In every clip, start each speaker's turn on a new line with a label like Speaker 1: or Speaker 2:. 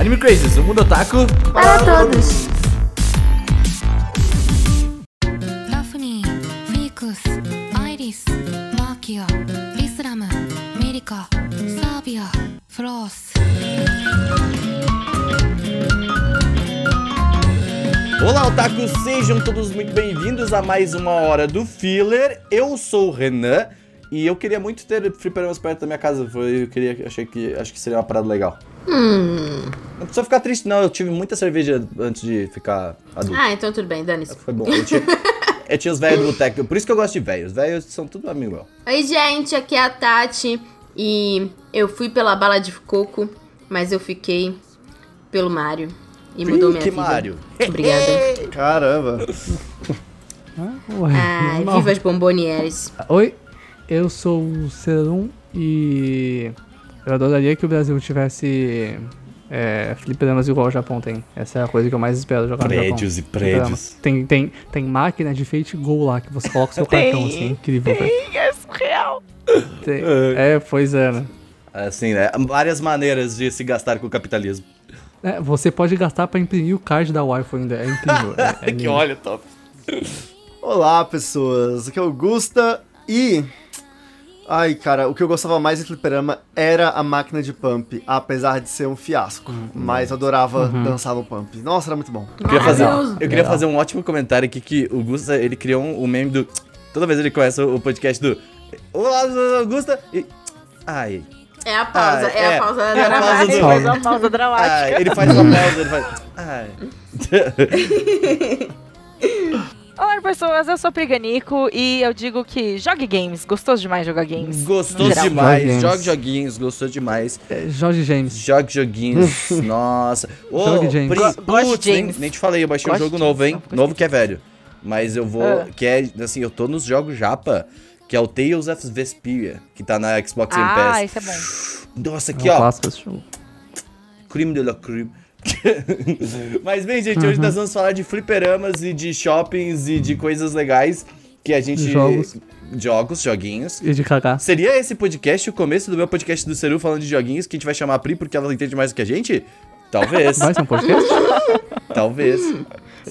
Speaker 1: Anime Crazes, o mundo otaku
Speaker 2: Para todos.
Speaker 3: ラフニー、フィークス、アイリス、マーキア、イスラム、メリカ、サービア、フロース。
Speaker 4: Olá, otakus! Sejam todos muito bem-vindos a mais uma Hora do Filler. Eu sou o Renan e eu queria muito ter fliperamas perto da minha casa. Foi- Eu queria, achei que, acho que seria uma parada legal.
Speaker 2: Hum.
Speaker 4: Não precisa ficar triste, não. Eu tive muita cerveja antes de ficar adulto.
Speaker 2: Ah, então tudo bem, dane-se.
Speaker 4: Foi bom. Eu tinha, eu tinha os velhos do boteco. Por isso que eu gosto de velhos. Velhos são tudo amigo meu.
Speaker 2: Oi, gente, aqui é a Tati. E eu fui pela bala de coco, mas eu fiquei pelo Mario. E mudou minha
Speaker 4: que
Speaker 2: vida.
Speaker 4: Mário.
Speaker 2: Obrigada.
Speaker 5: Caramba.
Speaker 2: Ai,
Speaker 6: Normal.
Speaker 2: Ah, viva as bombonieres.
Speaker 4: Ah,
Speaker 6: Oi, eu sou o Serum e eu adoraria que o Brasil tivesse é, fliperamas igual o Japão tem. Essa é a coisa que eu mais espero jogar
Speaker 4: Prédios
Speaker 6: no
Speaker 4: e
Speaker 6: Japão. Fliperama.
Speaker 4: prédios.
Speaker 6: Tem, tem, tem máquina de fate go lá que você coloca o seu cartão, assim, é incrível, velho. Tem, é surreal. É, pois é, né?
Speaker 4: Assim, né? Várias maneiras de se gastar com o capitalismo.
Speaker 6: É, você pode gastar pra imprimir o card da Wi-Fi ainda, é incrível. É, é lindo.
Speaker 4: olha, top.
Speaker 5: Olá, pessoas. Aqui é o Gusta e. Ai, cara, o que eu gostava mais de fliperama era a máquina de pump, apesar de ser um fiasco.
Speaker 4: Uhum.
Speaker 5: Mas eu adorava dançar no pump. Nossa, era muito bom.
Speaker 4: Eu queria fazer,
Speaker 2: Maravilhoso.
Speaker 4: eu queria fazer um ótimo comentário aqui que o Gusta, ele criou um, um meme do... Toda vez ele começa o podcast do... Olá, Gusta! E... Ai,
Speaker 2: É a pausa,
Speaker 4: Ai,
Speaker 2: é,
Speaker 4: é.
Speaker 2: a pausa
Speaker 4: É a
Speaker 2: da
Speaker 4: pausa
Speaker 2: Navarra.
Speaker 4: do-
Speaker 7: Faz uma pausa dramática.
Speaker 4: ai, ele faz uma pausa, ele faz... Ai.
Speaker 7: Olá, pessoas. Eu sou Priganico e eu digo que jogue games. Gostoso demais jogar games.
Speaker 4: Gostou
Speaker 7: No geral.
Speaker 4: demais,
Speaker 6: Joguinhos.
Speaker 4: jogue joguinhos, gostou demais.
Speaker 6: É, Jorge James.
Speaker 4: Jogue joguinhos, nossa. Ô,
Speaker 6: Jogue James.
Speaker 4: Pri,
Speaker 7: Go- gosto de
Speaker 4: putz, nem,
Speaker 7: James.
Speaker 4: nem te falei, eu baixei um
Speaker 7: Gosto
Speaker 4: jogo
Speaker 7: de
Speaker 4: novo, hein?
Speaker 7: James, não, gosto
Speaker 4: Novo que é velho. Mas eu vou...
Speaker 7: Ah.
Speaker 4: Que é, assim, eu tô nos jogos japa, que é o Tales of Vesperia, que tá na Xbox Game Pass.
Speaker 7: Ah, isso é bom.
Speaker 4: Nossa,
Speaker 6: É um
Speaker 4: aqui, ó.
Speaker 6: clássico esse jogo.
Speaker 4: crime de la crime. Mas bem, gente,
Speaker 6: Uhum.
Speaker 4: hoje nós vamos falar de fliperamas e de shoppings e de coisas legais que a gente.
Speaker 6: Jogos.
Speaker 4: Jogos, joguinhos.
Speaker 6: E de cagar.
Speaker 4: Seria esse podcast o começo do meu podcast do Seru falando de joguinhos que a gente vai chamar a Pri porque ela entende mais do que a gente? Talvez,
Speaker 6: Vai ser um podcast?
Speaker 4: talvez.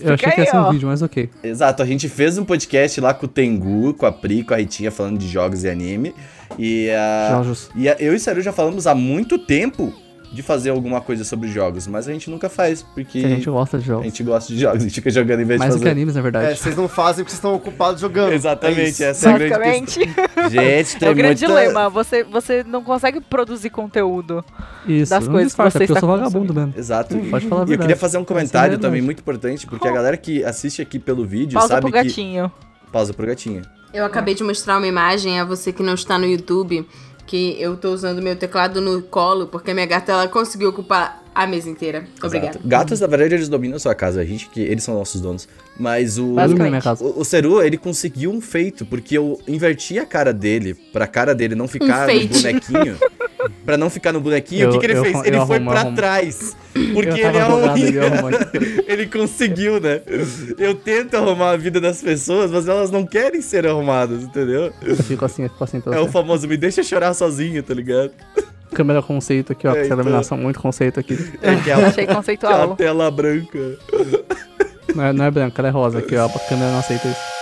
Speaker 6: Eu achei que ia ser
Speaker 7: aí, ó.
Speaker 6: um vídeo, mas ok.
Speaker 4: Exato, a gente fez um podcast lá com o Tengu, com a Pri, com a Ritinha falando de jogos e anime. E ah,
Speaker 6: Jogos.
Speaker 4: E a- eu e o Saru já falamos há muito tempo de fazer alguma coisa sobre jogos, mas a gente nunca faz, porque
Speaker 6: Que a gente gosta de
Speaker 4: a
Speaker 6: jogos.
Speaker 4: gente gosta de jogos, a gente fica jogando em vez
Speaker 6: Mais
Speaker 4: de
Speaker 6: do que
Speaker 4: fazer.
Speaker 6: animes, na verdade.
Speaker 5: É, vocês não fazem porque vocês estão ocupados jogando. É
Speaker 4: Exatamente,
Speaker 5: isso.
Speaker 4: essa é a grande
Speaker 7: Basicamente,
Speaker 4: questão. Gente, tem
Speaker 7: é o grande
Speaker 4: muita...
Speaker 7: dilema. Você, você não consegue produzir conteúdo.
Speaker 6: Isso,
Speaker 7: das
Speaker 6: não
Speaker 7: coisas que
Speaker 6: disfarça,
Speaker 7: você
Speaker 6: porque eu
Speaker 7: está
Speaker 6: sou vagabundo mesmo.
Speaker 4: Exato.
Speaker 6: Pode falar
Speaker 4: e
Speaker 6: a
Speaker 4: eu
Speaker 6: verdade.
Speaker 4: queria fazer um
Speaker 6: Essa é a
Speaker 4: comentário
Speaker 6: verdade.
Speaker 4: também muito importante, porque a galera que assiste aqui pelo vídeo
Speaker 7: Pausa
Speaker 4: sabe
Speaker 7: pro
Speaker 4: que.
Speaker 7: gatinho.
Speaker 4: Pausa pro gatinho.
Speaker 2: Eu acabei de mostrar uma imagem a você que não está no YouTube, que eu tô usando meu teclado no colo, porque a minha gata ela conseguiu ocupar a mesa inteira. Obrigada.
Speaker 4: Exato. Gatos, na verdade, eles dominam a sua casa. A gente que. Eles são nossos donos. Mas o.
Speaker 6: Basicamente. Ilumina minha casa.
Speaker 4: O, o Seru, ele conseguiu um feito, porque eu inverti a cara dele, pra cara dele não ficar no
Speaker 2: feito.
Speaker 4: bonequinho. pra não ficar no bonequinho,
Speaker 6: Eu-
Speaker 4: o que, que ele
Speaker 6: eu
Speaker 4: fez?
Speaker 6: arru-
Speaker 4: Ele
Speaker 6: eu
Speaker 4: foi
Speaker 6: arrumo,
Speaker 4: pra
Speaker 6: arrumo.
Speaker 4: trás. Porque
Speaker 6: eu
Speaker 4: ele é
Speaker 6: tava
Speaker 4: um.
Speaker 6: jogado, ele arrumou aqui.
Speaker 4: ele conseguiu, né? Eu tento arrumar a vida das pessoas, mas elas não querem ser arrumadas, entendeu?
Speaker 6: Eu fico assim, eu fico assim pra
Speaker 4: É o
Speaker 6: você.
Speaker 4: famoso, me deixa chorar sozinho, tá ligado?
Speaker 6: Câmera conceito aqui, ó.
Speaker 4: É,
Speaker 6: com Essa
Speaker 4: então.
Speaker 6: iluminação, muito conceito aqui.
Speaker 4: É aquela,
Speaker 7: Achei
Speaker 4: aquela
Speaker 7: conceitual.
Speaker 4: tela branca.
Speaker 6: Não é, não é branca, ela é rosa aqui, ó. A câmera não aceita isso.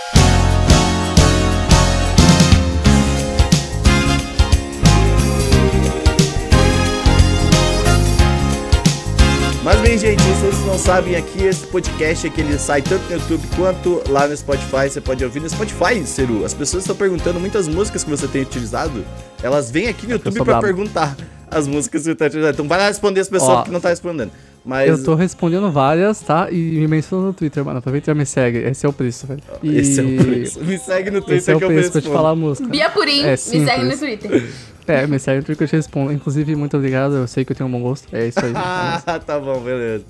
Speaker 4: Mas bem, gente, se vocês não sabem aqui, esse podcast aqui, ele sai tanto no YouTube quanto lá no Spotify. Você pode ouvir no Spotify, Ceru. As pessoas estão perguntando muitas músicas que você tem utilizado. Elas vêm aqui no YouTube
Speaker 6: sou
Speaker 4: pra
Speaker 6: brabo.
Speaker 4: perguntar as músicas que você tá utilizando. Então vai lá responder as pessoas
Speaker 6: Ó,
Speaker 4: que não tá respondendo. Mas
Speaker 6: Eu tô respondendo várias, tá? E me menciona no Twitter, mano. Aproveita e me segue. Esse é o preço, velho. E...
Speaker 4: esse é o preço. Me segue no Twitter
Speaker 6: Esse é o
Speaker 4: que eu
Speaker 6: preço pra eu te
Speaker 4: respondo.
Speaker 6: falar a música.
Speaker 2: Bia Purim,
Speaker 6: É
Speaker 2: me
Speaker 6: simples.
Speaker 2: segue no Twitter.
Speaker 6: É, me segue no Twitter que eu te respondo. Inclusive, muito obrigado. Eu sei que eu tenho um bom gosto. É isso aí.
Speaker 4: Ah, tá bom, beleza.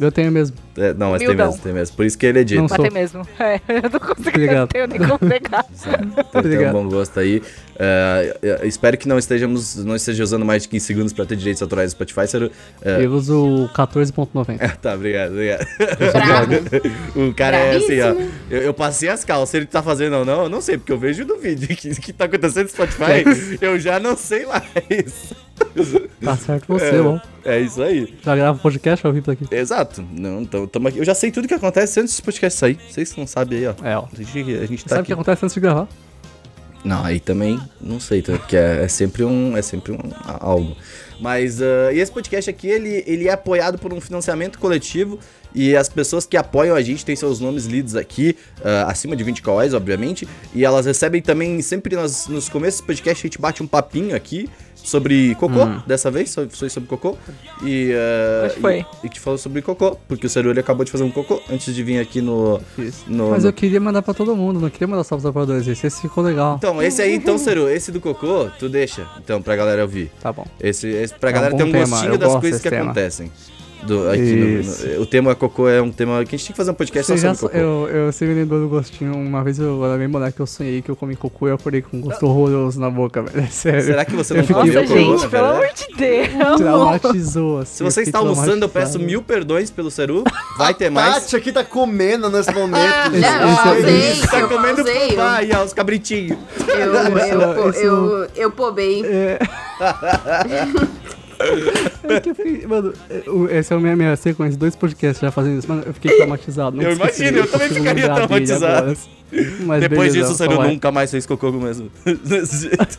Speaker 6: eu tenho mesmo.
Speaker 4: É, não, mas tem
Speaker 7: Humildão.
Speaker 4: mesmo, tem mesmo. Por isso que ele é dito.
Speaker 6: Não
Speaker 7: Mas
Speaker 6: sou.
Speaker 7: tem mesmo. É, eu não consigo
Speaker 6: Obrigado.
Speaker 7: não tenho nem como pegar.
Speaker 4: Tem, tem um
Speaker 6: Obrigado.
Speaker 4: bom gosto aí. É, eu- eu espero que não estejamos, não esteja usando mais de 15 segundos pra ter direitos autorais do Spotify, Ceru. É,
Speaker 6: Eu uso 14.90.
Speaker 4: Tá, obrigado, obrigado.
Speaker 2: Bravo.
Speaker 4: O cara é assim, ó. Eu, eu passei as calças, ele tá fazendo ou não, eu não sei, porque eu vejo do vídeo que, que tá acontecendo no Spotify, eu já não sei mais.
Speaker 6: Tá certo você, bom.
Speaker 4: É isso aí.
Speaker 6: Já grava o podcast, vai vir pra aqui.
Speaker 4: Exato. Não, então tamo aqui. Eu já sei tudo que acontece antes desse podcast sair. Vocês que não sabem aí, ó.
Speaker 6: É, ó.
Speaker 4: A gente, a gente
Speaker 6: Você
Speaker 4: tá
Speaker 6: sabe o
Speaker 4: aqui.
Speaker 6: que acontece antes de gravar?
Speaker 4: Não, aí também não sei, tá? porque é, é sempre um, é sempre um a- algo. Mas ah, e esse podcast aqui ele, ele é apoiado por um financiamento coletivo e as pessoas que apoiam a gente têm seus nomes lidos aqui ah, acima de 20 kawais, obviamente, e elas recebem também sempre nas- nos começos do podcast a gente bate um papinho aqui sobre cocô, dessa vez so- foi sobre cocô e ah,
Speaker 7: Hum. Acho que foi.
Speaker 4: e, e que falou sobre cocô, porque o Ceru ele acabou de fazer um cocô antes de vir aqui no
Speaker 6: Fiz.
Speaker 4: no,
Speaker 6: Mas
Speaker 4: no
Speaker 6: eu queria mandar pra todo mundo, não queria mandar só pros apoiadores. Esse, esse ficou legal.
Speaker 4: Então, esse aí, então, Ceru, esse do cocô, tu deixa, então, pra galera ouvir.
Speaker 6: Tá bom.
Speaker 4: Esse, esse pra
Speaker 6: É um
Speaker 4: galera
Speaker 6: bom
Speaker 4: ter um
Speaker 6: tema,
Speaker 4: gostinho
Speaker 6: eu
Speaker 4: das
Speaker 6: gosto
Speaker 4: coisas que
Speaker 6: desse tema.
Speaker 4: acontecem. Do, aqui no-
Speaker 6: Isso.
Speaker 4: no- o tema cocô é um tema que a gente tem que fazer um podcast
Speaker 6: Você
Speaker 4: só
Speaker 6: já,
Speaker 4: sobre cocô.
Speaker 6: eu, eu sei me lembrou do gostinho. Uma vez eu era bem moleque, eu sonhei que eu comi cocô e eu acordei com um gosto horroroso na boca, velho. É sério.
Speaker 4: Será que um você
Speaker 6: Eu
Speaker 4: não
Speaker 6: fiquei-
Speaker 4: comeu
Speaker 7: Nossa,
Speaker 6: Viu,
Speaker 4: cocô,
Speaker 7: gente,
Speaker 4: na
Speaker 7: pelo
Speaker 4: verdade?
Speaker 7: amor de Deus.
Speaker 6: Traumatizou, assim.
Speaker 4: Se você
Speaker 6: eu fiquei
Speaker 4: está almoçando, eu peço
Speaker 6: traumatizado.
Speaker 4: mil perdões pelo Ceru. Vai ter é mais.
Speaker 5: Tati aqui tá comendo nesse momento.
Speaker 2: já
Speaker 5: gente.
Speaker 6: isso é
Speaker 2: pausei,
Speaker 4: Você tá
Speaker 2: eu
Speaker 4: comendo
Speaker 2: pausei.
Speaker 4: fubá aí, ó, os cabritinhos.
Speaker 2: Eu, eu, eu,
Speaker 6: Isso-
Speaker 2: eu, eu pobei.
Speaker 6: É que eu fiquei- Mano, é, o- essa é a minha, minha sequência, dois podcasts já fazendo isso, mano, eu fiquei traumatizado. não
Speaker 4: Eu
Speaker 6: esqueci,
Speaker 4: imagino, eu também
Speaker 6: consigo
Speaker 4: ficaria
Speaker 6: lembrar dele
Speaker 4: traumatizado.
Speaker 6: agora. Mas
Speaker 4: Depois
Speaker 6: beleza,
Speaker 4: disso, o Ceru
Speaker 6: vai.
Speaker 4: nunca mais fez cocô mesmo. Desse jeito.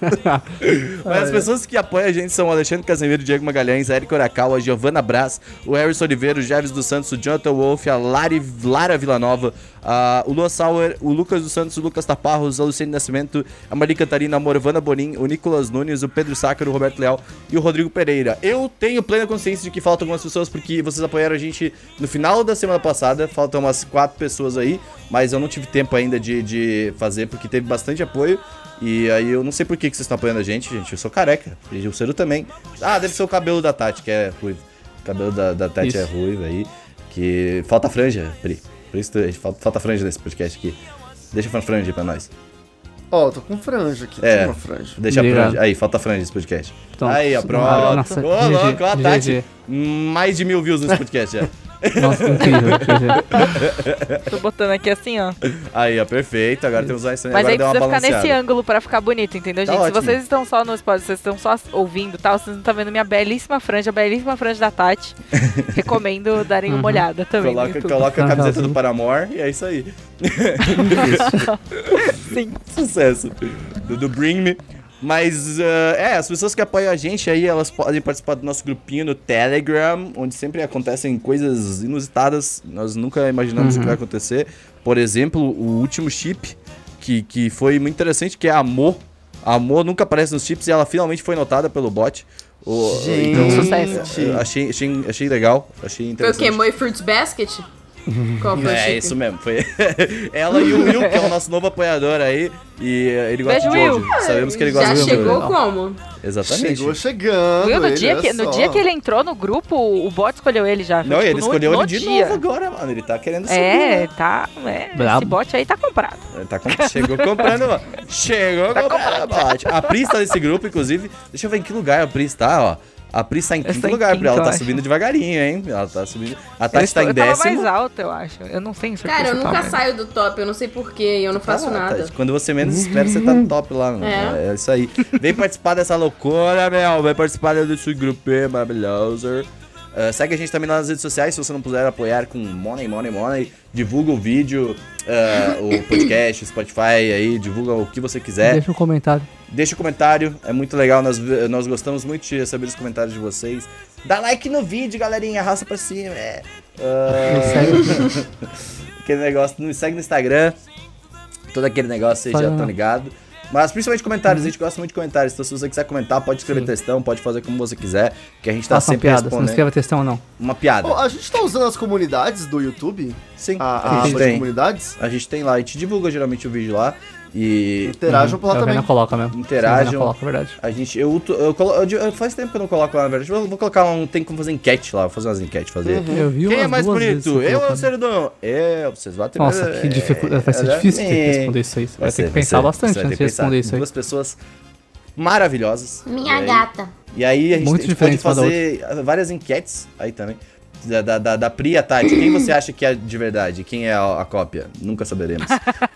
Speaker 4: Mas as
Speaker 6: é.
Speaker 4: pessoas que apoiam a gente são o Alexandre Casemiro, Diego Magalhães, Érico Oracal, a Giovana Brás, o Harrison Oliveira, o Javes dos Santos, o Jonathan Wolf, a Lari, Lara Villanova, a, o Lua Sauer, o Lucas dos Santos, o Lucas Taparros, a Luciane Nascimento, a Maria Cantarina, a Morvana Bonin, o Nicolas Nunes, o Pedro Sácaro, o Roberto Leal e o Rodrigo Pereira. Eu tenho plena consciência de que faltam algumas pessoas porque vocês apoiaram a gente no final da semana passada, faltam umas quatro pessoas aí, mas eu não tive tempo ainda de, de fazer porque teve bastante apoio. E aí eu não sei por que, que vocês estão apoiando a gente, gente. Eu sou careca. E o Ceru também. Ah, deve ser o cabelo da Tati, que é ruivo. O cabelo da, da Tati
Speaker 6: Isso.
Speaker 4: é ruivo aí. Que falta franja, Pri. Por isso que falta, falta franja nesse podcast aqui. Deixa a franja aí pra nós.
Speaker 5: Ó, tô com franja aqui.
Speaker 4: É.
Speaker 5: Tô com uma franja.
Speaker 4: Deixa a
Speaker 6: Obrigado.
Speaker 4: franja. Aí, falta franja nesse podcast.
Speaker 7: Então,
Speaker 6: Pronto.
Speaker 4: Aí, ó, pronto.
Speaker 6: Então, Nossa,
Speaker 4: Ô, louco, ó, tá tipo- a
Speaker 6: GG.
Speaker 4: Tati. Mais de mil views nesse podcast já.
Speaker 6: Nossa, que incrível. GG.
Speaker 7: Tô botando aqui assim, ó.
Speaker 4: Aí, ó, perfeito. Agora temos a Estranha.
Speaker 7: Mas
Speaker 4: É, Agora
Speaker 7: aí
Speaker 4: deu uma
Speaker 7: precisa ficar
Speaker 4: balanceada.
Speaker 7: nesse ângulo pra ficar bonito, entendeu,
Speaker 4: Tá
Speaker 7: gente?
Speaker 4: ótimo.
Speaker 7: Se vocês estão só no Spotify, vocês estão só ouvindo e tal, vocês não estão vendo minha belíssima franja, a belíssima franja da Tati. Recomendo darem uma olhada também. no
Speaker 4: Coloca,
Speaker 7: YouTube.
Speaker 4: coloca a
Speaker 6: Tá,
Speaker 4: camiseta do
Speaker 6: azul.
Speaker 4: Paramore e é isso aí.
Speaker 7: Sim.
Speaker 4: sucesso do, do Bring Me. Mas, ah, é, as pessoas que apoiam a gente aí, elas podem participar do nosso grupinho no Telegram, onde sempre acontecem coisas inusitadas, nós nunca imaginamos o que vai acontecer. Por exemplo, o último chip, que, que foi muito interessante, que é a Amor. A Amor nunca aparece nos chips e ela finalmente foi notada pelo bot. O- então,
Speaker 5: Gente.
Speaker 4: eu Achei, achei, achei legal, achei
Speaker 2: Foi o
Speaker 4: interessante.
Speaker 2: quê? Moe Fruits Basket? Qual foi o
Speaker 4: É,
Speaker 7: tipo
Speaker 2: chip?
Speaker 4: isso mesmo. Foi ela e o Will, que é o nosso novo apoiador aí. E eh, ele gosta
Speaker 7: Beijo,
Speaker 4: de
Speaker 7: Will.
Speaker 4: áudio. Sabemos que ele gosta
Speaker 2: Já
Speaker 4: de áudio.
Speaker 2: chegou como?
Speaker 4: Exatamente.
Speaker 5: Chegou chegando.
Speaker 7: Viu? No,
Speaker 5: ele,
Speaker 7: dia
Speaker 5: olha
Speaker 7: que, no
Speaker 5: só.
Speaker 7: dia que ele entrou no grupo, o bot escolheu ele já.
Speaker 4: é Não,
Speaker 7: Tipo,
Speaker 4: ele
Speaker 7: no-
Speaker 4: escolheu
Speaker 7: no
Speaker 4: ele de
Speaker 7: dia.
Speaker 4: novo agora, mano. Ele tá querendo subir.
Speaker 7: É,
Speaker 4: né?
Speaker 7: tá. É, esse
Speaker 6: Brabo.
Speaker 7: bot aí tá comprado.
Speaker 4: Ele tá com- Chegou comprando, mano. Chegou
Speaker 7: Tá
Speaker 4: comprando, bote. A Pri está nesse grupo, inclusive. Deixa eu ver em que lugar a Pri está, ó. A Pri está em
Speaker 7: tô
Speaker 4: quinto
Speaker 7: em
Speaker 4: lugar, Pri. Ela
Speaker 7: quinto,
Speaker 4: tá
Speaker 7: eu acho.
Speaker 4: subindo devagarinho, hein? Ela tá subindo. A
Speaker 7: Eu,
Speaker 4: Tati tá
Speaker 7: estou-
Speaker 4: em
Speaker 7: eu tava mais
Speaker 4: décimo.
Speaker 7: alto, eu acho. Eu não sei se
Speaker 2: Cara, eu
Speaker 7: eu
Speaker 2: nunca
Speaker 7: tava-
Speaker 2: saio do top, eu não sei porquê, eu não faço
Speaker 4: Ah,
Speaker 2: nada.
Speaker 4: Tati, quando você menos espera, você tá no top lá, mano. É.
Speaker 2: É.
Speaker 4: isso aí. Vem participar dessa loucura, meu. Vem participar desse grupo maravilhoso. Ah, segue a gente também lá nas redes sociais, se você não puder apoiar com money, money, money. Divulga o vídeo, ah, o podcast, o Spotify aí, divulga o que você quiser.
Speaker 6: Deixa um comentário.
Speaker 4: Deixa o comentário, é muito legal, nós, nós gostamos muito de receber os comentários de vocês. Dá like no vídeo, galerinha, arrasta pra cima. É. Ah, aquele negócio, nos segue no Instagram, todo aquele negócio, vocês já
Speaker 6: Fala. Uhum.
Speaker 4: estão ligados. Mas principalmente comentários, a gente gosta muito de comentários, então se você quiser comentar, pode escrever
Speaker 6: Sim.
Speaker 4: textão, pode fazer como você quiser, que a gente tá
Speaker 6: Faça uma
Speaker 4: sempre
Speaker 6: piada. Se não
Speaker 4: respondendo.
Speaker 6: escreva textão ou não.
Speaker 4: Uma piada.
Speaker 5: Ó, a gente tá usando as comunidades do YouTube?
Speaker 4: Sim,
Speaker 5: A, a
Speaker 4: a gente
Speaker 5: aba de
Speaker 4: tem.
Speaker 5: comunidades?
Speaker 4: A gente tem lá, a gente divulga geralmente o vídeo lá e
Speaker 5: Interajam por lá
Speaker 6: É,
Speaker 4: Tá
Speaker 6: o Vena
Speaker 5: também.
Speaker 6: coloca mesmo.
Speaker 4: Interajam.
Speaker 6: Sim, o Vena coloca, é verdade.
Speaker 4: A gente, eu, uto- eu, colo- eu, di- eu- faz tempo que eu não coloco lá, na verdade. Eu vou colocar um, tem como fazer enquete lá, vou fazer umas enquetes, fazer.
Speaker 6: Eu vi
Speaker 4: Quem é
Speaker 6: umas
Speaker 4: mais
Speaker 6: duas vezes
Speaker 4: bonito? Eu
Speaker 6: você
Speaker 4: ou É, o
Speaker 6: colocando.
Speaker 4: Cerdão? Eu, vocês batem
Speaker 6: Nossa, que dificuldade. Vai ser difícil ter que responder isso aí. Você vai ter que pensar bastante antes de responder isso aí.
Speaker 4: Duas pessoas maravilhosas. E
Speaker 2: Minha
Speaker 4: aí-
Speaker 2: gata.
Speaker 4: E aí a gente,
Speaker 6: Muito
Speaker 4: a gente pode
Speaker 6: diferente uma da
Speaker 4: fazer ah, várias enquetes aí também. Da, da, da, da Pri e a Tati. Quem você acha que é de verdade? Quem é a, a cópia? Nunca saberemos.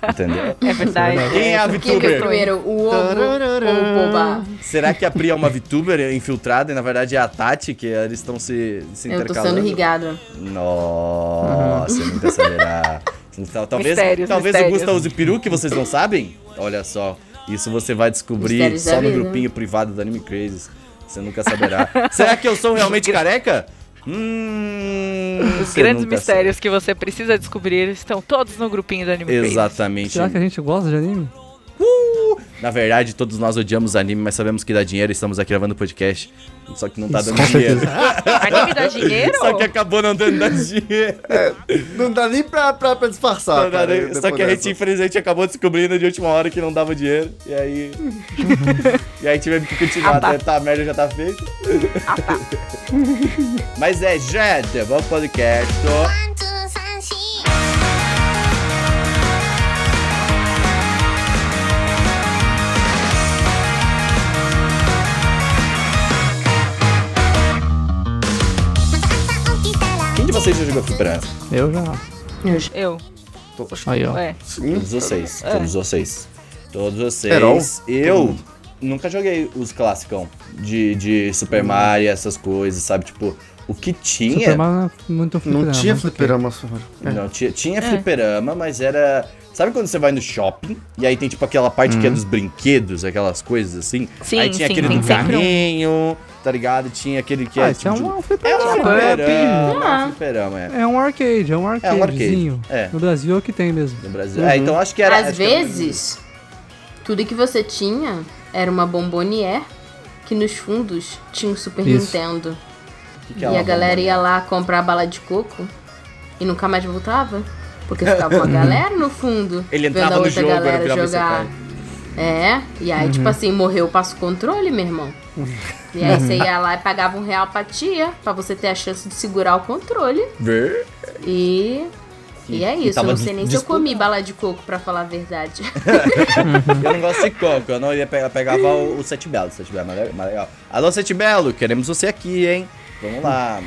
Speaker 4: Entendeu?
Speaker 7: É verdade.
Speaker 4: Quem é a
Speaker 2: O que que é
Speaker 4: VTuber?
Speaker 2: primeiro? O ovo ou o Oba!
Speaker 4: Será que a Pri é uma VTuber infiltrada e na verdade é a Tati, que eles estão se, se
Speaker 2: Eu tô sendo
Speaker 4: intercalando?
Speaker 2: irrigado.
Speaker 4: Nossa, é muito acelerado. Então, talvez
Speaker 7: Mistérios,
Speaker 4: talvez o
Speaker 7: mistérios.
Speaker 4: Gusta use peru que vocês não sabem? Olha só, isso você vai descobrir
Speaker 2: Mistérios da
Speaker 4: só no
Speaker 2: vida.
Speaker 4: grupinho privado do Anime Crazes. Você nunca saberá. Será que eu sou realmente careca? Hum,
Speaker 7: Os
Speaker 4: você
Speaker 7: grandes
Speaker 4: nunca
Speaker 7: mistérios que você precisa descobrir estão todos no grupinho do Anime
Speaker 4: sabe.
Speaker 7: Crazy.
Speaker 4: Exatamente.
Speaker 6: Será que a gente gosta de anime?
Speaker 4: Na verdade, todos nós odiamos anime, mas sabemos que dá dinheiro e estamos aqui gravando podcast. Só que não tá
Speaker 6: Isso,
Speaker 4: dando
Speaker 6: com
Speaker 4: dinheiro.
Speaker 7: Anime dá dinheiro?
Speaker 4: Só que acabou não dando dinheiro.
Speaker 5: Não dá nem pra, pra, pra disfarçar, Tá, cara, depois
Speaker 4: Só que a gente,
Speaker 5: dessa.
Speaker 4: infelizmente, acabou descobrindo de última hora que não dava dinheiro. E aí. e aí tivemos que continuar.
Speaker 7: Ah, tá. Ah,
Speaker 4: até tá, a merda já tá feita. Mas é, gente, vamos pro podcast.
Speaker 3: ワンツー三四。
Speaker 4: Quem de vocês já jogou fliperama?
Speaker 6: Eu já.
Speaker 7: Eu. É.
Speaker 6: Aí, ó.
Speaker 7: Ué.
Speaker 4: Todos vocês.
Speaker 7: É.
Speaker 4: Todos vocês. Todos vocês.
Speaker 5: Heron?
Speaker 4: Eu nunca joguei os classicão de, de Super
Speaker 5: Hum.
Speaker 4: Mario, essas coisas, sabe? Tipo, o que tinha.
Speaker 6: Super Mario não é muito né? fliperama.
Speaker 5: Não tinha
Speaker 6: mas ok.
Speaker 5: fliperama, É, senhor.
Speaker 2: É.
Speaker 4: Não, tinha, tinha fliperama, mas era. Sabe quando você vai no shopping e aí tem tipo aquela parte
Speaker 6: Uhum.
Speaker 4: que é dos brinquedos, aquelas coisas assim?
Speaker 7: Sim,
Speaker 4: aí tinha
Speaker 7: sim,
Speaker 4: aquele
Speaker 7: tem
Speaker 4: do
Speaker 7: sempre um.
Speaker 4: carrinho, tá ligado? Tinha aquele que
Speaker 6: Ah,
Speaker 4: é
Speaker 6: isso é
Speaker 4: tipo. de- É
Speaker 6: um
Speaker 4: um
Speaker 6: fliperama.
Speaker 4: fliperama,
Speaker 2: Ah.
Speaker 4: é um fliperama, é.
Speaker 6: É um arcade, é um
Speaker 4: É um
Speaker 6: arcadezinho.
Speaker 4: arcade. É,
Speaker 6: No Brasil é o que tem mesmo.
Speaker 4: no Brasil. É, então acho que era.
Speaker 2: Às
Speaker 4: acho que era-
Speaker 2: vezes, tudo que você tinha era uma bombonière que nos fundos tinha um Super
Speaker 6: Isso.
Speaker 2: Nintendo.
Speaker 4: O que que é
Speaker 2: E
Speaker 4: uma
Speaker 2: a galera ia lá comprar bala de coco e nunca mais voltava. Porque ficava uma galera no fundo.
Speaker 4: Ele
Speaker 2: vendo
Speaker 4: entrava
Speaker 2: a
Speaker 4: no
Speaker 2: outra
Speaker 4: jogo, ele
Speaker 2: galera
Speaker 4: virava
Speaker 2: jogar. É, e aí,
Speaker 4: Uhum.
Speaker 2: tipo assim, morreu, passa o controle, meu irmão. E aí você ia lá e pagava um real pra tia, pra você ter a chance de segurar o controle.
Speaker 4: Ver?
Speaker 2: E.
Speaker 4: E-
Speaker 2: E, é
Speaker 4: e
Speaker 2: isso, eu
Speaker 4: tava
Speaker 2: não sei
Speaker 4: dis-
Speaker 2: nem se eu comi bala de coco, pra falar a verdade.
Speaker 4: Eu não gosto de coco, eu não ia pegar, pegava o, o Sete Belo. o Sete Belo é mais le- mais legal. Alô, Sete Belo, queremos você aqui, hein? Vamos lá.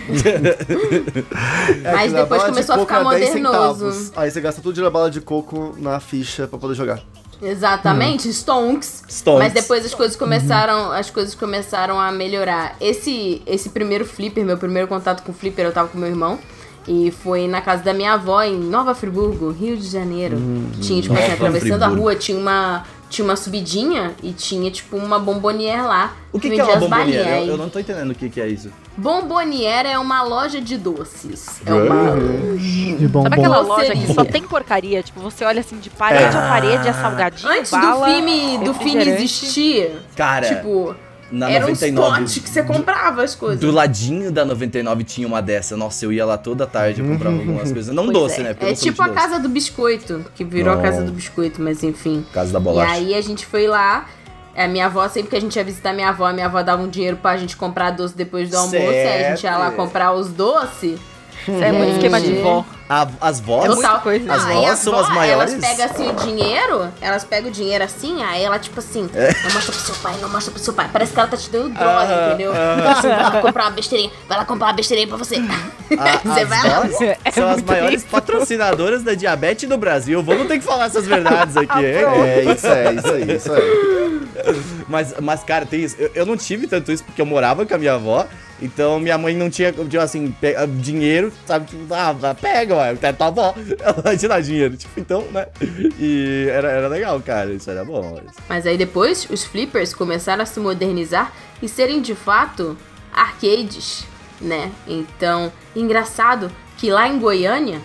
Speaker 5: É,
Speaker 2: Mas
Speaker 5: que na
Speaker 2: depois
Speaker 5: bala de
Speaker 2: começou a
Speaker 5: coco
Speaker 2: ficar
Speaker 5: era 10
Speaker 2: modernoso.
Speaker 5: centavos. Aí você gasta tudo de bala de coco na ficha pra poder jogar.
Speaker 4: Hum.
Speaker 2: Exatamente, Stonks.
Speaker 4: Stonks.
Speaker 2: Mas depois as coisas começaram, as coisas começaram a melhorar. Esse esse primeiro flipper, meu primeiro contato com flipper, eu tava com meu irmão. E foi na casa da minha avó, em Nova Friburgo, Rio de Janeiro. tinha, tipo assim,
Speaker 4: Hum, Nova
Speaker 2: atravessando a
Speaker 4: Friburgo.
Speaker 2: rua, tinha uma, tinha uma subidinha e tinha, tipo, uma bombonier lá.
Speaker 4: O que, que é
Speaker 2: vendia
Speaker 4: uma
Speaker 2: as
Speaker 4: bomboniera?
Speaker 2: balinhas.
Speaker 4: Eu, eu não tô entendendo o que, que é isso.
Speaker 2: Bombonier é uma loja de doces. É uma.
Speaker 6: De bombom.
Speaker 7: Sabe aquela
Speaker 2: Um Bom,
Speaker 7: loja que
Speaker 2: seria.
Speaker 7: só tem porcaria? Tipo, você olha assim de parede a parede, é salgadinho,
Speaker 2: Antes
Speaker 7: bala,
Speaker 2: do filme, do filme
Speaker 7: refrigerante.
Speaker 2: existir,
Speaker 4: Cara,
Speaker 2: tipo,
Speaker 4: na
Speaker 2: era
Speaker 4: 99.
Speaker 2: um spot que você comprava as coisas.
Speaker 4: Do ladinho da 99 tinha uma dessa. Nossa, eu ia lá toda tarde, eu comprava algumas coisas. Não
Speaker 7: Pois
Speaker 4: doce,
Speaker 7: é.
Speaker 4: né? Porque eu
Speaker 2: É
Speaker 4: não sou
Speaker 2: tipo a
Speaker 4: muito doce.
Speaker 2: casa do biscoito, que virou
Speaker 4: Não.
Speaker 2: a casa do biscoito, mas enfim.
Speaker 4: Casa da bolacha.
Speaker 2: E aí a gente foi lá. A minha avó, sempre que a gente ia visitar minha avó, a minha avó dava um dinheiro pra gente comprar doce depois do almoço. Aí a gente ia lá
Speaker 4: Sempre.
Speaker 2: comprar os doces.
Speaker 7: Isso é muito esquema de vó.
Speaker 4: A- as vozes.
Speaker 7: muita
Speaker 2: Total.
Speaker 7: coisa.
Speaker 4: As
Speaker 2: Não, aí
Speaker 4: vós
Speaker 2: a
Speaker 4: são
Speaker 2: vó,
Speaker 4: as maiores?
Speaker 2: Elas pegam assim o dinheiro, elas pegam o dinheiro assim, aí ela tipo assim, não mostra pro seu pai, não mostra pro seu pai. Parece que ela tá te dando droga,
Speaker 4: É. Aham,
Speaker 2: entendeu?
Speaker 4: aham.
Speaker 2: Assim, vai lá comprar uma besteirinha, vai lá comprar uma besteirinha pra você.
Speaker 4: a-
Speaker 2: Você
Speaker 4: as
Speaker 2: vai lá. É
Speaker 4: vozes
Speaker 7: É
Speaker 4: são as maiores patrocinadoras da diabetes do Brasil. Vamos ter que falar essas verdades
Speaker 2: Ah,
Speaker 4: aqui, hein?
Speaker 5: É, isso é, isso é, isso é.
Speaker 4: Mas, mas, cara, tem isso. Eu, eu não tive tanto isso porque eu morava com a minha avó. Então minha mãe não tinha, tipo assim, pe- dinheiro, sabe? Tipo, ah, vá, pega, ué, tá tua avó. Ela vai te dar dinheiro. Tipo, então, né? E era, era legal, cara. Isso era bom.
Speaker 2: Mas aí depois, os flippers começaram a se modernizar e serem de fato arcades, né? Então, engraçado que lá em Goiânia,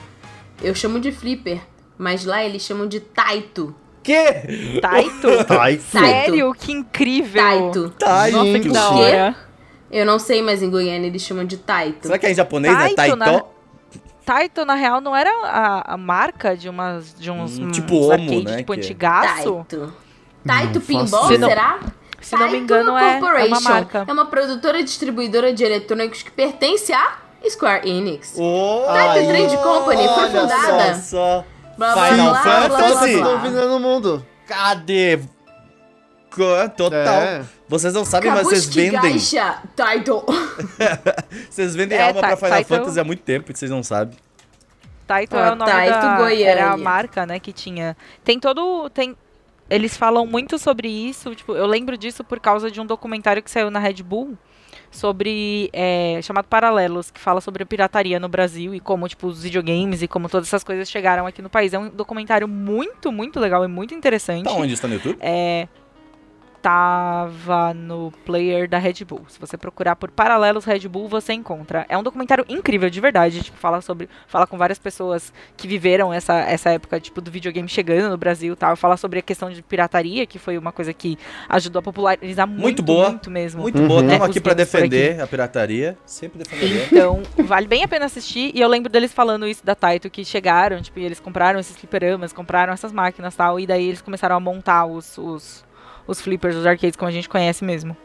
Speaker 2: eu chamo de flipper, mas lá eles chamam de taito.
Speaker 4: Que?
Speaker 7: Taito?
Speaker 5: Taito.
Speaker 7: Sério? Que incrível.
Speaker 2: Taito.
Speaker 4: Taito.
Speaker 7: Nossa, então. que da
Speaker 2: O quê?
Speaker 7: hora.
Speaker 2: Eu não sei, mas em Goiânia eles chamam de taito.
Speaker 4: Será que é em japonês, né? Taito?
Speaker 7: Taito, né? Taito, na real, não era a, a marca de, umas, de uns,
Speaker 4: Hum,
Speaker 7: uns
Speaker 4: tipo Omo,
Speaker 7: arcade,
Speaker 4: né,
Speaker 7: Tipo,
Speaker 4: que é.
Speaker 7: antigaço.
Speaker 2: Taito. Taito Pinball,
Speaker 7: Se não-
Speaker 2: será?
Speaker 7: Se não me
Speaker 2: Taito
Speaker 7: engano, é, é uma
Speaker 2: Corporation.
Speaker 7: marca.
Speaker 2: É uma produtora e distribuidora de eletrônicos que pertence à Square Enix.
Speaker 4: Oh,
Speaker 7: é
Speaker 5: Taito
Speaker 2: Trade Company, foi
Speaker 4: olha
Speaker 2: fundada.
Speaker 4: Só, só.
Speaker 2: Blá, blá,
Speaker 4: Final
Speaker 2: blá, blá, blá, blá,
Speaker 4: Fantasy.
Speaker 5: Fantasy
Speaker 2: blá.
Speaker 5: dominando o assim, mundo.
Speaker 4: Cadê? Co- Total.
Speaker 5: É.
Speaker 4: Vocês não sabem, mas vocês
Speaker 2: Kabuki
Speaker 4: vendem.
Speaker 2: Gacha Taito.
Speaker 4: Vocês vendem
Speaker 7: É,
Speaker 4: alma pra
Speaker 7: Ta-
Speaker 4: Final
Speaker 7: Taito-
Speaker 4: Fantasy há muito tempo e vocês não sabem.
Speaker 7: Taito
Speaker 2: Ó,
Speaker 7: é o nome
Speaker 2: Taito
Speaker 7: da...
Speaker 2: Goiânia.
Speaker 7: Era a marca, né, que tinha. Tem todo... Tem... eles falam muito sobre isso. Tipo, eu lembro disso por causa de um documentário que saiu na Red Bull sobre é, chamado Paralelos, que fala sobre a pirataria no Brasil e como tipo os videogames e como todas essas coisas chegaram aqui no país. É um documentário muito, muito legal e muito interessante.
Speaker 4: Tá onde? Está no YouTube?
Speaker 7: É, tava no player da Red Bull. Se você procurar por Paralelos Red Bull, você encontra. É um documentário incrível, de verdade. Tipo, fala sobre. Fala com várias pessoas que viveram essa, essa época, tipo, do videogame chegando no Brasil e tal. Fala sobre a questão de pirataria, que foi uma coisa que ajudou a popularizar muito,
Speaker 4: Muito boa.
Speaker 7: muito mesmo.
Speaker 4: Muito
Speaker 2: Uhum.
Speaker 4: boa,
Speaker 7: Né,
Speaker 2: É,
Speaker 4: estamos
Speaker 7: os
Speaker 4: aqui pra
Speaker 7: games por
Speaker 4: defender a pirataria. Sempre defenderia.
Speaker 7: Então, vale bem a pena assistir. E eu lembro deles falando isso da Taito, que chegaram, tipo, e eles compraram esses fliperamas, compraram essas máquinas e tal. E daí eles começaram a montar os, os, os flippers, os arcades, como a gente conhece mesmo.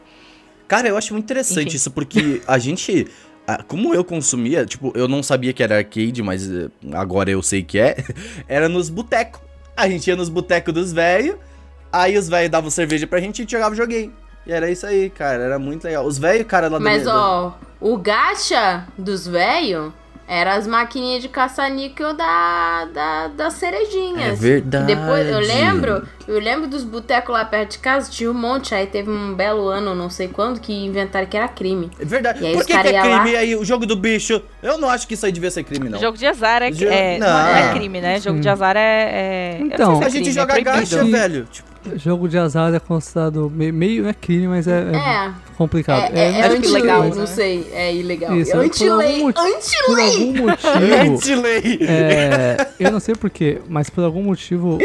Speaker 4: Cara, eu acho muito interessante
Speaker 7: Enfim.
Speaker 4: isso, porque a gente. a- Como eu consumia, tipo, eu não sabia que era arcade, mas eh, agora eu sei que é. Era nos botecos. A gente ia nos botecos dos velhos, aí os velhos davam cerveja pra gente e a gente jogava joguei. E era isso aí, cara, era muito legal. Os velhos, cara, lá da
Speaker 2: Mas,
Speaker 4: minha-
Speaker 2: ó, o gacha dos velho era as maquininhas de caça-níquel da, da, das
Speaker 4: É
Speaker 2: cerejinhas.
Speaker 4: verdade.
Speaker 2: Depois, eu lembro, eu lembro dos botecos lá perto de casa, tinha um monte, aí teve um belo ano, não sei quando, que inventaram que era crime.
Speaker 4: É verdade.
Speaker 2: E aí
Speaker 4: Por
Speaker 2: os
Speaker 4: que, que
Speaker 2: cara
Speaker 4: é
Speaker 2: ia lá-
Speaker 4: crime aí? O jogo do bicho. Eu não acho que isso aí devia ser crime, não.
Speaker 7: Jogo de azar é,
Speaker 4: Jo-
Speaker 7: é-
Speaker 4: Não.
Speaker 7: não é crime, né? Jogo de
Speaker 6: Hum.
Speaker 7: azar é. é- eu não
Speaker 6: Então.
Speaker 7: sei se é
Speaker 4: A gente
Speaker 7: crime, é
Speaker 4: joga
Speaker 7: proibido.
Speaker 4: gacha,
Speaker 6: proibido.
Speaker 4: velho. Tipo,
Speaker 6: Jogo de azar é considerado me- meio, não é crime, mas é, é
Speaker 2: É,
Speaker 6: complicado.
Speaker 2: é, é, é,
Speaker 7: acho
Speaker 6: anti-
Speaker 7: que legal,
Speaker 2: ilegal,
Speaker 7: né?
Speaker 2: não sei, é ilegal.
Speaker 6: tipo Isso,
Speaker 2: é
Speaker 6: por
Speaker 2: anti-lei,
Speaker 6: algum motivo-
Speaker 2: anti-lei.
Speaker 6: Por algum motivo,
Speaker 4: anti-lei.
Speaker 6: é, eu não sei porquê, mas por algum motivo,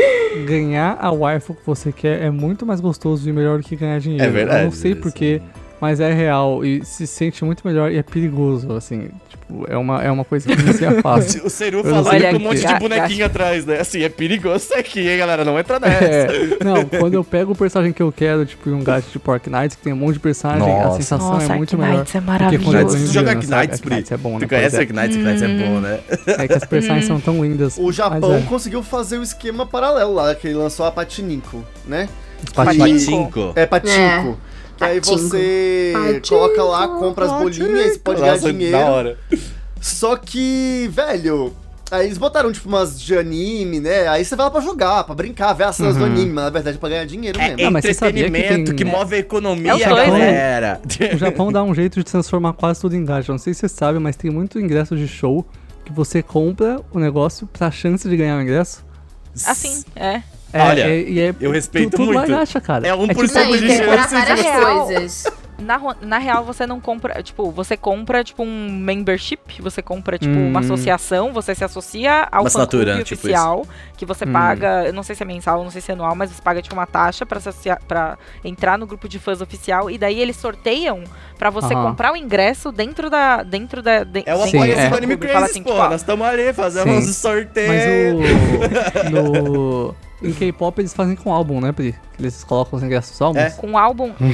Speaker 6: ganhar a waifu que você quer é muito mais gostoso e melhor do que ganhar dinheiro.
Speaker 4: É verdade.
Speaker 6: Eu não sei
Speaker 4: isso.
Speaker 6: porquê, mas é real e se sente muito melhor e é perigoso, assim. Tipo, é uma, é uma coisa que você é fácil.
Speaker 4: O Seru
Speaker 6: não
Speaker 4: falando
Speaker 6: sei
Speaker 4: com um
Speaker 7: por quê.
Speaker 4: monte de
Speaker 7: Ga-
Speaker 4: bonequinho atrás, né? Assim, é perigoso isso aqui, hein, galera? Não entra nessa.
Speaker 6: É, não, quando eu pego o personagem que eu quero, tipo, em um gato de Pork Knights, que tem um monte de personagem, a
Speaker 4: Nossa.
Speaker 6: sensação é muito
Speaker 7: Ark
Speaker 6: melhor.
Speaker 7: Knights é
Speaker 6: Porque quando eu
Speaker 4: Tu
Speaker 6: ganho
Speaker 7: maravilhoso.
Speaker 4: joga
Speaker 6: grana,
Speaker 4: Ark
Speaker 6: sabe?
Speaker 4: Knights,
Speaker 6: Ark Knights é bom, né?
Speaker 4: Tu conhece
Speaker 6: Pois é.
Speaker 4: Ark Knights? Ark Knights é bom, né?
Speaker 6: É que as personagens são tão lindas.
Speaker 5: O Japão
Speaker 6: mas é,
Speaker 5: conseguiu fazer o esquema paralelo lá, que ele lançou a Patinico, né?
Speaker 6: os patinhos-
Speaker 4: Patinco.
Speaker 5: É Patinco. Que aí
Speaker 2: Patinco.
Speaker 5: você
Speaker 2: Patinco,
Speaker 5: coloca lá, compra as bolinhas, pode ganhar
Speaker 4: Nossa, da
Speaker 5: dinheiro.
Speaker 4: hora.
Speaker 5: Só que, velho, aí eles botaram tipo umas de anime, né? Aí você vai lá pra jogar, pra brincar, ver as cenas do
Speaker 6: Uhum.
Speaker 5: anime, mas na verdade é pra ganhar dinheiro
Speaker 4: É
Speaker 5: mesmo.
Speaker 6: mas você sabia que
Speaker 4: entretenimento que,
Speaker 6: tem-
Speaker 4: move a economia,
Speaker 7: É os dois, né?
Speaker 4: galera.
Speaker 6: O Japão dá um jeito de transformar quase tudo em gacha. Não sei se você sabe, mas tem muito ingresso de show que você compra o negócio pra chance de ganhar o ingresso.
Speaker 7: Assim, é.
Speaker 6: É,
Speaker 4: Olha,
Speaker 6: é- e é,
Speaker 4: eu respeito
Speaker 6: tu, tudo
Speaker 4: muito.
Speaker 6: lá é gacha, cara.
Speaker 4: É um por
Speaker 6: tipo,
Speaker 4: cento.
Speaker 2: Não, e tem que comprar várias
Speaker 7: Real.
Speaker 2: coisas.
Speaker 7: Na, ru- na real, você não compra. Tipo, você compra, tipo, um membership. Você compra, tipo,
Speaker 6: Hum.
Speaker 7: uma associação. Você se associa ao
Speaker 4: Uma
Speaker 7: fã clube
Speaker 4: assinatura, tipo
Speaker 7: oficial. Que você
Speaker 6: Hum.
Speaker 7: paga. Eu não sei se é mensal, não sei se é anual, mas você paga, tipo, uma taxa pra, se associar, pra entrar no grupo de fãs oficial. E daí eles sorteiam pra você
Speaker 6: Aham.
Speaker 7: comprar o ingresso dentro da. Dentro da. de-
Speaker 4: É o
Speaker 7: dentro
Speaker 6: Sim,
Speaker 4: apoio
Speaker 7: do
Speaker 6: é.
Speaker 4: do
Speaker 7: fã
Speaker 4: Anime
Speaker 7: clube. Fala
Speaker 4: Crazy,
Speaker 7: assim,
Speaker 4: pô.
Speaker 7: tipo, ah,
Speaker 4: Nós estamos ali fazendo
Speaker 6: Sim.
Speaker 4: uns sorteios.
Speaker 6: Mas o. no- Em K-pop eles fazem com álbum, né, Pri? Que Eles colocam os ingressos dos álbuns.
Speaker 4: É.
Speaker 7: com o álbum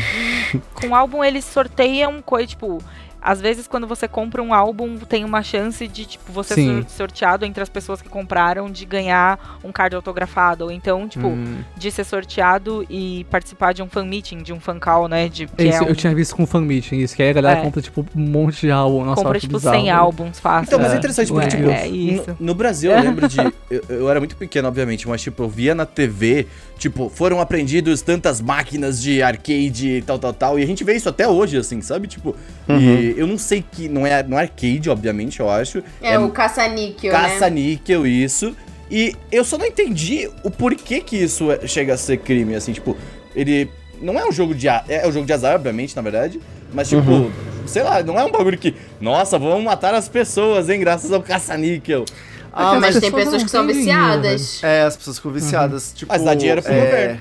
Speaker 7: com o álbum eles sorteiam coisa tipo às vezes quando você compra um álbum tem uma chance de tipo você
Speaker 6: Sim.
Speaker 7: ser sorteado entre as pessoas que compraram de ganhar um card autografado ou então tipo
Speaker 6: Hum,
Speaker 7: de ser sorteado e participar de um fan meeting de um fan call né de que
Speaker 6: é isso,
Speaker 7: é um,
Speaker 6: eu tinha visto com fan meeting, isso, que aí a galera
Speaker 7: É.
Speaker 6: compra, tipo, um monte de álbum. Nossa,
Speaker 7: compra
Speaker 6: eu acho
Speaker 7: tipo
Speaker 6: bizarro.
Speaker 7: 100 álbuns fácil
Speaker 4: Então, mas é
Speaker 6: É,
Speaker 4: interessante porque,
Speaker 6: ué,
Speaker 4: tipo,
Speaker 7: é isso.
Speaker 4: no, no Brasil eu lembro de. Eu, eu era muito pequeno, obviamente, mas, tipo, eu via na TV, tipo, foram apreendidos tantas máquinas de arcade e tal, tal, tal. E a gente vê isso até hoje, assim, sabe? Tipo, e eu não sei que. Não é, não é arcade, obviamente, eu acho.
Speaker 2: É, o caça-níquel, né?
Speaker 4: caça-níquel, isso. E eu só não entendi o porquê que isso é- chega a ser crime, assim, tipo, ele. Não é um jogo de azar. É um jogo de azar, obviamente, na verdade. Mas, tipo, sei lá, não é um bagulho que. Nossa, vamos matar as pessoas, hein? Graças ao caça-níquel.
Speaker 5: Ah,
Speaker 2: mas
Speaker 5: mas
Speaker 2: tem pessoas
Speaker 6: pessoas não
Speaker 2: que são
Speaker 6: têm dinheiro,
Speaker 2: viciadas.
Speaker 5: é, as pessoas ficam viciadas, tipo...
Speaker 4: Uhum. Mas dá dinheiro pro
Speaker 5: é...
Speaker 4: governo.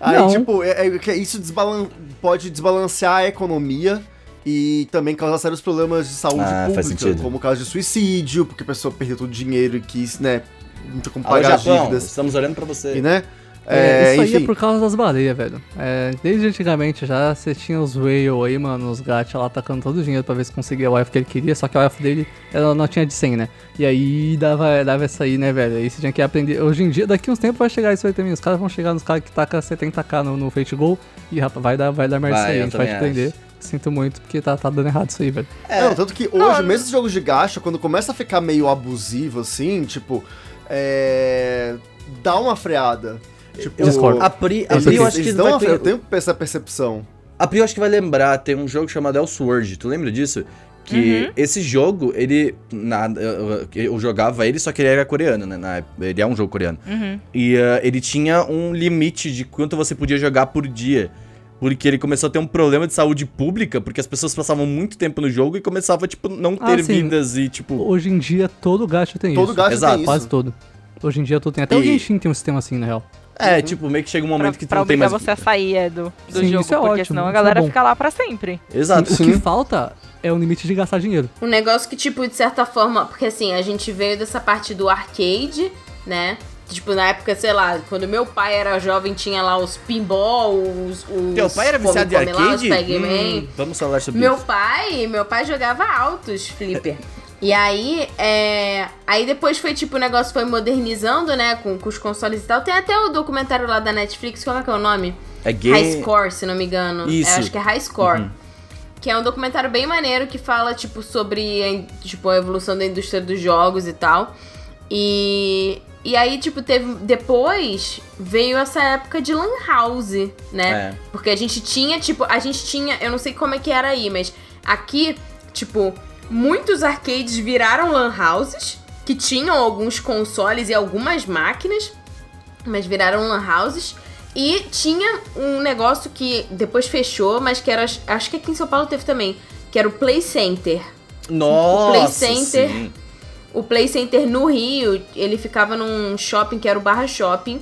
Speaker 5: Aí,
Speaker 6: Não.
Speaker 5: tipo, é- é que isso desbalan- pode desbalancear a economia e também causar sérios problemas de saúde
Speaker 4: Ah, faz
Speaker 5: pública,
Speaker 4: sentido.
Speaker 5: como o caso de suicídio, porque a pessoa perdeu todo o dinheiro e quis, né, não tinha como
Speaker 4: Alô,
Speaker 5: pagar as
Speaker 4: Japão,
Speaker 5: dívidas.
Speaker 4: estamos olhando pra você.
Speaker 5: E, né,
Speaker 6: É,
Speaker 5: é,
Speaker 6: isso aí é
Speaker 5: enfim,
Speaker 6: por causa das baleias, velho. É, desde antigamente já você tinha os whale aí, mano, os gacha lá atacando todo o dinheiro pra ver se conseguia o wife que ele queria, só que a wife dele, ela não tinha de 100, né? E aí dava, dava essa aí, né, velho? Aí você tinha que aprender. Hoje em dia, daqui uns tempos vai chegar isso aí também. Os caras vão chegar nos caras que tacam 70k no, no fate goal e, rapaz, vai dar, vai dar merda isso
Speaker 4: Vai,
Speaker 6: aí,
Speaker 4: eu
Speaker 6: a gente vai te
Speaker 4: também
Speaker 6: prender. Sinto muito, porque tá, tá dando errado isso aí, velho.
Speaker 4: É.
Speaker 5: Não, tanto que hoje, mesmo os jogos de gacha, quando começa a ficar meio abusivo, assim, tipo. É. dá uma freada. Tipo,
Speaker 6: Discordo.
Speaker 5: a-
Speaker 4: A Pri, a
Speaker 5: eles,
Speaker 4: Pri eu acho que
Speaker 5: eles
Speaker 4: vai
Speaker 5: dão uma freada.
Speaker 4: conhe-
Speaker 5: Eu tenho essa percepção.
Speaker 4: A Pri, eu acho que vai lembrar, tem um jogo chamado Elsword, tu lembra disso? Que esse jogo, ele. na- eu- eu jogava ele, só que ele era coreano, né? na época. ele é um jogo coreano.
Speaker 7: Uhum.
Speaker 4: E eh, ele tinha um limite de quanto você podia jogar por dia. Porque ele começou a ter um problema de saúde pública, porque as pessoas passavam muito tempo no jogo e começava, tipo, não
Speaker 6: Ah,
Speaker 4: ter
Speaker 6: sim.
Speaker 4: vidas e, tipo.
Speaker 6: Hoje em dia, todo gacha tem
Speaker 5: Todo
Speaker 6: isso.
Speaker 5: gacha
Speaker 4: Exato,
Speaker 5: tem
Speaker 6: Tá Quase
Speaker 5: isso.
Speaker 6: todo. Hoje em dia, todo tem. Até o
Speaker 4: E-
Speaker 6: Genshin tem um sistema assim, na real.
Speaker 4: É, tipo, meio que chega um
Speaker 7: Uhum. Pra,
Speaker 4: momento que tu
Speaker 7: pra
Speaker 4: não tem
Speaker 7: obrigar
Speaker 4: mais.
Speaker 7: você a sair é, do, do
Speaker 6: Sim,
Speaker 7: jogo,
Speaker 6: isso é
Speaker 7: porque
Speaker 6: ótimo,
Speaker 7: senão
Speaker 6: isso
Speaker 7: a
Speaker 6: é
Speaker 7: galera
Speaker 6: bom.
Speaker 7: fica lá pra sempre.
Speaker 4: Exato.
Speaker 6: o que falta é o limite de gastar dinheiro.
Speaker 2: Um negócio que, tipo, de certa forma, porque assim, a gente veio dessa parte do arcade, né? Tipo, na época, sei lá, quando meu pai era jovem, tinha lá os pinball, os. os
Speaker 4: Teu pai era
Speaker 2: come-
Speaker 4: viciado de
Speaker 2: come lá, os
Speaker 4: arcade?
Speaker 2: Pac-Man.
Speaker 4: Hum, vamos falar sobre
Speaker 2: Meu
Speaker 4: isso.
Speaker 2: pai, meu pai jogava altos flipper. E aí, é... aí depois foi tipo, o negócio foi modernizando, né, com, com os consoles e tal. Tem até o documentário lá da Netflix, qual é que é o nome?
Speaker 4: É
Speaker 2: High
Speaker 4: game.
Speaker 2: Score, se não me engano.
Speaker 4: Isso.
Speaker 2: É, acho que é High Score. Que é um documentário bem maneiro que fala, tipo, sobre a, in- tipo, a evolução da indústria dos jogos e tal. E, e aí, tipo, teve. Depois veio essa época de Lan House, né?
Speaker 4: É.
Speaker 2: Porque a gente tinha, tipo, a gente tinha, eu não sei como é que era aí, mas aqui, tipo, muitos arcades viraram lan houses, que tinham alguns consoles e algumas máquinas, mas viraram lan houses. E tinha um negócio que depois fechou, mas que era, acho que aqui em São Paulo teve também, que era o Play Center.
Speaker 4: Nossa.
Speaker 2: Center.
Speaker 4: sim.
Speaker 2: O Play Center no Rio, ele ficava num shopping que era o Barra Shopping.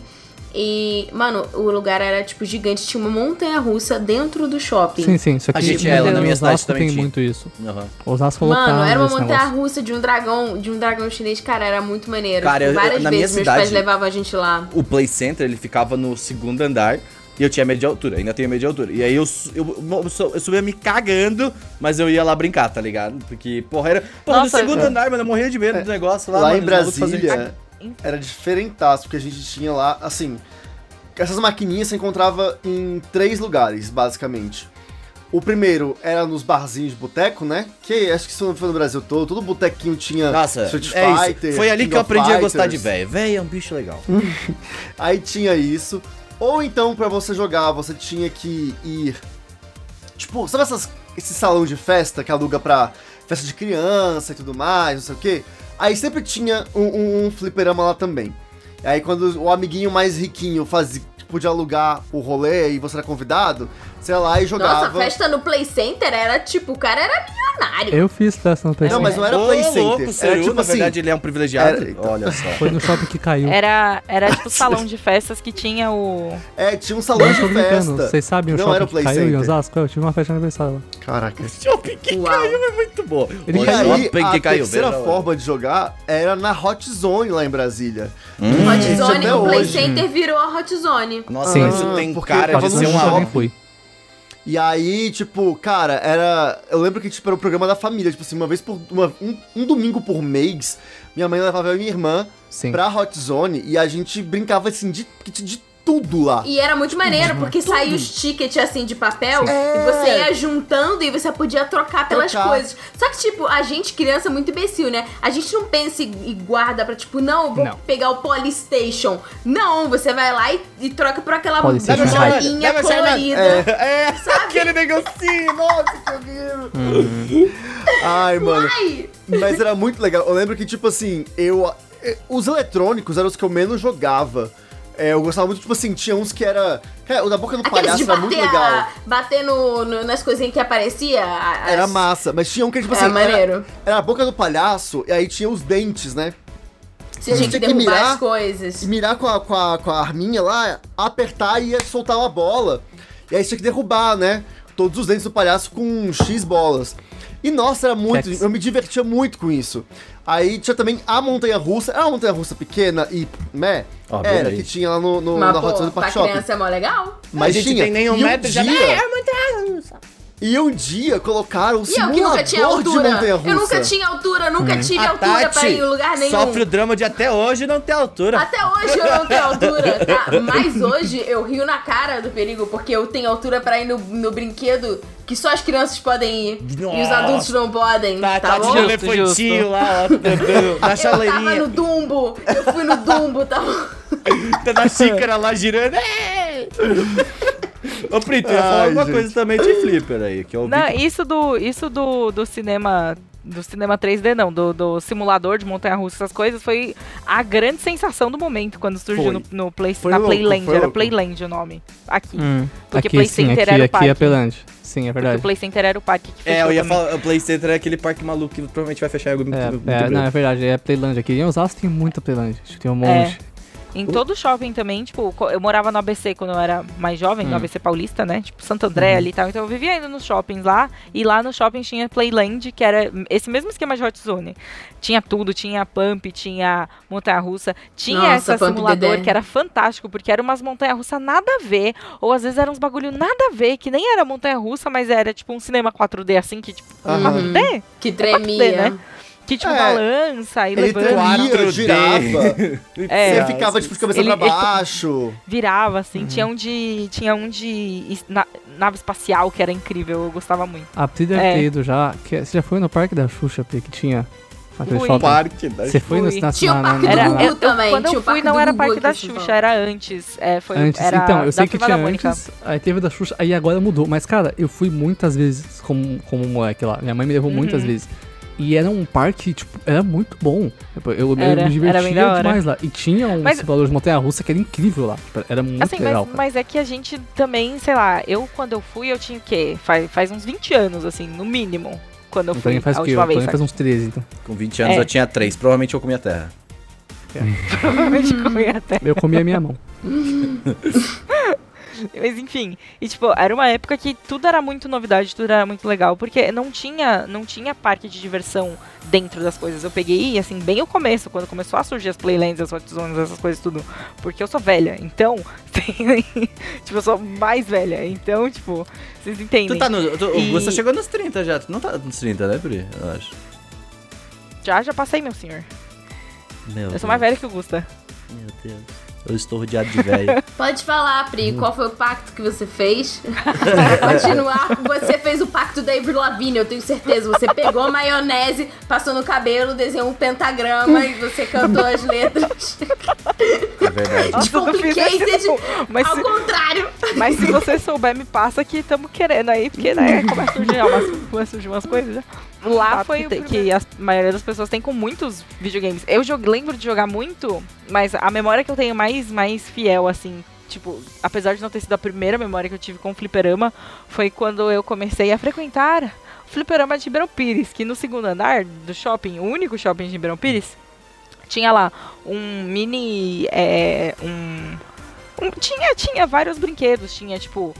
Speaker 2: E, mano, o lugar era, tipo, gigante. Tinha uma montanha russa dentro do shopping.
Speaker 6: Sim, sim. Isso aqui
Speaker 4: gente é, lá na minha cidade
Speaker 6: Osasco
Speaker 4: também
Speaker 6: tem
Speaker 4: tinha.
Speaker 6: muito isso.
Speaker 4: Aham.
Speaker 6: Osasco
Speaker 2: Mano,
Speaker 6: lotaram
Speaker 2: era uma
Speaker 6: esse
Speaker 2: montanha
Speaker 6: negócio.
Speaker 2: russa de um dragão, de um dragão chinês, cara, era muito maneiro.
Speaker 4: Cara,
Speaker 2: Tipo,
Speaker 4: eu- eu-
Speaker 2: várias
Speaker 4: na minha
Speaker 2: vezes meus pais
Speaker 4: cidade-
Speaker 2: levavam a gente lá.
Speaker 4: o Play Center, ele ficava no segundo andar. E eu tinha medo de altura, ainda tenho medo de altura. E aí eu, su- eu, eu, su- eu subia me cagando, mas eu ia lá brincar, tá ligado? Porque, porra, era. Porra,
Speaker 7: Nossa,
Speaker 4: no segundo
Speaker 5: é.
Speaker 7: eu-
Speaker 4: andar, mano, eu morria de medo do negócio lá.
Speaker 5: Lá
Speaker 4: mano,
Speaker 5: em
Speaker 4: os malucos faziam-
Speaker 5: Brasília era diferentaço, porque a gente tinha lá, assim, essas maquininhas se encontrava em três lugares, basicamente. O primeiro era nos barzinhos de boteco, né? Que acho que isso foi no Brasil todo. Todo botequinho tinha
Speaker 4: Nossa,
Speaker 5: Street
Speaker 4: é
Speaker 5: Fighter.
Speaker 4: isso. Foi ali
Speaker 5: King
Speaker 4: que eu
Speaker 5: of
Speaker 4: aprendi a gostar de
Speaker 5: Fighters.
Speaker 4: véio. Véio é um bicho legal.
Speaker 5: Aí tinha isso. Ou então, pra você jogar, você tinha que ir. Tipo, sabe essas, esse salão de festa que aluga pra festa de criança e tudo mais, não sei o quê? Aí sempre tinha um, um, um fliperama lá também. Aí quando o amiguinho mais riquinho fazia, podia alugar o rolê e você era convidado, você ia lá e jogava.
Speaker 2: Nossa, a festa no Play Center era tipo, o cara era milionário.
Speaker 6: Eu fiz festa no
Speaker 5: Não,
Speaker 6: PlayStation.
Speaker 5: mas não era
Speaker 4: Ô,
Speaker 5: Play Center.
Speaker 4: louco,
Speaker 5: era
Speaker 4: Seru,
Speaker 5: tipo
Speaker 4: na
Speaker 5: assim,
Speaker 4: verdade, ele é um privilegiado.
Speaker 5: era- então.
Speaker 4: Olha só.
Speaker 6: Foi no shopping que caiu.
Speaker 7: Era, era tipo salão de festas que tinha o.
Speaker 5: É, tinha um
Speaker 6: Eu
Speaker 5: salão
Speaker 6: não tô
Speaker 5: de
Speaker 6: brincando.
Speaker 5: festa.
Speaker 6: Vocês sabem o
Speaker 5: Não era
Speaker 6: shopping
Speaker 5: o Play
Speaker 6: que caiu em
Speaker 5: Center.
Speaker 6: Osasco? Eu tive uma festa de aniversário lá.
Speaker 5: Caraca.
Speaker 4: Shopping que
Speaker 2: Uau.
Speaker 4: caiu é muito bom.
Speaker 6: Ele
Speaker 5: E
Speaker 4: Olha,
Speaker 6: caiu.
Speaker 5: aí,
Speaker 4: shopping que
Speaker 5: a
Speaker 4: caiu,
Speaker 5: terceira
Speaker 4: velho.
Speaker 5: forma de jogar era na Hot Zone lá em Brasília.
Speaker 4: Hum.
Speaker 2: Hot
Speaker 5: Isso
Speaker 2: Zone,
Speaker 5: até
Speaker 2: o Play
Speaker 5: hoje.
Speaker 2: Center virou a Hot Zone.
Speaker 4: Nossa,
Speaker 6: Sim.
Speaker 4: isso tem
Speaker 5: Ah, Porque
Speaker 4: cara
Speaker 5: tava
Speaker 4: de
Speaker 5: no
Speaker 4: ser um
Speaker 5: shopping.
Speaker 4: uma
Speaker 6: nem um fui.
Speaker 5: E aí, tipo, cara, era. Eu lembro que tipo, era o programa da família. Tipo assim, uma vez por. uma- um, um domingo por mês, minha mãe levava eu e minha irmã
Speaker 6: Sim.
Speaker 5: pra Hot Zone e a gente brincava assim de, de tudo lá.
Speaker 2: E era muito maneiro, porque saía os tickets assim de papel e
Speaker 5: É.
Speaker 2: você ia juntando e você podia trocar pelas
Speaker 5: Trocar.
Speaker 2: coisas. Só que, tipo, a gente, criança, é muito imbecil, né? A gente não pensa e e guarda pra, tipo, não, eu vou
Speaker 6: Não.
Speaker 2: pegar o Polystation. Não, você vai lá e, e troca por aquela
Speaker 6: Polystation.
Speaker 2: bolinha
Speaker 4: Leva essa arma-
Speaker 2: colorida.
Speaker 4: É, aquele negocinho, nossa, que horrível.
Speaker 5: Ai, mano.
Speaker 2: Ai,
Speaker 5: Mas era muito legal. Eu lembro que, tipo assim, eu. eh, Os eletrônicos eram os que eu menos jogava. É, eu gostava muito, tipo assim, tinha uns que era. Cara, o da boca do
Speaker 2: aqueles de
Speaker 5: palhaço era muito
Speaker 2: bater,
Speaker 5: legal.
Speaker 2: a, bater no, no- nas coisinhas que aparecia. a-
Speaker 5: Era
Speaker 2: as-
Speaker 5: massa, mas tinha um que, tipo
Speaker 2: É,
Speaker 5: assim, era,
Speaker 2: maneiro.
Speaker 5: era a boca do palhaço, e aí tinha os dentes, né?
Speaker 2: Você tinha que
Speaker 5: tinha que
Speaker 2: derrubar
Speaker 5: mirar
Speaker 2: as coisas.
Speaker 5: E mirar com a, com, a, com a arminha lá, apertar e ia soltar uma bola. E aí tinha que derrubar, né? Todos os dentes do palhaço com X bolas. E nossa, era muito.
Speaker 6: Sex.
Speaker 5: Eu me divertia muito com isso. Aí tinha também a montanha russa. Era uma montanha russa pequena e. né?
Speaker 4: Ó,
Speaker 5: era,
Speaker 4: beleza.
Speaker 5: que tinha lá no, no,
Speaker 2: Mas,
Speaker 5: na
Speaker 2: pô,
Speaker 5: Hot Zone do
Speaker 2: pra
Speaker 5: Pac Shop.
Speaker 2: criança é mó legal.
Speaker 5: Mas um
Speaker 4: A gente
Speaker 5: tinha.
Speaker 4: tem nem um
Speaker 5: e
Speaker 4: metro, já-
Speaker 5: dia, E um dia colocaram um
Speaker 2: E eu que nunca tinha
Speaker 5: simulador de
Speaker 2: altura.
Speaker 5: montanha-russa.
Speaker 2: Eu nunca tinha altura, nunca tive
Speaker 4: A
Speaker 2: altura pra ir
Speaker 4: Tati
Speaker 2: em lugar nenhum.
Speaker 4: sofre o drama de até hoje não ter altura.
Speaker 2: Até hoje eu não tenho altura, tá? Mas hoje eu rio na cara do perigo, porque eu tenho altura pra ir no, no brinquedo que só as crianças podem ir. E os
Speaker 4: Nossa.
Speaker 2: adultos não podem,
Speaker 4: Tá,
Speaker 2: tá,
Speaker 4: tá de
Speaker 2: bom?
Speaker 7: Justo,
Speaker 4: elefantinho
Speaker 7: justo.
Speaker 4: lá, ó, tentando- na
Speaker 2: Eu tava no
Speaker 4: chaleirinha,
Speaker 2: Dumbo, eu fui no Dumbo, tá bom?
Speaker 4: tá na xícara lá girando. É! Ô, Prito, eu ia falar
Speaker 5: Ai,
Speaker 4: alguma
Speaker 5: gente.
Speaker 4: coisa também de flipper aí, que eu ouvi.
Speaker 7: Não, isso do, isso do, do cinema. Do cinema 3D, não, do, do simulador de montanha-russa, essas coisas, foi a grande sensação do momento quando surgiu
Speaker 5: Foi.
Speaker 7: no, no Play,
Speaker 5: Foi
Speaker 7: na
Speaker 5: louco,
Speaker 7: Playland.
Speaker 5: foi
Speaker 7: Era
Speaker 5: louco. Hum,
Speaker 7: Playland o nome. Aqui. Porque
Speaker 6: aqui
Speaker 7: Play
Speaker 6: sim,
Speaker 7: Center
Speaker 6: aqui,
Speaker 7: era o
Speaker 6: aqui
Speaker 7: parque.
Speaker 6: é pelante. Sim, é
Speaker 7: Porque
Speaker 6: verdade.
Speaker 7: o Play Center era o parque que fechou
Speaker 4: É, eu ia
Speaker 7: também.
Speaker 4: falar, o Play Center é aquele parque maluco que provavelmente vai fechar em algum
Speaker 6: É,
Speaker 4: muito
Speaker 6: é,
Speaker 4: breve.
Speaker 6: não, é verdade, é Playlândia. Aqui em Osasco tem muita Playlândia, acho que tem um
Speaker 7: É.
Speaker 6: monte.
Speaker 7: Em todo shopping também, tipo, co- eu morava no ABC quando eu era mais jovem,
Speaker 2: Hum.
Speaker 7: no ABC Paulista, né? Tipo, Santo
Speaker 2: Uhum.
Speaker 7: André ali e tal. Então eu vivia indo nos shoppings lá. E lá no shopping tinha Playland, que era esse mesmo esquema de Hot Zone. Tinha tudo, tinha pump, tinha montanha-russa. Tinha
Speaker 2: Nossa,
Speaker 7: essa
Speaker 2: Pump
Speaker 7: simulador
Speaker 2: Dedé.
Speaker 7: que era fantástico, porque era umas montanha-russa nada a ver. Ou às vezes eram uns bagulho nada a ver, que nem era montanha-russa, mas era tipo um cinema 4D assim, que tipo...
Speaker 5: Aham.
Speaker 7: 4D?
Speaker 2: Que
Speaker 7: ter,
Speaker 2: tremia.
Speaker 7: né? Que tipo
Speaker 5: É.
Speaker 7: balança e
Speaker 5: Ele
Speaker 7: levanta.
Speaker 5: tremia,
Speaker 4: 4D.
Speaker 5: girava.
Speaker 7: É.
Speaker 5: Você ficava tipo de cabeça
Speaker 7: Ele-
Speaker 5: pra
Speaker 7: ele-
Speaker 5: baixo.
Speaker 7: virava, assim.
Speaker 6: Uhum.
Speaker 7: Tinha um de. Tinha um de is- na- nave espacial que era incrível, eu gostava muito.
Speaker 6: A Prida
Speaker 7: É.
Speaker 6: Ah, ter ido já. que- você já foi no parque da Xuxa, Pri, que tinha aquele
Speaker 7: Fui.
Speaker 5: O
Speaker 6: shopping?
Speaker 5: parque
Speaker 4: né?
Speaker 5: da
Speaker 6: Você foi no
Speaker 7: Fui. um
Speaker 6: na-
Speaker 2: Tinha o
Speaker 6: na-
Speaker 2: parque
Speaker 6: na-
Speaker 2: do
Speaker 7: Era,
Speaker 6: na-
Speaker 2: Gugu
Speaker 7: eu, eu-
Speaker 2: também,
Speaker 7: quando
Speaker 2: tinha
Speaker 7: eu
Speaker 2: o parque
Speaker 7: fui, não
Speaker 2: do
Speaker 7: era
Speaker 2: Gugu
Speaker 7: parque
Speaker 2: aqui
Speaker 7: da
Speaker 2: em São Paulo.
Speaker 7: Xuxa, era antes. É, foi,
Speaker 6: Antes,
Speaker 7: era
Speaker 6: então, eu sei
Speaker 7: da
Speaker 6: que
Speaker 7: Turma
Speaker 6: tinha
Speaker 7: da Mônica.
Speaker 6: antes, aí teve da Xuxa, aí agora mudou. Mas, cara, eu fui muitas vezes como, como um moleque lá. Minha mãe me levou
Speaker 7: Uhum.
Speaker 6: muitas vezes. E era um parque, tipo, era muito bom. Tipo, Eu, eu
Speaker 7: Era,
Speaker 6: me
Speaker 7: era
Speaker 6: divertia
Speaker 7: bem da hora.
Speaker 6: demais lá. E tinha um
Speaker 7: Mas-
Speaker 6: simulador de montanha-russa que era incrível lá. Tipo, era muito
Speaker 7: Assim,
Speaker 6: legal.
Speaker 7: mas, mas é que a gente também, sei lá, eu quando eu fui, eu tinha o quê? Faz, faz uns 20 anos, assim, no mínimo. Quando eu
Speaker 6: o
Speaker 7: fui
Speaker 6: Tony Então, faz
Speaker 7: a
Speaker 6: o quê? O
Speaker 7: última
Speaker 6: Tony
Speaker 7: vez.
Speaker 6: faz uns 13, então.
Speaker 4: Com 20 anos
Speaker 7: É.
Speaker 4: eu tinha 3, provavelmente eu comia terra.
Speaker 7: Provavelmente comi até.
Speaker 6: Eu comi a minha mão.
Speaker 7: Mas enfim, e tipo, era uma época que tudo era muito novidade, tudo era muito legal, porque não tinha, não tinha parque de diversão dentro das coisas. Eu peguei, assim, bem o começo, quando começou a surgir as playlands, as hot zones, essas coisas tudo, porque eu sou velha, então, tem- tipo, eu sou mais velha, então, tipo, vocês entendem.
Speaker 4: Tu tá no. Tu,
Speaker 7: E-
Speaker 4: Você chegou nos 30 já. Tu não tá nos 30, né, Pri? Eu acho.
Speaker 7: Já, já passei, meu senhor.
Speaker 4: Meu
Speaker 7: Eu sou mais velha que o Gusta.
Speaker 4: Meu Deus. Eu estou rodeado de velho. é
Speaker 2: Pode falar, Pri, qual foi o pacto que você fez? Pra continuar, você fez o pacto da Avril Lavigne, eu tenho certeza. Você pegou a maionese, passou no cabelo, desenhou um pentagrama e você cantou as letras.
Speaker 4: É verdade.
Speaker 7: Nossa, eu não fiz
Speaker 2: Complicated,
Speaker 7: isso, não. Mas
Speaker 2: Ao
Speaker 7: se-
Speaker 2: contrário.
Speaker 7: Mas se você souber, me passa que estamos querendo aí, porque né, começa a surgir umas, começa a surgir umas coisas. né? Lá
Speaker 1: Fato
Speaker 7: foi
Speaker 1: que
Speaker 7: o
Speaker 1: tem-
Speaker 7: que, que a maioria das pessoas tem com muitos videogames. Eu jo- lembro de jogar muito, mas a memória que eu tenho mais, mais fiel, assim, tipo, apesar de não ter sido a primeira memória que eu tive com o fliperama, foi quando eu comecei a frequentar o fliperama de Ribeirão Pires, que no segundo andar do shopping, o único shopping de Ribeirão Pires, tinha lá um mini. É, um, um- tinha, tinha vários brinquedos. Tinha, tipo,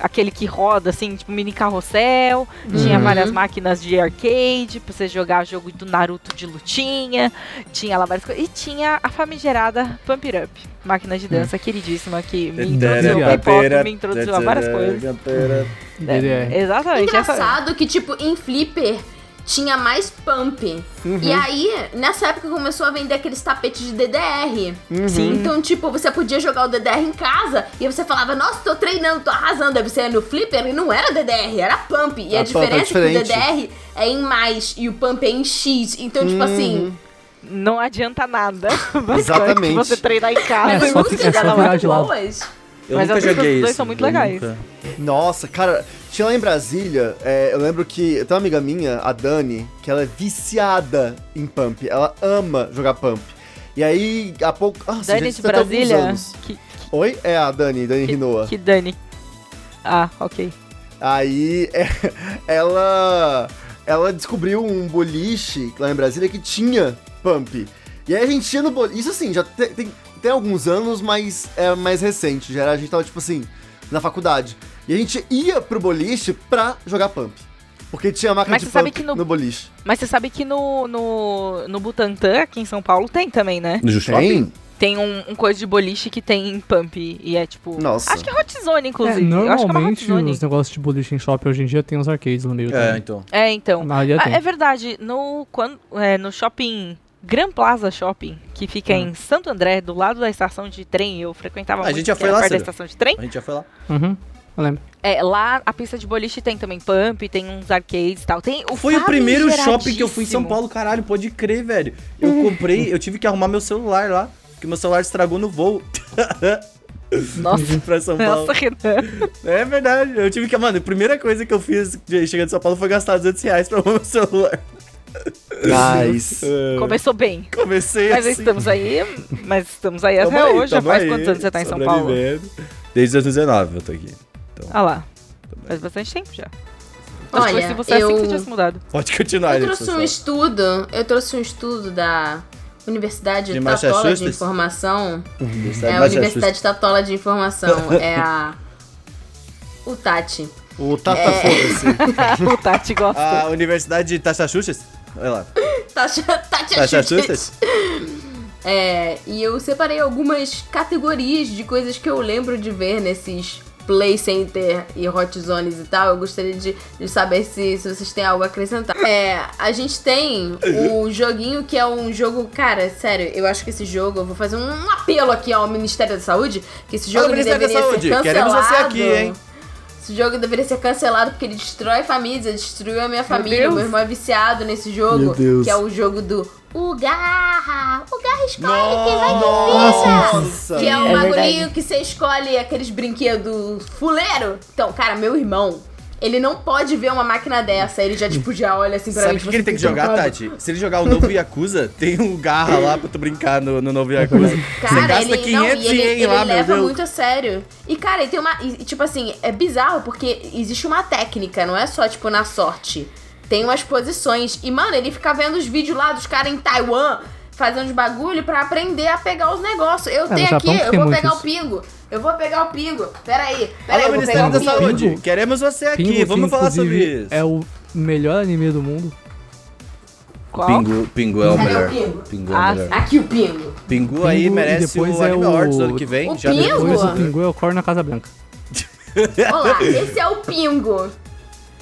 Speaker 7: aquele que roda, assim, tipo, mini carrossel. Tinha
Speaker 6: Uhum.
Speaker 7: várias máquinas de arcade pra você jogar jogo do Naruto de lutinha. Tinha lá várias coisas. E tinha a famigerada Pump It Up, máquina
Speaker 5: Hum.
Speaker 7: de dança queridíssima que me introduziu ao hip-hop, me introduziu a várias coisas.
Speaker 6: Ele é-
Speaker 7: Exatamente. Essa...
Speaker 2: Engraçado que, tipo, em Flipper tinha mais pump. E aí, nessa época começou a vender aqueles tapetes de DDR.
Speaker 7: Sim.
Speaker 2: Então, tipo, você podia jogar o DDR em casa e aí você falava, nossa, tô treinando, tô arrasando. Aí você ia no Flipper e não era DDR, era Pump. E a,
Speaker 5: Ah, Pump é
Speaker 2: diferença é que o
Speaker 5: diferente.
Speaker 2: DDR é em mais e o Pump é em X. Então, tipo assim,
Speaker 7: Não adianta nada. basicamente,
Speaker 5: Exatamente.
Speaker 7: Você treinar em
Speaker 6: É,
Speaker 7: casa.
Speaker 6: só
Speaker 7: Nunca
Speaker 6: fica-
Speaker 7: ia dar
Speaker 6: só
Speaker 7: uma
Speaker 6: virar de lado.
Speaker 2: boas.
Speaker 4: Eu nunca
Speaker 7: Mas as outras
Speaker 4: joguei isso.
Speaker 7: duas são muito
Speaker 4: Eu
Speaker 7: legais.
Speaker 4: nunca.
Speaker 5: Nossa, cara, tinha lá em Brasília, é, eu lembro que tem uma amiga minha, a Dani, que ela é viciada em pump. Ela ama jogar pump. E aí, há pouco. Ah, você
Speaker 7: Dani
Speaker 5: já
Speaker 7: de
Speaker 5: tem alguns
Speaker 7: Brasília?
Speaker 5: anos.
Speaker 7: Que,
Speaker 5: Oi? É a Dani, Dani
Speaker 7: que,
Speaker 5: Rinoa.
Speaker 7: que Dani. Ah, ok.
Speaker 5: Aí é, ela ela descobriu um boliche lá em Brasília que tinha pump. E aí a gente ia no boliche. Isso assim, já te- tem, tem, alguns anos, mas é mais recente. Já era, a gente tava, tipo assim, na faculdade. E a gente ia pro boliche pra jogar pump. Porque tinha máquina
Speaker 7: Mas
Speaker 5: de
Speaker 7: você sabe
Speaker 5: pump
Speaker 7: que
Speaker 5: no...
Speaker 7: no-
Speaker 5: boliche.
Speaker 7: Mas você sabe que no, no, no Butantã, aqui em São Paulo, tem também, né?
Speaker 4: No
Speaker 5: Tem?
Speaker 7: Tem um, um coisa de boliche que tem em Pump. E é tipo.
Speaker 5: Nossa.
Speaker 7: Acho que é Hot Zone, inclusive.
Speaker 6: É,
Speaker 7: eu acho que é uma Hot
Speaker 6: normalmente
Speaker 7: Zone.
Speaker 6: os negócios de boliche em shopping hoje em dia tem uns arcades no meio
Speaker 4: É,
Speaker 6: também.
Speaker 4: então.
Speaker 7: É, então.
Speaker 6: A maioria
Speaker 7: Ah,
Speaker 6: tem.
Speaker 7: é verdade. No, quando, é, no shopping. Gran Plaza Shopping, que fica em Santo André, do lado da estação de trem, eu frequentava
Speaker 4: A
Speaker 7: muito,
Speaker 4: gente já
Speaker 7: que
Speaker 4: foi
Speaker 7: era
Speaker 4: lá,
Speaker 7: perto da
Speaker 4: Ciro.
Speaker 7: estação de trem.
Speaker 4: A gente já foi lá.
Speaker 6: Uhum, eu lembro.
Speaker 7: É, lá a pista de boliche tem também pump, tem uns arcades e tal. Tem o
Speaker 4: Foi o primeiro shopping que eu fui em São
Speaker 7: famigeradíssimo.
Speaker 4: Paulo, caralho, pode crer, velho. Eu comprei, eu tive que arrumar meu celular lá, porque meu celular estragou no voo
Speaker 7: Nossa,
Speaker 4: pra São Paulo.
Speaker 7: nossa, Renan.
Speaker 4: É verdade, eu tive que. Mano, a primeira coisa que eu fiz de- chegando em São Paulo foi gastar 200 reais pra arrumar meu celular.
Speaker 5: Guys.
Speaker 4: É,
Speaker 7: Começou bem.
Speaker 4: Comecei
Speaker 7: Mas
Speaker 4: assim.
Speaker 7: estamos aí, mas estamos aí
Speaker 4: Tamo
Speaker 7: até
Speaker 4: aí,
Speaker 7: hoje. Já
Speaker 4: tamo
Speaker 7: faz
Speaker 4: aí,
Speaker 7: quantos anos você tá em São Paulo?
Speaker 4: sobrevivendo. Desde 2019 eu tô aqui.
Speaker 7: Ah lá. Faz bastante tempo já. Mas
Speaker 2: Olha,
Speaker 7: foi se você assim que você
Speaker 2: eu-
Speaker 7: tivesse mudado.
Speaker 4: Pode continuar, gente,
Speaker 2: eu trouxe um
Speaker 4: pessoal.
Speaker 2: estudo, eu trouxe um estudo da Universidade
Speaker 4: De
Speaker 2: Tatola de
Speaker 4: Massachusetts?
Speaker 2: Informação.
Speaker 4: Universidade
Speaker 2: É
Speaker 4: de
Speaker 2: a
Speaker 4: Massachusetts.
Speaker 2: Universidade Tatola de Informação. É a. O Tati.
Speaker 5: O Tata foda-se.
Speaker 7: o Tati gosta.
Speaker 4: A Universidade de Tachachuchas? Olha lá.
Speaker 2: Tati, Tati
Speaker 4: Tachachuchas?
Speaker 2: É, e eu separei algumas categorias de coisas que eu lembro de ver nesses play center e hot zones e tal. Eu gostaria de, de saber se, se vocês têm algo a acrescentar. É, a gente tem o joguinho que é um jogo, cara, sério, eu acho que esse jogo, eu vou fazer um apelo aqui ao Ministério da Saúde, que esse jogo
Speaker 4: Alô, Ministério da
Speaker 2: deveria ser
Speaker 4: Saúde,
Speaker 2: cancelado.
Speaker 4: queremos você aqui, hein?
Speaker 2: Esse jogo deveria ser cancelado porque ele destrói famílias, destruiu a minha família.
Speaker 7: Deus.
Speaker 2: Meu irmão é viciado nesse jogo,
Speaker 5: Meu Deus.
Speaker 2: que é o jogo do Ugarra! Ugarra escolhe quem vai
Speaker 5: Nossa.
Speaker 2: que é
Speaker 7: É
Speaker 2: um bagulhinho
Speaker 7: verdade.
Speaker 2: que você escolhe aqueles brinquedos fuleiro. Então, cara, meu irmão, ele não pode ver uma máquina dessa. Ele já, tipo, já olha assim pra
Speaker 4: Sabe
Speaker 2: mim.
Speaker 4: o que,
Speaker 2: tipo,
Speaker 4: que ele
Speaker 2: você
Speaker 4: tem que jogar,
Speaker 2: preocupado.
Speaker 4: Tati? Se ele jogar o novo Yakuza, tem um garra lá pra tu brincar no, no
Speaker 6: É
Speaker 4: novo Yakuza.
Speaker 2: Cara,
Speaker 4: Você gasta
Speaker 2: ele,
Speaker 4: 500
Speaker 2: não, e ele,
Speaker 4: ien
Speaker 2: ele
Speaker 4: lá, meu
Speaker 2: leva
Speaker 4: Deus.
Speaker 2: muito a sério. E, cara, e tem uma. E, e, tipo assim, é bizarro porque existe uma técnica, não é só, tipo, na sorte. Tem umas posições. E, mano, ele fica vendo os vídeos lá dos caras em Taiwan fazendo os bagulho pra aprender a pegar os negócios. Eu
Speaker 6: É, no
Speaker 2: tenho
Speaker 6: Japão
Speaker 2: aqui, eu
Speaker 6: tem
Speaker 2: vou
Speaker 6: muito
Speaker 2: pegar o
Speaker 6: isso.
Speaker 2: pingo. Eu vou pegar o pingo. Peraí, peraí,
Speaker 4: Alô,
Speaker 2: É, eu vou pegar
Speaker 4: Ministério
Speaker 2: o
Speaker 4: da
Speaker 2: pingo.
Speaker 4: Saúde,
Speaker 6: Pingo.
Speaker 4: queremos você aqui,
Speaker 6: Pingo,
Speaker 4: vamos
Speaker 6: que,
Speaker 4: falar sobre
Speaker 6: inclusive,
Speaker 4: isso.
Speaker 6: É o melhor anime do mundo.
Speaker 7: Qual?
Speaker 4: Pingu, Pingu é o
Speaker 2: Cadê
Speaker 4: melhor.
Speaker 2: o Pingo?
Speaker 4: Pingu é
Speaker 7: Ah,
Speaker 4: o melhor.
Speaker 2: Aqui o pingo.
Speaker 4: Pingu aí
Speaker 6: Pingu e
Speaker 4: merece o
Speaker 6: depois é
Speaker 4: Anime
Speaker 6: o-
Speaker 4: Awards do ano que vem.
Speaker 2: O
Speaker 4: já
Speaker 2: Pingu?
Speaker 4: depois-
Speaker 6: Depois
Speaker 2: Boa.
Speaker 6: o Pingu é o Core na Casa Branca.
Speaker 2: Olá, esse é o Pingo.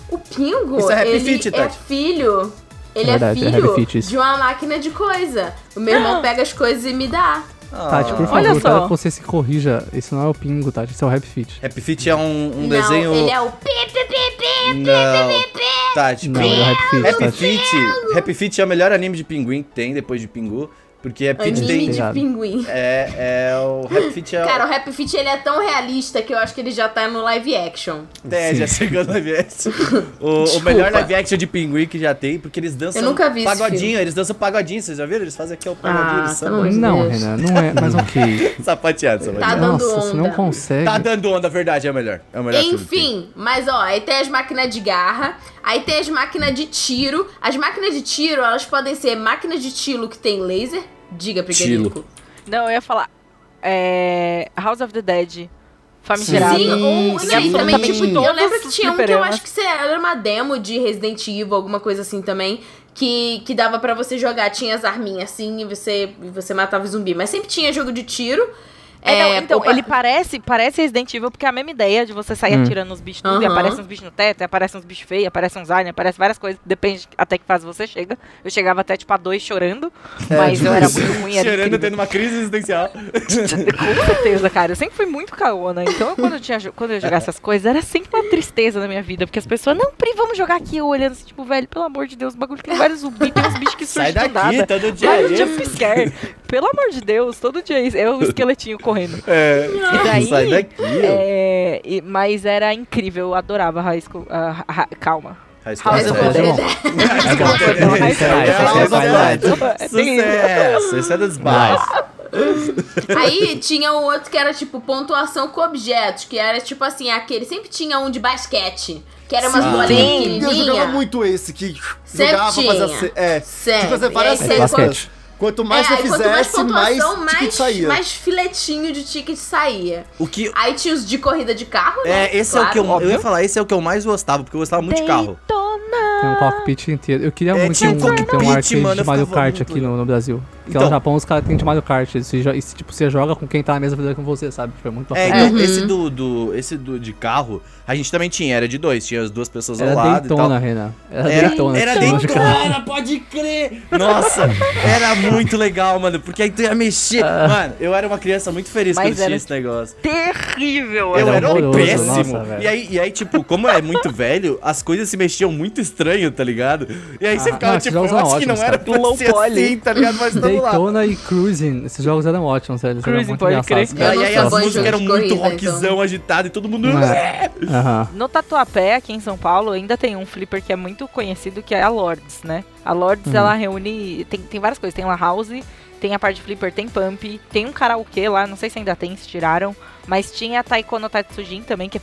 Speaker 2: O Pingo,
Speaker 4: Isso é Happy
Speaker 2: ele
Speaker 4: Feet,
Speaker 2: é
Speaker 4: Tati.
Speaker 2: filho. Ele
Speaker 6: Verdade,
Speaker 2: é
Speaker 6: é
Speaker 2: filho
Speaker 6: Happy Feet isso.
Speaker 2: de uma máquina de coisa. O meu irmão pega as coisas e me dá.
Speaker 4: Ah,
Speaker 6: Tati, por
Speaker 7: Olha
Speaker 6: favor,
Speaker 7: só.
Speaker 6: quero que você se corrija. Isso não é o Pingo, Tati, isso é o Rap Fit.
Speaker 4: Happy Feet é um, um
Speaker 2: Não,
Speaker 4: desenho.
Speaker 2: ele é o pi, pi, pi, pi.
Speaker 4: Não, Tati,
Speaker 6: Não,
Speaker 4: Pingu-
Speaker 6: é o Rap Fit,
Speaker 4: Happy
Speaker 6: Tati.
Speaker 4: Feet, Happy Feet é o melhor anime de pinguim que tem depois de Pingu, porque Happy Feet
Speaker 2: Anime
Speaker 4: tem
Speaker 2: de
Speaker 6: Obrigado.
Speaker 2: pinguim.
Speaker 4: é, é o Happy Feet é,
Speaker 2: Cara, o Rap Fit ele é tão realista que eu acho que ele já tá no live action.
Speaker 4: é já chegou no live action. O, o melhor live action de pinguim que já tem, porque eles dançam
Speaker 2: Eu nunca vi esse
Speaker 4: pagodinho,
Speaker 2: filme.
Speaker 4: eles dançam pagodinho, vocês já viram? Eles fazem aqui o pagodinho,
Speaker 2: Ah,
Speaker 4: eles
Speaker 2: pelo amor
Speaker 4: são
Speaker 2: de
Speaker 6: Não,
Speaker 2: Deus.
Speaker 6: Renan, não é, mas ok.
Speaker 4: sapateados, sapateados.
Speaker 2: Tá dando
Speaker 6: Nossa, você não
Speaker 2: onda.
Speaker 6: consegue.
Speaker 4: Tá dando onda, a verdade é o melhor. É o melhor filme que tem.
Speaker 2: Enfim, mas ó, aí tem as máquinas de garra, aí tem as máquinas de tiro. As máquinas de tiro, elas podem ser máquinas de tiro que tem laser. Diga, Piquenico.
Speaker 7: Não, eu ia falar. É, House of the Dead. Famigerado.
Speaker 2: Sim, ou,
Speaker 5: Sim,
Speaker 2: não, e
Speaker 5: sim.
Speaker 2: também,
Speaker 5: Também
Speaker 2: tipo,
Speaker 5: em
Speaker 2: eu
Speaker 7: todos
Speaker 2: lembro que
Speaker 7: os
Speaker 2: tinha um que eu
Speaker 7: fliperamas.
Speaker 2: acho que você- era uma demo de Resident Evil, alguma coisa assim também, que, que dava pra você jogar. Tinha as arminhas assim e você, e você matava o zumbi. Mas sempre tinha jogo de tiro.
Speaker 7: É, não, então,
Speaker 2: opa,
Speaker 7: ele parece, parece Resident Evil, porque é a mesma ideia de você sair
Speaker 6: Hum.
Speaker 7: atirando nos bichos tudo, e
Speaker 2: Aham.
Speaker 7: aparecem uns bichos no teto, e aparecem uns bichos feios, aparecem uns aliens, aparecem várias coisas, depende até que fase você chega. Eu chegava até, tipo, a dois chorando, mas eu era muito ruim, era
Speaker 4: Chorando,
Speaker 7: incrível.
Speaker 4: tendo uma crise existencial.
Speaker 7: Com certeza, cara. Eu sempre fui muito caona. Então, quando eu, tinha, quando eu jogava essas coisas, era sempre uma tristeza na minha vida. Porque as pessoas, não, Pri, vamos jogar aqui. Eu olhando assim, tipo, velho, pelo amor de Deus, o bagulho tem vários zumbis, tem uns bichos que
Speaker 4: Sai
Speaker 7: surgem do
Speaker 4: daqui,
Speaker 7: nada.
Speaker 4: todo dia. é
Speaker 7: Vários
Speaker 4: isso.
Speaker 7: jumpscare. Pelo amor de Deus, todo dia é isso. é o esqueletinho correndo.
Speaker 4: É,
Speaker 7: E daí,
Speaker 4: sai daqui.
Speaker 7: É, e- mas era incrível, eu adorava High School. ah, ha- ha- calma.
Speaker 4: House
Speaker 2: é,
Speaker 7: House of the
Speaker 6: Dead.
Speaker 5: né?
Speaker 7: High School.
Speaker 6: Essa é a qualidade.
Speaker 7: Tem isso.
Speaker 4: Sucesso! Esse é dos bares.
Speaker 2: Aí tinha o outro que era tipo pontuação com objetos, que era tipo assim, aquele. Sempre tinha um de basquete, que era umas
Speaker 4: Sim.
Speaker 2: bolinhas
Speaker 5: assim. Eu jogava
Speaker 2: pequenininhas.
Speaker 5: muito esse que
Speaker 2: Sempre
Speaker 5: jogava pra fazer
Speaker 2: tinha.
Speaker 5: assim. É.
Speaker 2: Sempre.
Speaker 5: Tipo, você várias
Speaker 2: E aí você-
Speaker 5: coisas. Quanto mais
Speaker 2: é,
Speaker 5: você
Speaker 2: aí quanto mais
Speaker 5: fizesse, mais
Speaker 2: pontuação,
Speaker 5: ticket saía.
Speaker 2: mais filetinho de ticket saía.
Speaker 4: O que.
Speaker 2: Aí tinha os de corrida de carro, né?
Speaker 4: É, esse é o
Speaker 2: Claro.
Speaker 4: que eu, eu ia falar, esse é o que eu mais gostava, porque eu gostava muito de carro.
Speaker 7: Daytona.
Speaker 6: Tem um cockpit inteiro. Eu queria
Speaker 4: É,
Speaker 6: muito ter
Speaker 4: tinha
Speaker 6: um,
Speaker 4: um
Speaker 6: ter um
Speaker 4: cockpit,
Speaker 6: arcade
Speaker 4: mano, eu
Speaker 6: de Mario
Speaker 4: ficava
Speaker 6: Kart
Speaker 4: muito
Speaker 6: aqui no, no Brasil. Porque lá
Speaker 4: Então.
Speaker 6: no Japão os caras têm de Mario Kart. E se, jo- e se, tipo, você joga com quem tá na mesma vida com você, sabe? Tipo, é muito
Speaker 4: É,
Speaker 6: bacana.
Speaker 4: então,
Speaker 2: Uhum.
Speaker 4: esse, do, do- esse do, de carro, a gente também tinha, era de dois, tinha as duas pessoas
Speaker 6: Era
Speaker 4: ao lado então, e
Speaker 6: Daytona,
Speaker 4: tal.
Speaker 6: Renan. Era,
Speaker 4: Era,
Speaker 6: Daytona. tipo,
Speaker 4: era
Speaker 6: que tinha de carro.
Speaker 4: Daytona, pode crer! Nossa, era muito legal, mano, porque aí tu ia mexer. Mano, eu era uma criança muito feliz
Speaker 7: Mas
Speaker 4: quando tinha
Speaker 7: era-
Speaker 4: esse negócio. Eu
Speaker 7: Terrível!
Speaker 6: Era
Speaker 4: era um
Speaker 6: É horroroso,
Speaker 4: péssimo.
Speaker 6: nossa, velho.
Speaker 4: e, aí, e aí, tipo, como é muito velho, as coisas se mexiam muito estranho, tá ligado? E aí você
Speaker 6: Ah,
Speaker 4: ficava,
Speaker 6: não, esses
Speaker 4: tipo, eu
Speaker 6: jogos
Speaker 4: acho
Speaker 6: eram
Speaker 4: que não
Speaker 6: ótimos,
Speaker 4: era
Speaker 6: cara.
Speaker 4: pra ser
Speaker 7: Low poly.
Speaker 4: assim, tá ligado? Mas tamo lá.
Speaker 6: Daytona e Cruising. Esses jogos eram ótimos, eles eram
Speaker 7: Cruising,
Speaker 6: muito
Speaker 7: pode
Speaker 6: engraçados.
Speaker 7: crer.
Speaker 4: E
Speaker 6: cara.
Speaker 4: aí,
Speaker 2: Eu não
Speaker 4: aí
Speaker 2: sou
Speaker 4: as
Speaker 2: fã de
Speaker 4: músicas
Speaker 2: jogo
Speaker 4: eram
Speaker 2: de
Speaker 4: muito
Speaker 2: corrida,
Speaker 4: rockzão
Speaker 2: então.
Speaker 4: agitado e todo mundo.
Speaker 6: É. Aham.
Speaker 7: No Tatuapé, aqui em São Paulo, ainda tem um flipper que é muito conhecido, que é a Lords, né? A Lords,
Speaker 4: Uhum.
Speaker 7: ela reúne... Tem, tem várias coisas. Tem La House, tem a parte de flipper, tem pump, tem um karaokê lá, não sei se ainda tem, se tiraram. Mas tinha a Taiko no Tatsujin também, que é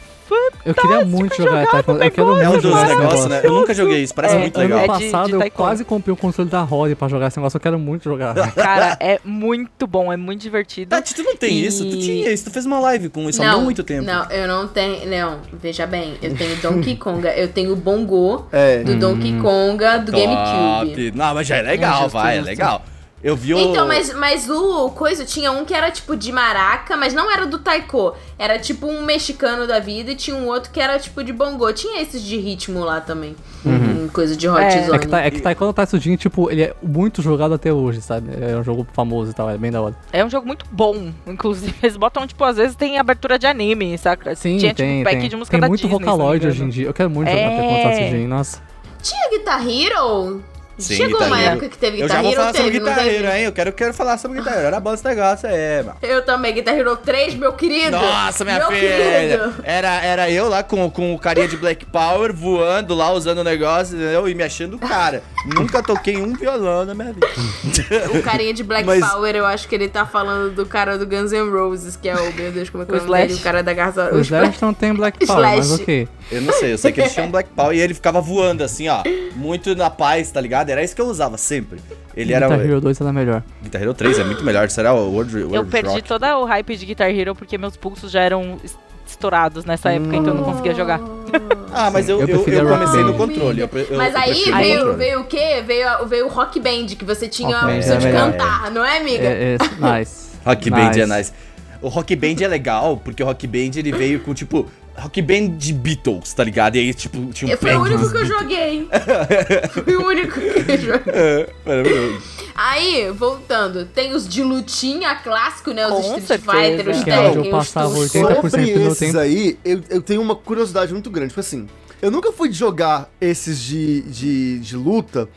Speaker 6: Eu queria muito jogar Taekwondo. Eu quero
Speaker 4: É um
Speaker 6: muito
Speaker 4: dos
Speaker 6: jogar esse
Speaker 4: negócios, né? Eu nunca joguei isso, parece
Speaker 7: É,
Speaker 4: muito
Speaker 7: eu
Speaker 4: legal.
Speaker 6: Ano
Speaker 7: É de- de
Speaker 6: passado eu
Speaker 7: taekwondo.
Speaker 6: quase comprei o controle da Rory pra jogar esse negócio, eu quero muito jogar. velho.
Speaker 7: Cara, é muito bom, é muito divertido.
Speaker 4: Tati, tu não tem
Speaker 7: E-
Speaker 4: isso? Tu tinha isso, tu fez uma live com isso há muito tempo.
Speaker 2: Não, eu não tenho. Não, veja bem, eu tenho Donkey Konga, eu tenho o Bongo
Speaker 5: É.
Speaker 2: do
Speaker 4: Hum,
Speaker 2: Donkey Konga do GameCube.
Speaker 4: Não, mas já é legal,
Speaker 6: Justo,
Speaker 4: vai, é
Speaker 6: justo.
Speaker 4: legal. Eu vi o.
Speaker 2: Então, mas, mas o coisa, tinha um que era tipo de maraca, mas não era do taiko. Era tipo um mexicano da vida e tinha um outro que era tipo de bongo. Tinha esses de ritmo lá também.
Speaker 4: Uhum.
Speaker 2: Hum, Coisa de hot
Speaker 7: É.
Speaker 2: zone.
Speaker 6: É que, tá, é que Taekwondo Tatsujin, tipo, ele é muito jogado até hoje, sabe? É um jogo famoso e tal, é bem da hora.
Speaker 7: É um jogo muito bom, inclusive. Eles botam, tipo, às vezes tem abertura de anime, saca?
Speaker 6: Sim,
Speaker 7: Tinha,
Speaker 6: tem,
Speaker 7: tipo, pack
Speaker 6: tem.
Speaker 7: de música
Speaker 6: tem
Speaker 7: da
Speaker 6: muito
Speaker 7: Disney, se não me
Speaker 6: vocaloid hoje em
Speaker 7: engano.
Speaker 6: dia. Eu quero muito jogar
Speaker 7: É.
Speaker 6: Taekwondo Tatsujin, nossa.
Speaker 2: Tinha Guitar Hero?
Speaker 4: Sim,
Speaker 2: Chegou
Speaker 4: Guitar
Speaker 2: uma
Speaker 4: Hero.
Speaker 2: época que teve
Speaker 4: Eu
Speaker 2: Guitar
Speaker 4: já vou
Speaker 2: Hero
Speaker 4: falar sobre
Speaker 2: teve, não teve?
Speaker 4: guitarreiro, hein? Eu quero, quero falar sobre guitarreiro. Era bom esse negócio, é, mano.
Speaker 2: Eu também, Guitar Hero 3, meu querido.
Speaker 4: Nossa, minha
Speaker 2: meu
Speaker 4: filha!
Speaker 2: Querido.
Speaker 4: Era, era eu lá com, com o carinha de Black Power voando lá, usando o negócio, entendeu? E me achando o cara. Nunca toquei um violão na minha vida.
Speaker 2: O carinha de Black
Speaker 4: Mas-
Speaker 2: Power, eu acho que ele tá falando do cara do Guns N' Roses, que é o, meu Deus, como é que
Speaker 7: O
Speaker 2: é o nome dele?
Speaker 7: Slash.
Speaker 2: O cara da garça...
Speaker 6: O Slash não tem Black Power, mas
Speaker 2: Slash.
Speaker 6: ok.
Speaker 4: Eu não sei, eu sei que ele tinha um Black Power e ele ficava voando assim, ó. Muito na paz, tá ligado? Era isso que eu usava sempre. Ele era.
Speaker 6: Guitar Hero 2 era melhor.
Speaker 4: Guitar Hero 3 é muito melhor. Será o World, World
Speaker 7: Eu perdi
Speaker 4: Rock?
Speaker 7: toda o hype de Guitar Hero porque meus pulsos já eram es- estourados nessa época, então eu não conseguia jogar.
Speaker 6: Hum,
Speaker 4: Ah, mas eu,
Speaker 6: eu
Speaker 4: eu,
Speaker 6: prefiro
Speaker 4: eu
Speaker 6: a Rock
Speaker 4: comecei no
Speaker 6: Band.
Speaker 4: controle. eu pre- eu-
Speaker 2: Mas
Speaker 4: eu
Speaker 2: aí
Speaker 4: prefiro o
Speaker 2: veio,
Speaker 4: controle.
Speaker 2: veio o quê? Veio, a- veio o Rock Band, que você tinha
Speaker 6: Rock
Speaker 2: a
Speaker 6: Band
Speaker 2: opção
Speaker 6: é
Speaker 2: de
Speaker 6: melhor.
Speaker 2: cantar, não é, amiga?
Speaker 6: É, é nice.
Speaker 4: Rock Band é nice. O Rock Band é legal, porque o Rock Band ele veio com tipo. Rock Band de Beatles, tá ligado? E aí, tipo, tinha um
Speaker 2: Foi o
Speaker 4: pack
Speaker 2: único
Speaker 4: dos
Speaker 2: que eu
Speaker 4: Beatles.
Speaker 2: joguei. Foi o único que eu joguei.
Speaker 4: É, maravilhoso.
Speaker 2: Aí, voltando, tem os de lutinha clássico, né? Os
Speaker 7: Com
Speaker 2: Street
Speaker 7: certeza.
Speaker 2: Fighter, os
Speaker 6: Que é onde eu
Speaker 2: Tekken, os
Speaker 6: passava
Speaker 2: Tussos.
Speaker 6: 80% do
Speaker 5: Sobre
Speaker 6: meu
Speaker 5: esses
Speaker 6: tempo.
Speaker 5: aí, eu, eu tenho uma curiosidade muito grande. Tipo assim, eu nunca fui jogar esses de, de, de luta,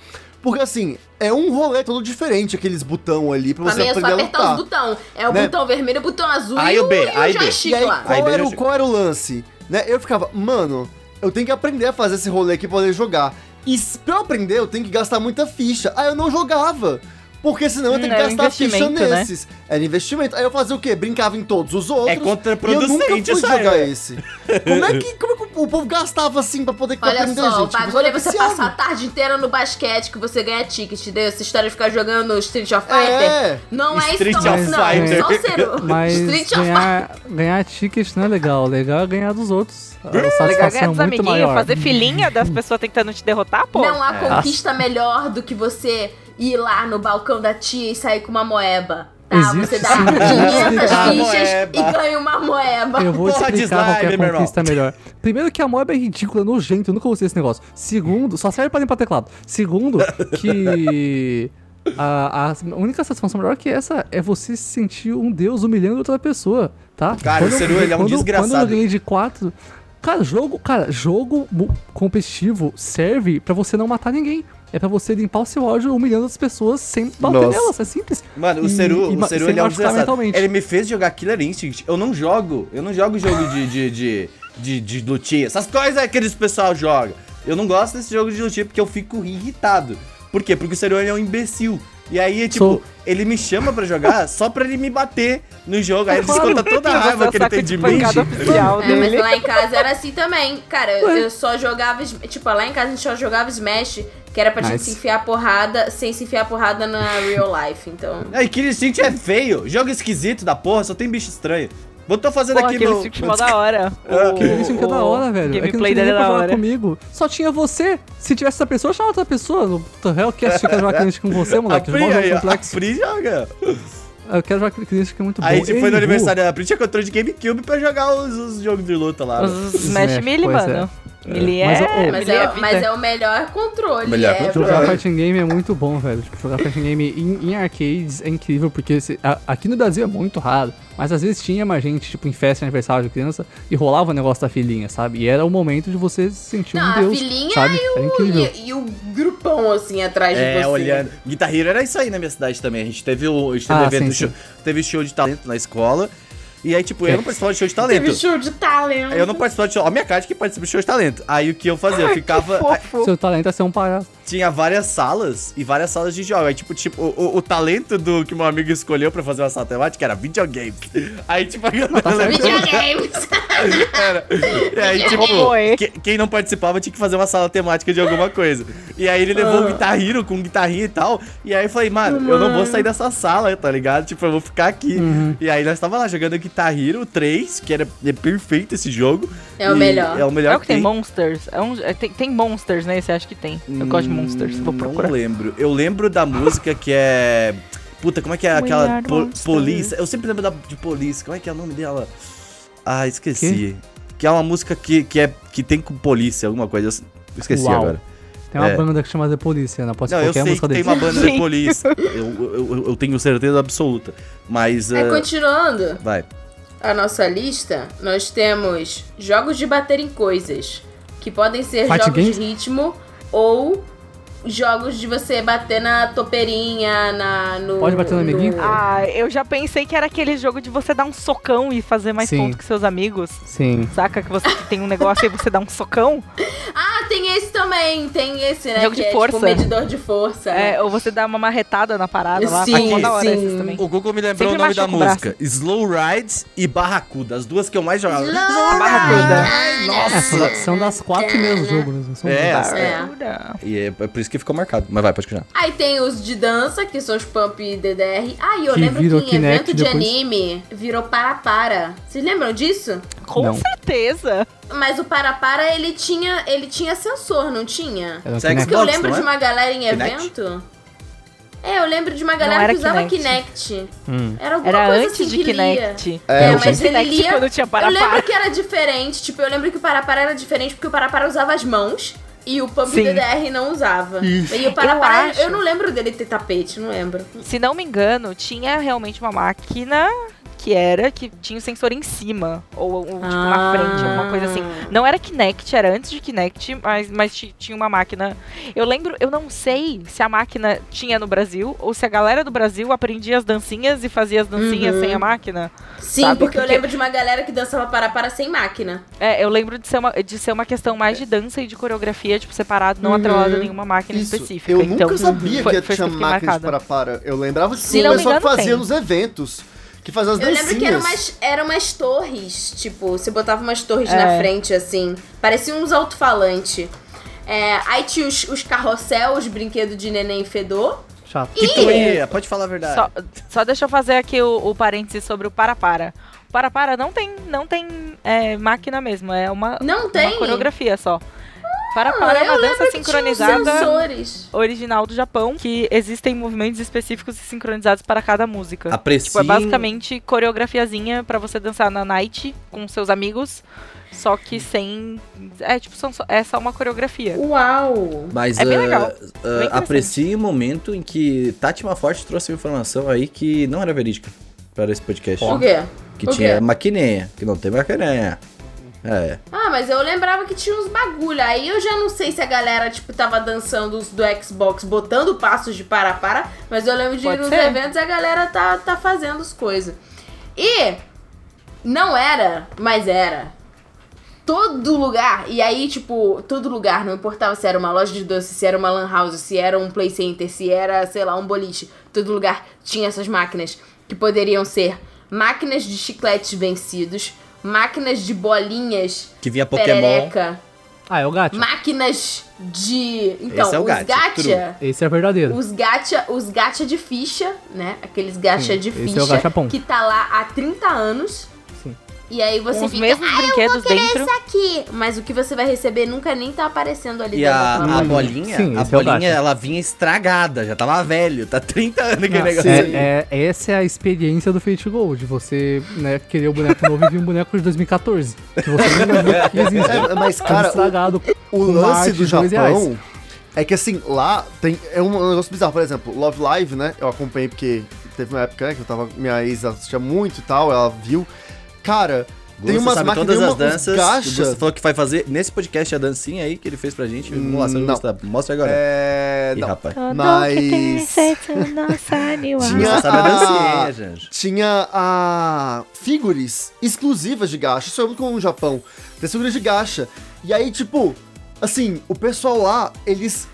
Speaker 5: porque assim, é um rolê todo diferente aqueles botão ali pra
Speaker 2: Pra
Speaker 5: você
Speaker 2: mim é só
Speaker 5: aprender a
Speaker 2: apertar
Speaker 5: lutar.
Speaker 2: os botão. É o
Speaker 5: Né?
Speaker 2: botão vermelho, o botão azul
Speaker 4: Aí
Speaker 2: e
Speaker 4: o
Speaker 2: o,
Speaker 4: B,
Speaker 2: e
Speaker 4: aí
Speaker 2: o
Speaker 4: B.
Speaker 5: E aí, é
Speaker 2: joystick lá.
Speaker 4: Aí
Speaker 5: qual, era,
Speaker 4: beleza.
Speaker 5: o- qual era o lance? Né? Eu ficava, mano, eu tenho que aprender a fazer esse rolê aqui pra poder jogar. E s- pra eu aprender, eu tenho que gastar muita ficha. Aí eu não jogava. Porque senão eu tenho
Speaker 7: Hum,
Speaker 5: que
Speaker 7: é um
Speaker 5: gastar ficha
Speaker 7: investimento, né?
Speaker 5: nesses. Era investimento. Aí eu fazia o quê? Brincava em todos os outros.
Speaker 4: É contraproducente
Speaker 5: E eu nunca fui
Speaker 4: essa
Speaker 5: jogar
Speaker 4: era.
Speaker 5: esse. Como é, que, como é que o povo gastava assim pra poder
Speaker 2: Olha
Speaker 5: aprender,
Speaker 2: só, o
Speaker 5: gente? Tipo,
Speaker 2: bagulho é
Speaker 5: isso
Speaker 2: você
Speaker 5: é
Speaker 2: passar a
Speaker 5: viciado.
Speaker 2: tarde inteira no basquete que você ganha ticket, entendeu? Essa história de ficar jogando Street of Fighter.
Speaker 5: É.
Speaker 2: Não é
Speaker 4: Street
Speaker 2: isso,
Speaker 4: of
Speaker 2: não.
Speaker 6: Fighter.
Speaker 2: Só ser
Speaker 6: Mas
Speaker 2: Street of
Speaker 6: ganhar, ganhar tickets não é legal. O Legal é ganhar dos outros. A
Speaker 7: Legal
Speaker 6: satisfação
Speaker 7: ganhar
Speaker 6: é
Speaker 7: dos
Speaker 6: muito
Speaker 7: amiguinhos,
Speaker 6: maior.
Speaker 7: fazer filhinha das pessoas tentando te derrotar, pô.
Speaker 2: Não há
Speaker 6: é.
Speaker 2: conquista melhor do que você ir lá no balcão da tia e sair com uma moeba. Tá?
Speaker 6: Existe
Speaker 2: você dá
Speaker 6: sim.
Speaker 2: 500
Speaker 4: Ah,
Speaker 2: fichas
Speaker 4: moeba.
Speaker 2: e ganha uma moeba.
Speaker 6: Eu vou te
Speaker 4: Porra de
Speaker 6: explicar qual que é
Speaker 4: slime, meu
Speaker 6: a
Speaker 4: irmão.
Speaker 6: conquista melhor. Primeiro que a mob é ridícula, nojento, eu nunca usei esse negócio. Segundo, só serve pra limpar teclado. Segundo, que a, a única satisfação melhor que essa é você se sentir um deus humilhando outra pessoa, tá?
Speaker 4: Cara, o Seru,
Speaker 6: eu-
Speaker 4: ele é um
Speaker 6: quando- Quando eu
Speaker 4: desgraçado.
Speaker 6: ganhei de quatro... Cara, jogo, cara, jogo mu- competitivo serve pra você não matar ninguém. É pra você limpar o seu ódio humilhando as pessoas sem bater
Speaker 5: Nossa.
Speaker 6: nelas, é simples.
Speaker 4: Mano, o
Speaker 6: E-
Speaker 4: Seru,
Speaker 6: e
Speaker 4: o
Speaker 6: ma-
Speaker 4: Seru
Speaker 6: sem
Speaker 4: ele é um
Speaker 6: machucar
Speaker 4: desgraçado.
Speaker 6: mentalmente.
Speaker 4: Ele me fez jogar Killer Instinct. Eu não jogo, eu não jogo jogo de, de, de, de, de lutinha. Essas coisas é que eles pessoal joga. Eu não gosto desse jogo de lutinha porque eu fico irritado. Por quê? Porque o Seru ele é um imbecil. E aí, tipo,
Speaker 6: Sou.
Speaker 4: ele me chama pra jogar só pra ele me bater no jogo. Aí ele
Speaker 7: Claro.
Speaker 4: desconta toda a
Speaker 7: Mas é o
Speaker 4: raiva que ele
Speaker 7: saco
Speaker 4: tem
Speaker 7: de
Speaker 4: de mim.
Speaker 7: pancada oficial
Speaker 2: É, mas
Speaker 7: dele.
Speaker 2: lá em casa era assim também. Cara, eu, eu só jogava. es- Tipo, lá em casa a gente só jogava Smash, que era pra gente
Speaker 6: Nice.
Speaker 2: se enfiar porrada, sem se enfiar porrada na real life. Então.
Speaker 4: Aí, Killer Instinct é feio. Jogo esquisito da porra, só tem bicho estranho. Bom, tô fazendo
Speaker 7: Porra,
Speaker 4: aqui
Speaker 7: aquele
Speaker 4: meu.
Speaker 7: filme mó da hora.
Speaker 4: Ah,
Speaker 7: O-
Speaker 6: Que isso que é da
Speaker 7: o
Speaker 6: hora, velho. É que não
Speaker 7: Gameplay
Speaker 6: tinha
Speaker 7: dele é
Speaker 6: ninguém pra
Speaker 7: da
Speaker 6: jogar
Speaker 7: hora.
Speaker 6: comigo. Só tinha você. Se tivesse essa pessoa, chama outra pessoa. No Puta, Hellcast eu quero jogar crítica com você,
Speaker 4: A
Speaker 6: moleque.
Speaker 4: Pri,
Speaker 6: Joga um
Speaker 4: aí, ó,
Speaker 6: jogo Ah,
Speaker 4: a
Speaker 6: complexo.
Speaker 4: Pri joga.
Speaker 6: Eu quero jogar crítica é muito bom.
Speaker 4: Aí a gente foi
Speaker 6: Ei,
Speaker 4: no
Speaker 6: Gu,
Speaker 4: aniversário da Pri, tinha controle de GameCube pra jogar os, os jogos de luta lá. né?
Speaker 7: Os
Speaker 6: Smash,
Speaker 7: Smash Melee,
Speaker 6: pois é.
Speaker 7: mano. Melee
Speaker 6: Mas, ô,
Speaker 7: é.
Speaker 2: Mas
Speaker 7: Melee é
Speaker 2: é, mas
Speaker 7: vida.
Speaker 2: é o melhor controle.
Speaker 4: Melhor
Speaker 2: é,
Speaker 4: controle.
Speaker 6: Jogar fighting game é muito bom, velho. Tipo, jogar fighting game em, em arcades é incrível, porque se- a- aqui no Brasil é muito raro. Mas às vezes tinha mais gente, tipo, em festa, aniversário de criança, e rolava o negócio da filhinha, sabe? E era o momento de você se sentir
Speaker 2: Não,
Speaker 6: um
Speaker 2: a
Speaker 6: deus,
Speaker 2: filhinha
Speaker 6: sabe?
Speaker 2: e,
Speaker 6: Era
Speaker 2: o,
Speaker 6: incrível.
Speaker 2: e, e o grupão assim atrás de
Speaker 4: É,
Speaker 2: você.
Speaker 4: olhando. Guitar Hero era isso aí na minha cidade também. A gente teve o. A gente teve
Speaker 6: Ah,
Speaker 4: evento,
Speaker 6: sim,
Speaker 4: show,
Speaker 6: sim.
Speaker 4: teve show de talento na escola. E aí, tipo, eu não participava de show de talento.
Speaker 2: Teve show de talento.
Speaker 4: Eu não participava de show. Ó, minha cara que participa de show de talento. Aí o que eu fazia? Eu ficava.
Speaker 7: Fofo.
Speaker 6: Seu talento é ser um palhaço.
Speaker 4: tinha várias salas e várias salas de jogos. Aí, tipo, tipo o, o- o talento do que meu amigo escolheu pra fazer uma sala temática era videogames. Aí, tipo, a galera.
Speaker 2: Videogames.
Speaker 4: era. E aí, tipo,
Speaker 7: Oi.
Speaker 4: que- quem não participava tinha que fazer uma sala temática de alguma coisa. E aí ele levou
Speaker 2: Ah.
Speaker 4: o Guitar Hero com guitarrinha e tal. E aí eu falei, mano, eu não vou sair dessa sala, tá ligado? Tipo, eu vou ficar aqui.
Speaker 2: Hum.
Speaker 6: Uhum.
Speaker 4: E aí nós tava lá jogando Guitar Hero 3, que era é perfeito esse jogo.
Speaker 2: É o
Speaker 4: E
Speaker 2: melhor.
Speaker 4: É o melhor
Speaker 7: É o que tem Monsters. É um- é, tem, tem Monsters, né? Esse acho que tem. Eu gosto de
Speaker 4: Hum,
Speaker 7: Monsters. Vou procurar.
Speaker 4: Não lembro. Eu lembro da música que é. Puta, como é que é
Speaker 7: We
Speaker 4: aquela
Speaker 7: are
Speaker 4: po-
Speaker 7: monsters.
Speaker 4: Police? Eu sempre lembro da, de Police. Como é que é o nome dela? Ah, esqueci. Que é uma música que, que, é, que tem com polícia, alguma coisa. Eu s- esqueci
Speaker 6: Uau.
Speaker 4: agora.
Speaker 6: Tem uma
Speaker 4: É.
Speaker 6: banda que chama The Police, Ana. Pode ser
Speaker 4: Não, eu
Speaker 6: qualquer
Speaker 4: sei que
Speaker 6: música
Speaker 4: tem
Speaker 6: deles.
Speaker 4: uma banda de
Speaker 7: Gente.
Speaker 4: polícia. Eu, eu, eu- eu tenho certeza absoluta. Mas.
Speaker 7: É,
Speaker 2: Aí,
Speaker 4: eh,
Speaker 2: É, continuando
Speaker 4: Vai.
Speaker 2: a nossa lista, nós temos jogos de bater em coisas, que podem ser
Speaker 6: Fight
Speaker 2: jogos
Speaker 6: games?
Speaker 2: de ritmo ou jogos de você bater na topeirinha, na, no...
Speaker 6: Pode bater no amiguinho?
Speaker 7: Ah, eu já pensei que era aquele jogo de você dar um socão e fazer mais
Speaker 6: Sim.
Speaker 7: ponto que seus amigos.
Speaker 6: Sim.
Speaker 7: Saca que você tem um negócio e você dá um socão?
Speaker 2: Ah, tem esse também, tem esse, né?
Speaker 7: Jogo
Speaker 2: que
Speaker 7: de
Speaker 2: é
Speaker 7: força.
Speaker 2: tipo medidor de força. né?
Speaker 7: É, ou você dá uma marretada na parada lá.
Speaker 2: Sim,
Speaker 7: mó da hora
Speaker 2: sim.
Speaker 7: esses também.
Speaker 4: O Google me lembrou
Speaker 7: Sempre
Speaker 4: o nome da
Speaker 7: machuca o braço.
Speaker 4: música: Slow Rides e Barracuda. As duas que eu mais jogava.
Speaker 2: Slow
Speaker 7: Barracuda.
Speaker 4: Ai,
Speaker 6: É,
Speaker 4: Nossa!
Speaker 6: são- são das quatro primeiros jogos, né? São
Speaker 4: É,
Speaker 6: duas.
Speaker 7: Barracuda.
Speaker 4: E é por isso que ficou marcado. Mas vai, pode continuar.
Speaker 2: Aí tem os de dança, que são os Pump e DDR. Ah, e eu
Speaker 6: Que
Speaker 2: lembro que
Speaker 6: virou
Speaker 2: em evento
Speaker 6: Kinect
Speaker 2: de
Speaker 6: depois.
Speaker 2: anime virou para-para. Vocês lembram disso?
Speaker 7: Com
Speaker 6: Não.
Speaker 7: certeza.
Speaker 2: Mas o para-para, ele tinha, ele tinha sensor, não tinha?
Speaker 6: Era um
Speaker 4: Segue
Speaker 2: Porque
Speaker 6: Kinect.
Speaker 2: eu
Speaker 4: Xbox,
Speaker 2: lembro
Speaker 4: não é?
Speaker 2: de uma galera em
Speaker 4: Kinect?
Speaker 2: evento. É, eu lembro de uma
Speaker 7: Não
Speaker 2: galera
Speaker 7: era
Speaker 2: que usava
Speaker 7: Kinect.
Speaker 2: Kinect.
Speaker 6: Hum.
Speaker 2: Era alguma
Speaker 7: Era
Speaker 2: coisa
Speaker 7: antes
Speaker 2: assim
Speaker 7: de
Speaker 2: que lia.
Speaker 7: Kinect.
Speaker 2: É,
Speaker 6: eu
Speaker 2: mas
Speaker 7: tinha
Speaker 2: ele
Speaker 7: Kinect
Speaker 2: lia...
Speaker 7: quando tinha
Speaker 2: eu lembro
Speaker 7: Parapara.
Speaker 2: que era diferente. Tipo, eu lembro que o Parapara era diferente porque o Parapara usava as mãos e o Pump
Speaker 7: Sim.
Speaker 2: DDR não usava. E o Parapara, eu,
Speaker 7: acho. Tipo,
Speaker 2: não lembro dele ter tapete, não lembro.
Speaker 7: Se não me engano, tinha realmente uma máquina que era que tinha o sensor em cima ou, ou, tipo, na
Speaker 2: Ah.
Speaker 7: frente, alguma coisa assim. Não era Kinect, era antes de Kinect, mas, mas ti- tinha uma máquina. Eu lembro, eu não sei se a máquina tinha no Brasil ou se a galera do Brasil aprendia as dancinhas e fazia as dancinhas
Speaker 2: Uhum.
Speaker 7: sem a máquina.
Speaker 2: Sim,
Speaker 7: Sabe,
Speaker 2: porque eu
Speaker 7: porque-
Speaker 2: lembro de uma galera que dançava Parapara sem máquina.
Speaker 7: É, eu lembro de ser uma, de ser uma questão mais de dança e de coreografia, tipo, separado, não
Speaker 2: Uhum.
Speaker 7: atrelado a nenhuma máquina
Speaker 5: Isso,
Speaker 7: específica.
Speaker 5: eu
Speaker 7: então,
Speaker 5: nunca sabia
Speaker 7: foi-
Speaker 5: que
Speaker 7: foi isso
Speaker 5: tinha
Speaker 7: fiquei
Speaker 5: máquina
Speaker 7: marcada.
Speaker 5: de para-para. Eu lembrava que
Speaker 2: Se
Speaker 5: o
Speaker 2: não
Speaker 7: me
Speaker 5: pessoal
Speaker 7: engano,
Speaker 5: fazia
Speaker 7: tem.
Speaker 5: nos eventos, que fazia as
Speaker 2: Eu
Speaker 5: dancinhas.
Speaker 2: lembro que eram umas, eram umas torres, tipo, você botava umas torres
Speaker 7: É.
Speaker 2: na frente, assim. Parecia uns alto-falante. É, aí tinha os, os carrossel, os brinquedos de neném fedor.
Speaker 6: Chato.
Speaker 4: Que tu ia? Pode falar a verdade.
Speaker 7: Só, só deixa eu fazer aqui o, o parênteses sobre o para-para. O para-para não tem, não tem é, máquina mesmo, é uma,
Speaker 2: Não
Speaker 7: uma
Speaker 2: tem.
Speaker 7: coreografia só.
Speaker 2: Ah,
Speaker 7: Para-para é uma
Speaker 2: eu
Speaker 7: dança
Speaker 2: lembro que tinha um uns
Speaker 7: sincronizada
Speaker 2: sensores.
Speaker 7: original do Japão, que existem movimentos específicos e sincronizados para cada música.
Speaker 4: A precinho...
Speaker 7: Tipo, é basicamente coreografiazinha pra você dançar na night com seus amigos, só que sem... É, tipo, são só- é só uma coreografia.
Speaker 2: Uau!
Speaker 4: Mas
Speaker 7: É bem
Speaker 4: ah,
Speaker 7: legal,
Speaker 4: ah,
Speaker 7: interessante.
Speaker 4: aprecie o momento em que Tati Maforte trouxe uma informação aí que não era verídica para esse podcast.
Speaker 2: O quê?
Speaker 4: Que
Speaker 2: o
Speaker 4: tinha
Speaker 2: quê?
Speaker 4: maquininha, que não tem maquininha. É.
Speaker 2: Ah, mas eu lembrava que tinha uns bagulho. Aí eu já não sei se a galera, tipo, tava dançando os do Xbox, botando passos de para-para. Mas eu lembro de
Speaker 7: Pode
Speaker 2: ir nos
Speaker 7: ser.
Speaker 2: eventos e a galera tá, tá fazendo as coisas. E não era, mas era. Todo lugar, e aí, tipo, todo lugar, não importava se era uma loja de doce, se era uma lan house, se era um play center, se era, sei lá, um boliche, todo lugar tinha essas máquinas que poderiam ser máquinas de chicletes vencidos, máquinas de bolinhas
Speaker 4: Que vinha Pokémon.
Speaker 2: perereca,
Speaker 6: Ah, é o gato.
Speaker 2: máquinas de. Então,
Speaker 4: Esse é o
Speaker 2: os
Speaker 4: gacha,
Speaker 2: gacha.
Speaker 6: Esse é verdadeiro.
Speaker 2: Os gacha, os gacha de ficha, né? Aqueles gacha
Speaker 6: Sim,
Speaker 2: de
Speaker 6: esse é
Speaker 2: ficha
Speaker 6: o gachapon.
Speaker 2: que tá lá há 30 anos.
Speaker 6: Sim.
Speaker 2: E aí você
Speaker 7: com os
Speaker 2: fica, "Ah,
Speaker 7: mesmos brinquedos dentro.
Speaker 2: aqui. Mas o que você vai receber nunca nem tá aparecendo ali
Speaker 4: E
Speaker 2: dentro
Speaker 4: a,
Speaker 2: daquela
Speaker 4: a
Speaker 7: Hum.
Speaker 2: bolinha.
Speaker 4: bolinha,
Speaker 6: Sim,
Speaker 4: a
Speaker 6: esse eu
Speaker 4: bolinha,
Speaker 6: baixo.
Speaker 4: ela vinha estragada, já tava velho, tá 30 anos aquele
Speaker 6: Ah,
Speaker 4: negócio.
Speaker 6: é- é- essa é a experiência do Fate Gold. Você né, querer o boneco novo e vir um boneco de 2014. Que você não lembra que existe.
Speaker 5: É, mas,
Speaker 6: Tá
Speaker 5: cara, o,
Speaker 6: estragado.
Speaker 5: o
Speaker 6: com uma
Speaker 5: lance
Speaker 6: arte
Speaker 5: do
Speaker 6: de dois reais.
Speaker 5: Japão é que assim, lá tem. É um negócio bizarro. Por exemplo, Love Live, né? Eu acompanhei porque teve uma época né, que eu tava. Minha ex assistia muito e tal, ela viu. Cara, tem
Speaker 4: Gusta
Speaker 5: umas
Speaker 4: sabe
Speaker 5: máquinas
Speaker 4: todas
Speaker 5: tem
Speaker 4: as
Speaker 5: uma- uns
Speaker 4: danças. O
Speaker 5: gacha.
Speaker 4: Gusta falou que vai fazer nesse podcast a dancinha aí que ele fez pra gente. Vamos lá, seu
Speaker 5: Não.
Speaker 4: Gusta, mostra agora.
Speaker 5: É.
Speaker 4: Ih,
Speaker 5: Não.
Speaker 4: rapaz.
Speaker 5: Mas- Tinha
Speaker 4: Gusta sabe a
Speaker 5: a-
Speaker 4: dancinha, gente.
Speaker 5: Tinha a figuras exclusivas de gacha. Isso é muito comum no Japão. Tem figuras de gacha. E aí, tipo, assim, o pessoal lá, eles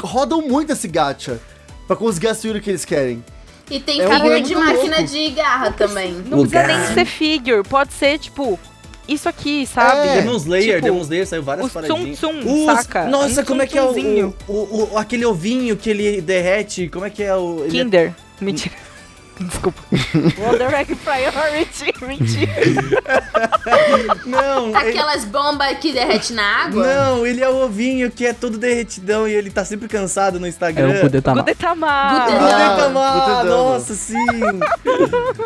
Speaker 5: rodam muito esse gacha pra conseguir a figura que eles querem.
Speaker 2: E tem
Speaker 5: É um
Speaker 2: figura
Speaker 5: boneco
Speaker 2: de
Speaker 5: muito
Speaker 2: máquina
Speaker 5: louco.
Speaker 2: de garra também.
Speaker 7: Não precisa
Speaker 4: Lugar.
Speaker 7: nem ser figure, pode ser tipo isso aqui, sabe?
Speaker 5: É.
Speaker 4: Demon Slayer,
Speaker 7: Tipo,
Speaker 4: Demon Slayer, saiu várias
Speaker 7: o
Speaker 4: paradinhas.
Speaker 7: tum-tum,
Speaker 4: Os-
Speaker 7: saca?
Speaker 4: Nossa,
Speaker 7: Um
Speaker 4: como é que é o,
Speaker 7: tum-tumzinho.
Speaker 4: o, o- o- Aquele ovinho que ele derrete, como é que é o... Ele é
Speaker 7: Kinder. Mentira. Desculpa. Wonder Egg Priority. Mentira.
Speaker 4: Não, ele...
Speaker 2: Aquelas bombas que derrete na água.
Speaker 4: É. Não, ele é o ovinho que é todo derretidão e ele tá sempre cansado no
Speaker 6: É
Speaker 4: Instagram.
Speaker 6: o
Speaker 7: tá
Speaker 6: Kudetama.
Speaker 7: Gudetama.
Speaker 2: Gudetama.
Speaker 4: Gudetama,
Speaker 5: Gudetama.
Speaker 4: Nossa, sim!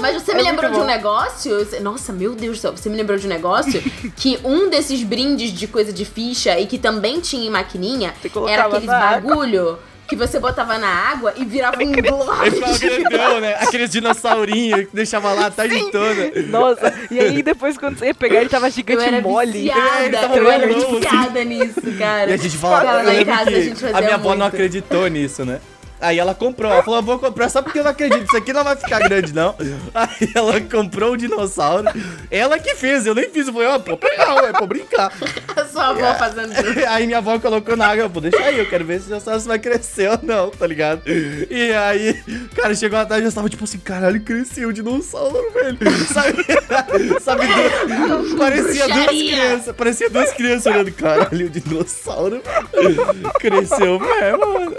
Speaker 2: Mas
Speaker 4: É
Speaker 2: você me lembrou de um negócio? Você- Nossa, meu Deus do céu, você me lembrou de um negócio que um desses brindes de coisa de ficha e que também tinha em maquininha
Speaker 7: Você colocava
Speaker 2: era aqueles
Speaker 7: na água.
Speaker 2: bagulho que você botava na água e virava um globo.
Speaker 4: grandão, né? Aqueles dinossaurinhos que deixava lá a tarde toda.
Speaker 7: Nossa, e aí depois quando você ia pegar ele tava
Speaker 2: Eu
Speaker 7: gigante
Speaker 2: era
Speaker 7: mole. É
Speaker 2: viciada,
Speaker 4: Ele
Speaker 2: eu era
Speaker 4: tava louco,
Speaker 2: viciada nisso, cara.
Speaker 4: E a gente falava,
Speaker 2: Ficava
Speaker 4: eu
Speaker 2: lá em
Speaker 4: lembro
Speaker 2: casa,
Speaker 4: que
Speaker 2: a gente fazia
Speaker 4: minha avó não
Speaker 2: muito.
Speaker 4: acreditou nisso, né? Aí ela comprou, ela falou, eu vou comprar só porque eu não acredito, isso aqui não vai ficar grande não. Aí ela comprou o dinossauro, ela que fez, eu nem fiz, eu falei, ó, pô, legal, é pra brincar.
Speaker 2: A sua
Speaker 4: É.
Speaker 2: avó fazendo isso.
Speaker 4: Aí minha avó colocou na água, eu vou deixar aí, eu quero ver se o dinossauro vai crescer ou não, tá ligado? E aí, cara, chegou atrás e eu tava tipo assim, caralho, cresceu o dinossauro, velho. Sabe, sabe duas- parecia duas
Speaker 2: Bruxaria.
Speaker 4: crianças, parecia duas crianças olhando, caralho, o dinossauro cresceu mesmo, mano.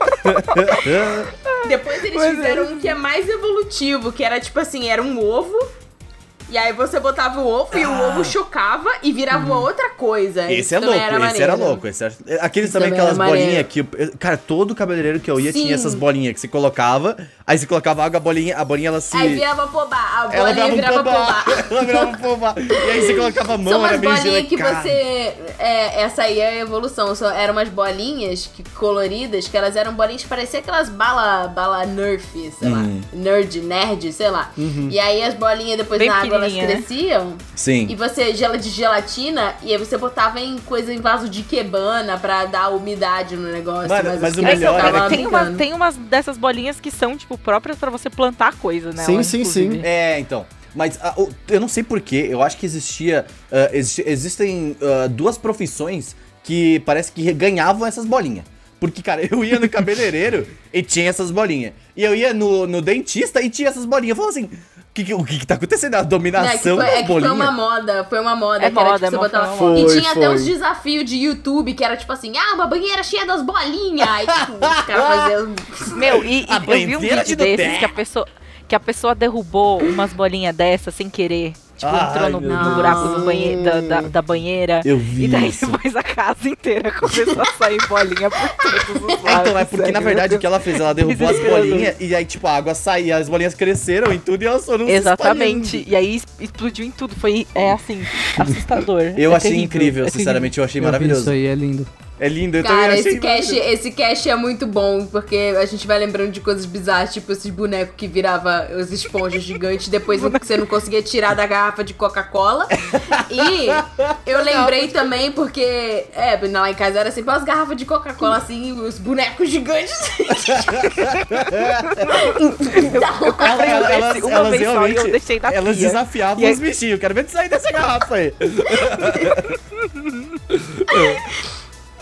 Speaker 2: Depois eles fizeram um que é mais evolutivo, que era tipo assim, era um ovo. E aí você botava o ovo e o ovo chocava e virava uma outra coisa.
Speaker 4: Ah. Uhum. Esse
Speaker 2: Isso
Speaker 4: é
Speaker 2: também
Speaker 4: louco, esse era
Speaker 2: maneiro.
Speaker 4: louco. Esse era... Aqueles também,
Speaker 2: também era
Speaker 4: aquelas bolinhas
Speaker 2: maneiro.
Speaker 4: que. eu- Cara, todo cabeleireiro que eu ia
Speaker 2: Sim.
Speaker 4: tinha essas bolinhas que você colocava, aí você colocava água, a bolinha, a bolinha ela se.
Speaker 2: Aí virava pobá, a
Speaker 4: Ela virava
Speaker 2: bolinha
Speaker 4: um
Speaker 2: virava
Speaker 4: pombar.
Speaker 2: pobá.
Speaker 4: Ela virava um pombar. E aí você colocava a mão,
Speaker 2: São
Speaker 4: era assim,
Speaker 2: umas
Speaker 4: meio
Speaker 2: bolinhas que
Speaker 4: gelecada.
Speaker 2: você. É, essa aí é a evolução. Só eram umas bolinhas que, coloridas, que elas eram bolinhas que pareciam aquelas bala, bala nerf, sei lá.
Speaker 4: Hum.
Speaker 2: Nerd, nerd, sei lá.
Speaker 4: Uhum.
Speaker 2: E aí as bolinhas depois
Speaker 7: Bem
Speaker 2: na água elas
Speaker 7: pequenininha, né?
Speaker 2: cresciam. E
Speaker 4: Sim.
Speaker 2: você gela de gelatina e aí você botava em coisa em vaso de quebana pra dar umidade no negócio. assim,
Speaker 4: Mano, mas
Speaker 2: os
Speaker 4: o
Speaker 7: É, então,
Speaker 2: caras
Speaker 4: melhor
Speaker 2: só
Speaker 7: cara,
Speaker 4: era
Speaker 2: tava
Speaker 7: tem, uma-
Speaker 2: brincando.
Speaker 7: tem umas dessas bolinhas que são, tipo, próprias pra você plantar coisa, né?
Speaker 5: Sim, sim, sim.
Speaker 4: É, então. Mas ah, o- eu não sei porquê, eu acho que existia. ah, exi- existem ah, duas profissões que parece que ganhavam essas bolinhas. Porque, cara, eu ia no cabeleireiro e tinha essas bolinhas. E eu ia no, no dentista e tinha essas bolinhas. Eu falava assim: o que, que- o que, que tá acontecendo? A
Speaker 2: Não, é que,
Speaker 4: dominação
Speaker 2: foi, é
Speaker 4: da
Speaker 2: que foi uma
Speaker 4: bolinha.
Speaker 2: moda, foi uma moda.
Speaker 7: É
Speaker 2: que era,
Speaker 7: moda,
Speaker 2: tipo,
Speaker 7: é
Speaker 2: você
Speaker 7: moda,
Speaker 2: botava...
Speaker 7: é
Speaker 5: moda.
Speaker 2: E
Speaker 5: Foi,
Speaker 2: tinha até
Speaker 5: foi.
Speaker 2: uns desafios de YouTube que era tipo assim, ah, uma banheira cheia das bolinhas. Aí, tipo, os caras faziam...
Speaker 7: Meu, e, e
Speaker 4: A
Speaker 7: eu vi
Speaker 4: bandeira
Speaker 7: um vídeo
Speaker 4: de Nutella.
Speaker 7: desses que a pessoa... Que a pessoa derrubou umas bolinhas dessas sem querer. Tipo,
Speaker 4: Ai,
Speaker 7: entrou no,
Speaker 4: meu
Speaker 7: no
Speaker 2: Deus.
Speaker 7: buraco do banhe da, da, da banheira.
Speaker 4: Eu vi
Speaker 7: E daí
Speaker 4: isso.
Speaker 7: depois a casa inteira começou a sair bolinha por todos
Speaker 4: É,
Speaker 7: os lados.
Speaker 4: então, é porque
Speaker 7: sério,
Speaker 4: na verdade
Speaker 7: meu
Speaker 4: o que ela fez, ela derrubou as
Speaker 7: Desesperador.
Speaker 4: bolinhas e aí, tipo, a água saía, as bolinhas cresceram e tudo e elas foram se
Speaker 7: Exatamente.
Speaker 4: espalhando.
Speaker 7: E aí es- explodiu em tudo. Foi, é assim, assustador.
Speaker 4: Eu
Speaker 7: É
Speaker 4: achei
Speaker 7: terrível.
Speaker 4: incrível,
Speaker 7: É
Speaker 4: sinceramente, eu achei
Speaker 6: Eu vi Isso
Speaker 4: maravilhoso.
Speaker 6: aí é lindo.
Speaker 4: É lindo, eu
Speaker 2: Cara,
Speaker 4: também achei
Speaker 2: esse cash, esse cash é muito bom, porque a gente vai lembrando de coisas bizarras, tipo esses bonecos que virava os esponjas gigantes, depois não- você não conseguia tirar da garrafa de Coca-Cola. E eu lembrei também, porque é, lá em casa era sempre umas garrafas de Coca-Cola, assim, os bonecos gigantes. Então,
Speaker 7: Eu comprei um
Speaker 4: Ela-
Speaker 7: desse
Speaker 4: elas-
Speaker 7: uma
Speaker 4: elas
Speaker 7: vez só e eu
Speaker 4: realmente-
Speaker 7: deixei na
Speaker 4: Elas
Speaker 7: pia.
Speaker 4: desafiavam
Speaker 7: E aí-
Speaker 4: os bichinhos, eu quero ver tu sair dessa garrafa aí.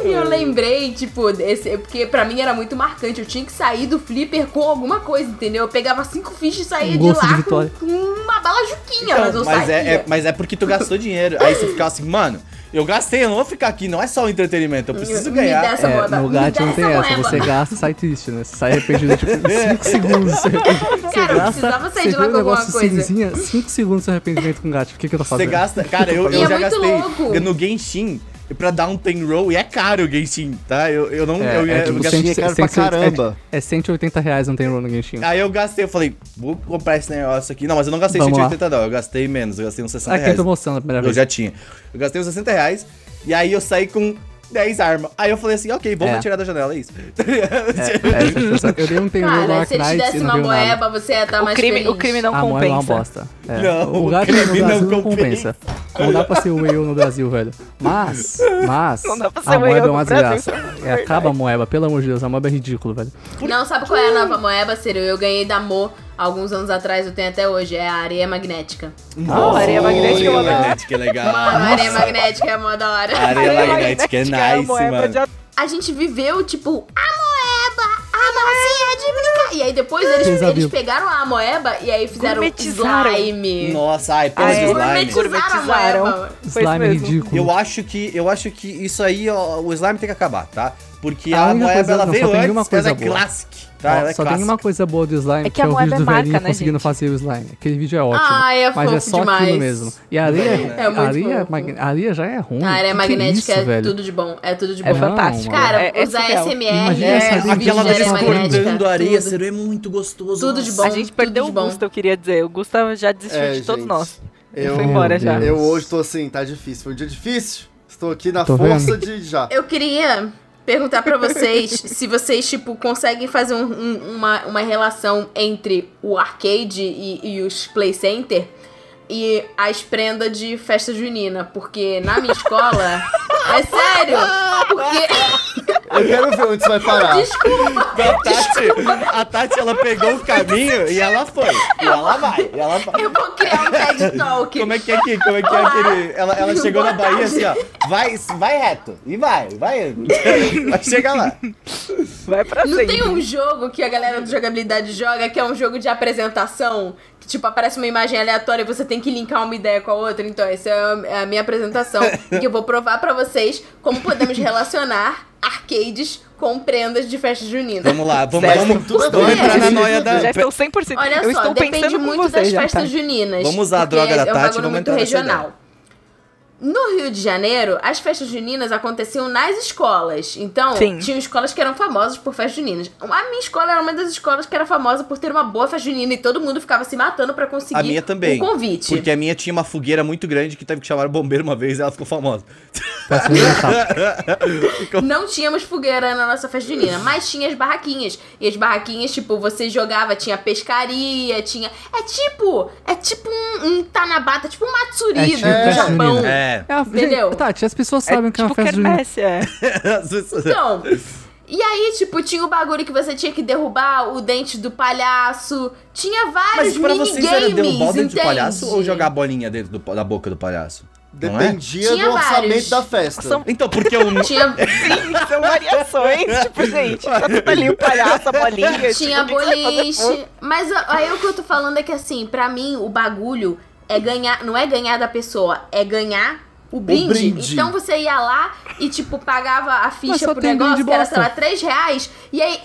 Speaker 2: E eu lembrei, tipo, desse, porque pra mim era muito marcante. Eu tinha que sair do flipper com alguma coisa, entendeu? Eu pegava cinco fichas e saía de
Speaker 6: Um gosto de
Speaker 2: lá com,
Speaker 6: vitória.
Speaker 2: com uma bala juquinha, mas eu
Speaker 4: Então, mas,
Speaker 2: saía.
Speaker 4: é, é- mas é porque tu gastou dinheiro. Aí você ficava assim, mano, Eu gastei, eu não vou ficar aqui, não é só o entretenimento, eu preciso
Speaker 2: Me dá
Speaker 4: ganhar.
Speaker 2: essa
Speaker 6: É,
Speaker 2: moeda.
Speaker 6: no
Speaker 2: Me
Speaker 6: GAT
Speaker 2: dá
Speaker 6: não tem essa,
Speaker 2: moeda.
Speaker 6: você gasta e sai triste, né? Você sai arrependido, tipo, 5 segundos. Você arrepende. Você
Speaker 2: Cara, eu precisava sair de
Speaker 6: você
Speaker 2: lá
Speaker 6: vê
Speaker 2: com
Speaker 6: um
Speaker 2: alguma
Speaker 6: negócio
Speaker 2: coisa.
Speaker 6: cinzinha, 5 segundos de arrependimento com o GAT. O que, que eu tô
Speaker 4: Você
Speaker 6: fazendo?
Speaker 4: gasta. Cara, eu,
Speaker 2: E
Speaker 4: eu
Speaker 2: é
Speaker 4: já
Speaker 2: muito
Speaker 4: gastei
Speaker 2: louco.
Speaker 4: no Genshin pra dar um ten roll e é caro o Genshin, tá? Eu, eu não. eu, eu
Speaker 6: tipo,
Speaker 4: gastei-
Speaker 5: cem- é caro pra
Speaker 6: 180
Speaker 5: caramba.
Speaker 6: É, é 180 reais não tem run no Genshin.
Speaker 4: Aí eu gastei, eu falei, vou comprar esse negócio aqui. Não, mas eu não gastei
Speaker 6: Vamos lá.
Speaker 4: 180 não, eu gastei menos, eu gastei uns 60
Speaker 6: Ah, que
Speaker 4: reais.
Speaker 6: eu tô mostrando a
Speaker 4: é.
Speaker 6: primeira
Speaker 4: Eu
Speaker 6: vez.
Speaker 4: já tinha. Eu gastei uns 60 reais e aí eu saí com 10 armas. Aí eu falei assim, ok, vamos
Speaker 6: É.
Speaker 4: me tirar da janela, é isso.
Speaker 6: É, isso que eu sei. eu dei um tem run no
Speaker 2: Cara,
Speaker 6: Ark
Speaker 2: se ele te
Speaker 6: Knights
Speaker 2: desse
Speaker 6: e não
Speaker 2: uma
Speaker 6: veio nada.
Speaker 2: moeba, você ia estar
Speaker 7: O
Speaker 2: mais
Speaker 7: crime,
Speaker 2: feliz.
Speaker 7: o crime não
Speaker 6: a moeda é uma
Speaker 7: compensa.
Speaker 6: bosta. É.
Speaker 4: Não,
Speaker 6: o gato
Speaker 4: o crime
Speaker 6: no Brasil
Speaker 4: não
Speaker 6: não compensa. Não dá pra ser o Whale no Brasil, velho. Mas, mas,
Speaker 7: Não dá pra ser
Speaker 6: a
Speaker 7: o
Speaker 6: moeda
Speaker 7: Whale
Speaker 6: é uma
Speaker 7: no Brasil,
Speaker 6: desgraça.
Speaker 7: isso é
Speaker 6: É, acaba a moeda, pelo amor de Deus, a moeda é ridícula, velho.
Speaker 2: Não, sabe qual é a
Speaker 7: Hum.
Speaker 2: nova moeba, Ciro? Eu ganhei da Mo alguns anos atrás, eu tenho até hoje. É a areia magnética.
Speaker 7: Nossa, areia magnética é uma
Speaker 4: Areia
Speaker 7: da hora.
Speaker 4: magnética é legal.
Speaker 2: Mano, a areia magnética é mó da hora.
Speaker 4: Areia magnética é
Speaker 7: a
Speaker 4: nice,
Speaker 7: moeda
Speaker 4: mano.
Speaker 7: de a-
Speaker 2: A gente viveu, tipo, a moeba, a massinha é de brincar. E aí depois eles,
Speaker 6: Pesadelo.
Speaker 2: eles pegaram a moeba e aí fizeram
Speaker 7: Gourmetizaram.
Speaker 2: slime.
Speaker 4: Nossa, ai, pelo
Speaker 7: Ah,
Speaker 4: de
Speaker 7: é.
Speaker 4: slime.
Speaker 2: Gourmetizaram a moeba.
Speaker 7: Foi isso
Speaker 6: Slime é
Speaker 7: mesmo.
Speaker 6: ridículo.
Speaker 4: Eu acho que eu acho que isso aí, ó, o slime tem que acabar, tá? Porque
Speaker 6: A
Speaker 4: a,
Speaker 6: única
Speaker 4: moeda
Speaker 6: coisa-
Speaker 4: ela
Speaker 6: não,
Speaker 4: veio
Speaker 6: só tem
Speaker 4: antes,
Speaker 6: uma
Speaker 4: mas
Speaker 6: coisa
Speaker 4: é
Speaker 6: boa.
Speaker 4: classic, tá?
Speaker 6: Ó,
Speaker 4: ela é
Speaker 6: só tem
Speaker 4: clássica.
Speaker 6: uma coisa boa do slime,
Speaker 7: É
Speaker 6: que,
Speaker 7: que a
Speaker 6: é o
Speaker 7: moeda
Speaker 6: vídeo
Speaker 7: é
Speaker 6: do
Speaker 7: marca,
Speaker 6: velhinho
Speaker 7: né,
Speaker 6: conseguindo
Speaker 7: gente? Ah,
Speaker 6: fazer o slime. Aquele vídeo é ótimo.
Speaker 2: Ai, é
Speaker 6: mas é
Speaker 2: fofo
Speaker 6: só
Speaker 2: demais.
Speaker 6: aquilo mesmo. E a areia,
Speaker 4: velhinho,
Speaker 2: né? É muito
Speaker 6: a areia,
Speaker 2: fofo.
Speaker 6: mag- a areia já é ruim.
Speaker 2: A área
Speaker 6: Que que
Speaker 2: magnética
Speaker 6: isso,
Speaker 2: é
Speaker 6: velho?
Speaker 2: tudo de bom. É tudo de bom.
Speaker 7: É
Speaker 6: Não,
Speaker 7: fantástico.
Speaker 6: mano.
Speaker 2: Cara,
Speaker 7: é, é
Speaker 2: usar
Speaker 7: surreal.
Speaker 2: SMR,
Speaker 6: Imagina
Speaker 2: é,
Speaker 6: essa
Speaker 2: vídeo
Speaker 4: Aquela
Speaker 2: de área
Speaker 4: vez cortando
Speaker 2: magnética,
Speaker 4: a areia,
Speaker 2: tudo.
Speaker 4: seria muito gostoso.
Speaker 2: Tudo de
Speaker 4: nossa.
Speaker 2: bom.
Speaker 7: A gente perdeu
Speaker 2: tudo de
Speaker 7: o
Speaker 2: bom.
Speaker 7: Gusta, eu queria dizer. O Gusta já desistiu
Speaker 5: É,
Speaker 7: de todos
Speaker 5: gente.
Speaker 7: nós. Ele
Speaker 5: Eu,
Speaker 7: foi embora
Speaker 6: Meu
Speaker 7: já.
Speaker 6: Deus.
Speaker 5: eu hoje tô assim, tá difícil. Foi um dia difícil. Estou aqui na
Speaker 6: Tô
Speaker 5: força
Speaker 6: vendo.
Speaker 5: de já.
Speaker 2: Eu queria perguntar pra vocês se vocês, tipo, conseguem fazer um- um- uma, uma relação entre o arcade e, e os play center e as prendas de festa junina. Porque na minha escola. é sério! Porque.
Speaker 5: Eu quero ver onde isso vai parar.
Speaker 7: é?
Speaker 4: A Tati, a Tati, ela pegou o caminho e ela foi. E ela vai. E ela vai.
Speaker 2: Eu vou criar um TED Talk.
Speaker 4: Como é que é aqui? Como é que é aquele. Ela, ela chegou na Bahia assim, ó. Vai, vai reto. E vai, vai. Vai chegar lá.
Speaker 7: Vai pra
Speaker 2: Não tem
Speaker 7: sempre.
Speaker 2: um jogo que a galera do jogabilidade joga que é um jogo de apresentação? Que, tipo, aparece uma imagem aleatória e você tem que linkar uma ideia com a outra. Então, essa é a minha apresentação. e que eu vou provar pra vocês como podemos relacionar arcades com prendas de festa junina.
Speaker 4: Vamos lá, vamos,
Speaker 7: Certo.
Speaker 4: vamos,
Speaker 5: Tudo
Speaker 4: vamos
Speaker 2: bem.
Speaker 4: entrar na noia da.
Speaker 7: Eu já estou 100%.
Speaker 2: Olha
Speaker 7: eu
Speaker 2: só,
Speaker 7: estou
Speaker 2: depende
Speaker 7: pensando com
Speaker 2: muito das
Speaker 7: vocês já, tá?
Speaker 2: festas juninas.
Speaker 4: Vamos usar a
Speaker 2: porque
Speaker 4: droga da
Speaker 2: é um
Speaker 4: Tati,
Speaker 2: bagulho
Speaker 4: vamos
Speaker 2: muito
Speaker 4: entrar nessa
Speaker 2: regional. No Rio de Janeiro, as festas juninas aconteciam nas escolas. Então,
Speaker 7: Sim.
Speaker 2: tinham escolas que eram famosas por festas juninas. A minha escola era uma das escolas que era famosa por ter uma boa festa junina e todo mundo ficava se matando pra conseguir
Speaker 4: A minha também.
Speaker 2: um convite.
Speaker 4: Porque a minha tinha uma fogueira muito grande que teve que chamar o bombeiro uma vez e ela ficou famosa.
Speaker 6: Parece um engraçado.
Speaker 2: Não tínhamos fogueira na nossa festa junina, mas tinha as barraquinhas. E as barraquinhas, tipo, você jogava, tinha pescaria, tinha. É tipo. É tipo um, um tanabata, tipo um matsuri
Speaker 6: É
Speaker 2: do
Speaker 6: tipo festa
Speaker 2: Japão.
Speaker 7: né?
Speaker 6: junina.
Speaker 4: É.
Speaker 6: É a- gente,
Speaker 2: Entendeu?
Speaker 6: Tati, as pessoas
Speaker 7: É
Speaker 6: sabem que é uma
Speaker 7: tipo
Speaker 6: festa junina.
Speaker 7: quermesse, é.
Speaker 2: Então. E aí, tipo, tinha o bagulho que você tinha que derrubar o dente do palhaço. Tinha vários
Speaker 4: Mas pra vocês era derrubar o
Speaker 2: minigames,
Speaker 4: dentro do
Speaker 2: entende?
Speaker 4: palhaço ou jogar a bolinha dentro do- da boca do palhaço? Não é?
Speaker 5: Dependia
Speaker 2: Tinha
Speaker 5: do orçamento
Speaker 2: vários.
Speaker 5: da festa.
Speaker 7: São-
Speaker 4: Então, porque o.
Speaker 2: Tinha,
Speaker 7: Sim, são variações. tipo, gente, tá tudo ali o palhaço, a bolinha.
Speaker 2: tinha
Speaker 7: tipo, o que que você vai fazer?
Speaker 2: boliche. Mas ó, aí o que eu tô falando é que, assim, pra mim, o bagulho é ganhar... Não é ganhar da pessoa, é ganhar o brinde.
Speaker 5: brinde.
Speaker 2: Então você ia lá e, tipo, pagava a ficha
Speaker 6: só
Speaker 2: pro
Speaker 6: tem
Speaker 2: negócio,
Speaker 6: brinde
Speaker 2: que era,
Speaker 6: bosta.
Speaker 2: sei lá, 3 reais. E aí...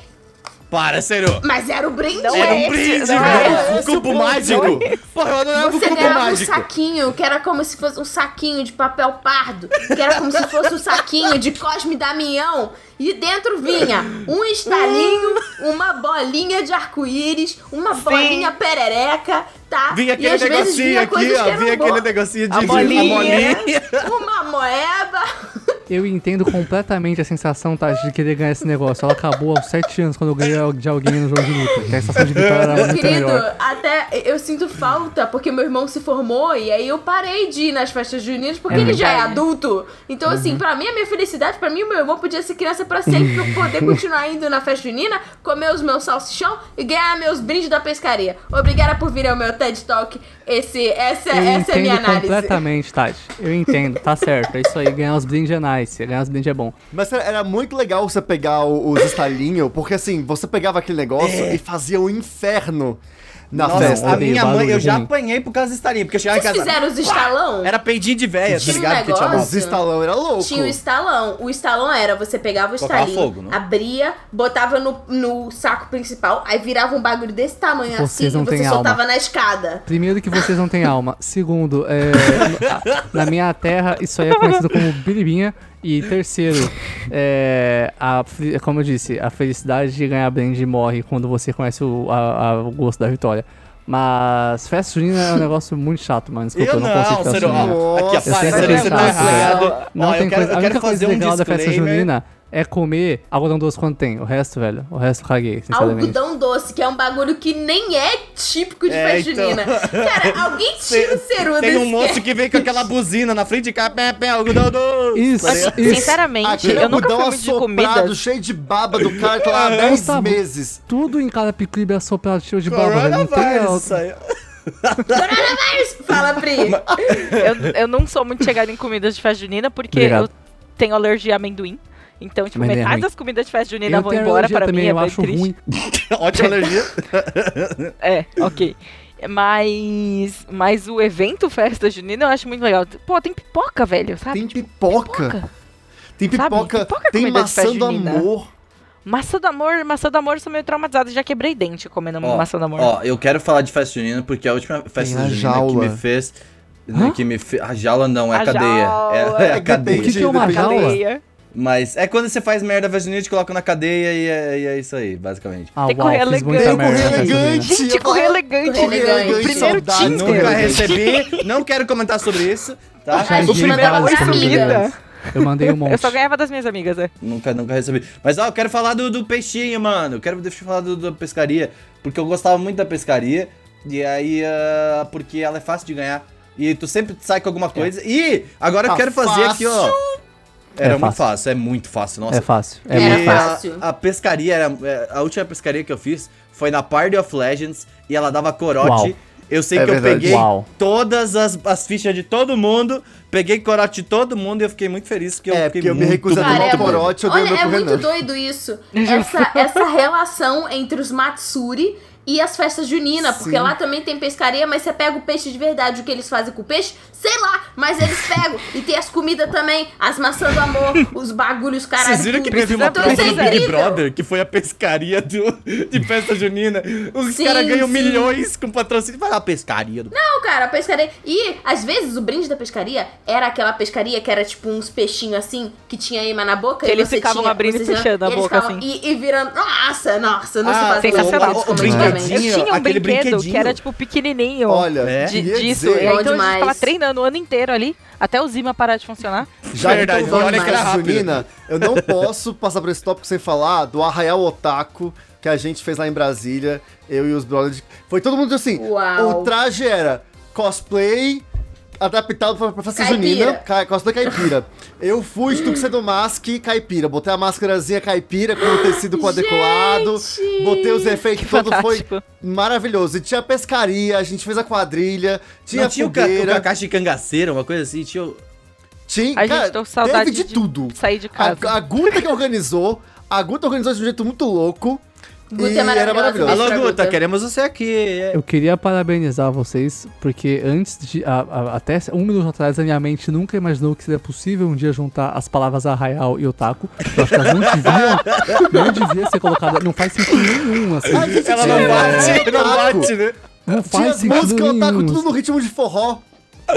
Speaker 4: Para, sério.
Speaker 2: Mas era o brinde.
Speaker 7: Não
Speaker 4: Era
Speaker 7: é
Speaker 4: um
Speaker 7: esse,
Speaker 4: brinde,
Speaker 7: não é
Speaker 4: velho.
Speaker 7: esse
Speaker 4: Um cubo
Speaker 7: o
Speaker 4: mágico.
Speaker 7: bonde.
Speaker 4: Porra, eu adorava o
Speaker 2: Você
Speaker 4: cubo
Speaker 2: ganhava um
Speaker 4: é mágico.
Speaker 2: saquinho, que era como se fosse um saquinho de papel pardo, que era como se fosse um saquinho de Cosme Damião, e dentro vinha um estalinho, uma bolinha de arco-íris, uma bolinha perereca, tá?
Speaker 4: Vinha
Speaker 2: e
Speaker 4: aquele
Speaker 2: às vezes
Speaker 4: negocinho
Speaker 2: vinha
Speaker 4: aqui,
Speaker 2: coisas que
Speaker 4: ó.
Speaker 2: eram
Speaker 4: Vinha aquele
Speaker 2: boas.
Speaker 4: negocinho de
Speaker 7: A
Speaker 4: de-
Speaker 7: bolinha.
Speaker 2: Uma moeba.
Speaker 6: Eu entendo completamente a sensação, Tati, de querer ganhar esse negócio. Ela acabou aos 7 anos quando eu ganhei de alguém no jogo de luta. Que a sensação de vitória era muito
Speaker 2: Querido,
Speaker 6: melhor.
Speaker 2: até eu sinto falta, porque meu irmão se formou e aí eu parei de ir nas festas juninas, porque ele já é
Speaker 7: verdade.
Speaker 2: adulto. Então,
Speaker 6: Uhum.
Speaker 2: assim, pra mim, a minha felicidade, pra mim, o meu irmão podia ser criança pra sempre, pra eu poder continuar indo na festa junina, comer os meus salsichão e ganhar meus brindes da pescaria. Obrigada por vir ao meu TED Talk. Esse, essa essa
Speaker 6: Eu
Speaker 2: é a minha
Speaker 6: entendo
Speaker 2: análise.
Speaker 6: completamente, Tati. Eu entendo, tá certo. É isso aí, ganhar os brindes é nice, ganhar os brindes é bom.
Speaker 5: Mas era, era muito legal você pegar o- os estalinhos, porque assim, você pegava aquele negócio e fazia um inferno. na
Speaker 4: Nossa,
Speaker 5: festa.
Speaker 4: a
Speaker 6: odeio
Speaker 4: minha mãe,
Speaker 6: barulho
Speaker 4: eu já
Speaker 6: ruim.
Speaker 4: apanhei por causa da estalinha, porque eu chegava em
Speaker 2: Vocês
Speaker 4: casa.
Speaker 2: fizeram os estalão?
Speaker 4: Era peidinho de véia, tá
Speaker 2: Tinha um
Speaker 4: ligado? Que tinha
Speaker 2: negócio-
Speaker 4: mal.
Speaker 5: Os estalão era louco.
Speaker 2: Tinha o estalão. O estalão era, você pegava o
Speaker 4: Colocava
Speaker 2: estalinho,
Speaker 4: fogo, né?
Speaker 2: abria, botava no, no saco principal, aí virava um bagulho desse tamanho
Speaker 6: Vocês
Speaker 2: assim
Speaker 6: não
Speaker 2: e você
Speaker 6: têm
Speaker 2: soltava
Speaker 6: alma.
Speaker 2: na escada.
Speaker 6: Primeiro que vocês não têm alma. Segundo, é, na minha terra isso aí é conhecido como biribinha. E terceiro, é, a fe- como eu disse, a felicidade de ganhar brand morre quando você conhece o, a- a- o gosto da vitória. Mas festa junina é um negócio muito chato, mano. Desculpa, eu não, consigo festa
Speaker 4: Ciro, ó,
Speaker 6: junina.
Speaker 4: Aqui, ó, para,
Speaker 5: Nossa,
Speaker 6: eu sempre
Speaker 4: Ciro, você tá
Speaker 6: achei chato.
Speaker 4: errado.
Speaker 6: Não
Speaker 4: Ó,
Speaker 6: tem
Speaker 4: eu quero,
Speaker 6: coisa,
Speaker 4: eu
Speaker 6: a
Speaker 4: quero
Speaker 6: única coisa
Speaker 4: fazer um
Speaker 6: legal da festa
Speaker 4: disclaimer.
Speaker 6: junina é comer algodão doce quando tem. O resto, velho, o resto eu caguei, sinceramente.
Speaker 2: Algodão doce, que é um bagulho que nem é típico de
Speaker 4: É,
Speaker 2: festa
Speaker 4: então.
Speaker 2: junina. Cara, alguém tira o ceru
Speaker 4: Tem
Speaker 2: desse
Speaker 4: um moço que vem com aquela buzina na frente de cá, pé, pé, algodão doce.
Speaker 6: Isso,
Speaker 7: Mas,
Speaker 6: isso.
Speaker 7: sinceramente,
Speaker 5: Aquele
Speaker 7: eu nunca fui
Speaker 5: algodão
Speaker 7: muito de
Speaker 5: Ah, assoprado,
Speaker 7: comida.
Speaker 5: cheio de baba do cara, tá lá há 10
Speaker 6: Gustavo.
Speaker 5: meses.
Speaker 6: Tudo em cada picribe é soprado cheio de barba, velho. Não tem
Speaker 4: Coronavírus,
Speaker 6: outro.
Speaker 4: isso aí.
Speaker 2: Fala, Pri.
Speaker 7: Eu, eu não sou muito chegada em comidas de festa junina porque
Speaker 6: Obrigado.
Speaker 7: eu tenho alergia a amendoim. Então, tipo,
Speaker 6: Amendoim é
Speaker 7: metade
Speaker 6: ruim.
Speaker 7: das comidas de festa junina
Speaker 6: Eu
Speaker 7: vão
Speaker 6: tenho
Speaker 7: embora
Speaker 6: alergia
Speaker 7: para mim,
Speaker 6: também,
Speaker 7: é
Speaker 6: eu
Speaker 7: bem
Speaker 6: acho
Speaker 7: triste.
Speaker 6: ruim.
Speaker 4: Ótima alergia.
Speaker 7: É, ok. Mas, mas o evento festa junina eu acho muito legal. Pô, tem pipoca, velho, sabe?
Speaker 5: Tem pipoca. Tem
Speaker 7: Sabe,
Speaker 5: pipoca,
Speaker 7: pipoca é
Speaker 5: tem
Speaker 7: comida de
Speaker 5: maçã
Speaker 7: festa
Speaker 5: do
Speaker 7: junina.
Speaker 5: amor.
Speaker 7: Maçã do amor, maçã do amor, sou meio traumatizada. Já quebrei dente comendo
Speaker 4: Ó,
Speaker 7: maçã do amor.
Speaker 4: Ó, eu quero falar de festa junina porque a última festa
Speaker 5: a
Speaker 4: junina
Speaker 5: jaula.
Speaker 4: que me fez. né, que me fe... A jaula não, é
Speaker 7: A
Speaker 4: cadeia.
Speaker 7: jaula.
Speaker 4: É, é a
Speaker 5: É
Speaker 4: cadeia.
Speaker 6: O que, que é uma
Speaker 5: Depende-
Speaker 6: jaula?
Speaker 7: Cadeia.
Speaker 4: Mas é quando você faz merda, a festa junina te coloca na cadeia e é, e é isso aí, basicamente.
Speaker 6: Ah,
Speaker 7: Tem
Speaker 6: uau,
Speaker 7: correr
Speaker 6: fiz
Speaker 7: elegante.
Speaker 6: muita
Speaker 7: Tem
Speaker 6: merda.
Speaker 5: correr
Speaker 6: nessa vida.
Speaker 5: elegante.
Speaker 7: Gente, correr elegante.
Speaker 2: Correr elegante.
Speaker 7: Primeiro
Speaker 5: saudades.
Speaker 7: Tinder.
Speaker 5: Correr
Speaker 4: Nunca
Speaker 5: elegante.
Speaker 4: recebi, não quero comentar sobre isso, tá?
Speaker 2: A gente
Speaker 7: O primeiro
Speaker 2: mandava
Speaker 7: amor
Speaker 2: pra
Speaker 7: é
Speaker 2: amiga.
Speaker 7: comida.
Speaker 6: Eu mandei um monte.
Speaker 7: Eu só ganhava das minhas amigas, é.
Speaker 4: Nunca, nunca recebi. Mas ó, eu quero falar do, do peixinho, mano. Eu quero deixa eu falar do, da pescaria. Porque eu gostava muito da pescaria. E aí, ah, porque ela é fácil de ganhar. E tu sempre sai com alguma coisa. E agora eu
Speaker 5: É. Tá
Speaker 4: quero fazer aqui, ó. Era
Speaker 6: É
Speaker 4: muito
Speaker 6: fácil.
Speaker 4: fácil, é muito fácil, nossa.
Speaker 6: É fácil. É
Speaker 2: Era
Speaker 6: muito
Speaker 4: E
Speaker 6: fácil.
Speaker 2: fácil.
Speaker 4: A, a pescaria era. é, A última pescaria que eu fiz foi na Party of Legends e ela dava corote.
Speaker 6: Uau.
Speaker 4: Eu sei
Speaker 5: É
Speaker 4: que
Speaker 5: verdade.
Speaker 4: eu peguei
Speaker 6: Uau.
Speaker 4: todas as, as fichas de todo mundo, peguei corote de todo mundo e eu fiquei muito feliz que eu
Speaker 5: É,
Speaker 4: fiquei
Speaker 5: porque eu me
Speaker 4: muito
Speaker 5: recuso a tomar
Speaker 4: puto.
Speaker 2: Cara, é muito-
Speaker 5: corote, eu dei o
Speaker 2: Olha,
Speaker 5: meu
Speaker 2: é
Speaker 5: pro
Speaker 2: muito
Speaker 5: Renan.
Speaker 2: doido isso. Essa, essa relação entre os Matsuri e as festas juninas. Porque lá também tem pescaria, mas você pega o peixe de verdade. O que eles fazem com o peixe? Sei lá, mas eles pegam. E tem as comidas também, as maçãs do amor, os bagulhos, caralho.
Speaker 4: Vocês viram que
Speaker 2: tudo.
Speaker 4: teve uma
Speaker 2: Então,
Speaker 4: prova
Speaker 2: isso é
Speaker 4: do Big
Speaker 2: incrível.
Speaker 4: Brother que foi a pescaria do, de festa junina? Os
Speaker 2: Sim,
Speaker 4: caras ganham
Speaker 2: sim.
Speaker 4: milhões com patrocínio. Vai lá, pescaria do.
Speaker 2: Não, cara, a pescaria. E às vezes o brinde da pescaria era aquela pescaria que era tipo uns peixinhos assim que tinha ema na boca.
Speaker 7: Que
Speaker 2: e
Speaker 7: eles
Speaker 2: você
Speaker 7: ficavam
Speaker 2: tinha-
Speaker 7: abrindo e
Speaker 2: você tinha-
Speaker 7: fechando a
Speaker 2: eles
Speaker 7: boca,
Speaker 2: ficavam-
Speaker 7: assim.
Speaker 2: E, e virando. Nossa, nossa, não se
Speaker 4: Ah,
Speaker 2: faz nada
Speaker 7: sensacional.
Speaker 2: disso
Speaker 7: O- o
Speaker 2: completamente.
Speaker 4: brinquedinho.
Speaker 7: Eu tinha um
Speaker 4: aquele
Speaker 7: brinquedo que
Speaker 4: brinquedinho.
Speaker 7: era, tipo, pequenininho.
Speaker 5: Olha,
Speaker 4: É?
Speaker 7: de-
Speaker 5: ia
Speaker 7: disso.
Speaker 5: dizer,
Speaker 7: E aí,
Speaker 2: Bom
Speaker 7: então a gente tava
Speaker 2: demais.
Speaker 7: treinando o ano inteiro ali, até o Zima parar de funcionar.
Speaker 5: já que
Speaker 4: Verdade,
Speaker 5: eu tô falando
Speaker 2: olha
Speaker 5: de
Speaker 2: que era
Speaker 5: festa
Speaker 4: rápido.
Speaker 5: junina, eu não posso passar por esse tópico sem falar do Arraial Otaku que a gente fez lá em Brasília, eu e os brothers. de- Foi todo mundo assim,
Speaker 2: Uau.
Speaker 5: o traje era cosplay adaptado pra, pra festa
Speaker 2: Caipira.
Speaker 5: junina, ca, cosplay caipira. Eu fui de Tuxedo Mask caipira, botei a máscarazinha caipira com o tecido quadriculado,
Speaker 2: Gente!
Speaker 5: botei os efeitos todos, foi
Speaker 7: fantástico.
Speaker 5: maravilhoso. E tinha pescaria, a gente fez a quadrilha, tinha
Speaker 4: Não tinha o, ca o
Speaker 5: fogueira.
Speaker 4: Kakashi Cangaceiro, uma coisa assim, tinha o...
Speaker 5: Tinha,
Speaker 7: A gente
Speaker 5: cara,
Speaker 7: tô com saudade
Speaker 5: teve de,
Speaker 7: de
Speaker 5: tudo.
Speaker 7: Sair de
Speaker 5: A,
Speaker 7: casa.
Speaker 5: a Guta que organizou, a Guta organizou de um jeito muito louco.
Speaker 2: Guta
Speaker 5: e
Speaker 2: é maravilhosa,
Speaker 5: era maravilhoso.
Speaker 2: beijo.
Speaker 4: Alô,
Speaker 2: pra
Speaker 4: Guta,
Speaker 2: Guta.
Speaker 4: queremos você aqui. É.
Speaker 6: Eu queria parabenizar vocês, porque antes de. a- a- até um minuto atrás, a minha mente nunca imaginou que seria possível um dia juntar as palavras arraial e otaku. Eu acho que elas não deviam. não devia ser colocada. Não faz sentido nenhum, assim.
Speaker 5: Ai, gente,
Speaker 4: Ela
Speaker 5: tinha-
Speaker 4: não bate, não
Speaker 5: Otaku.
Speaker 4: bate, né?
Speaker 6: Não
Speaker 5: Tinha
Speaker 6: faz
Speaker 5: as
Speaker 6: sentido
Speaker 5: músicas,
Speaker 6: nenhum.
Speaker 5: eu tava tudo no ritmo de forró.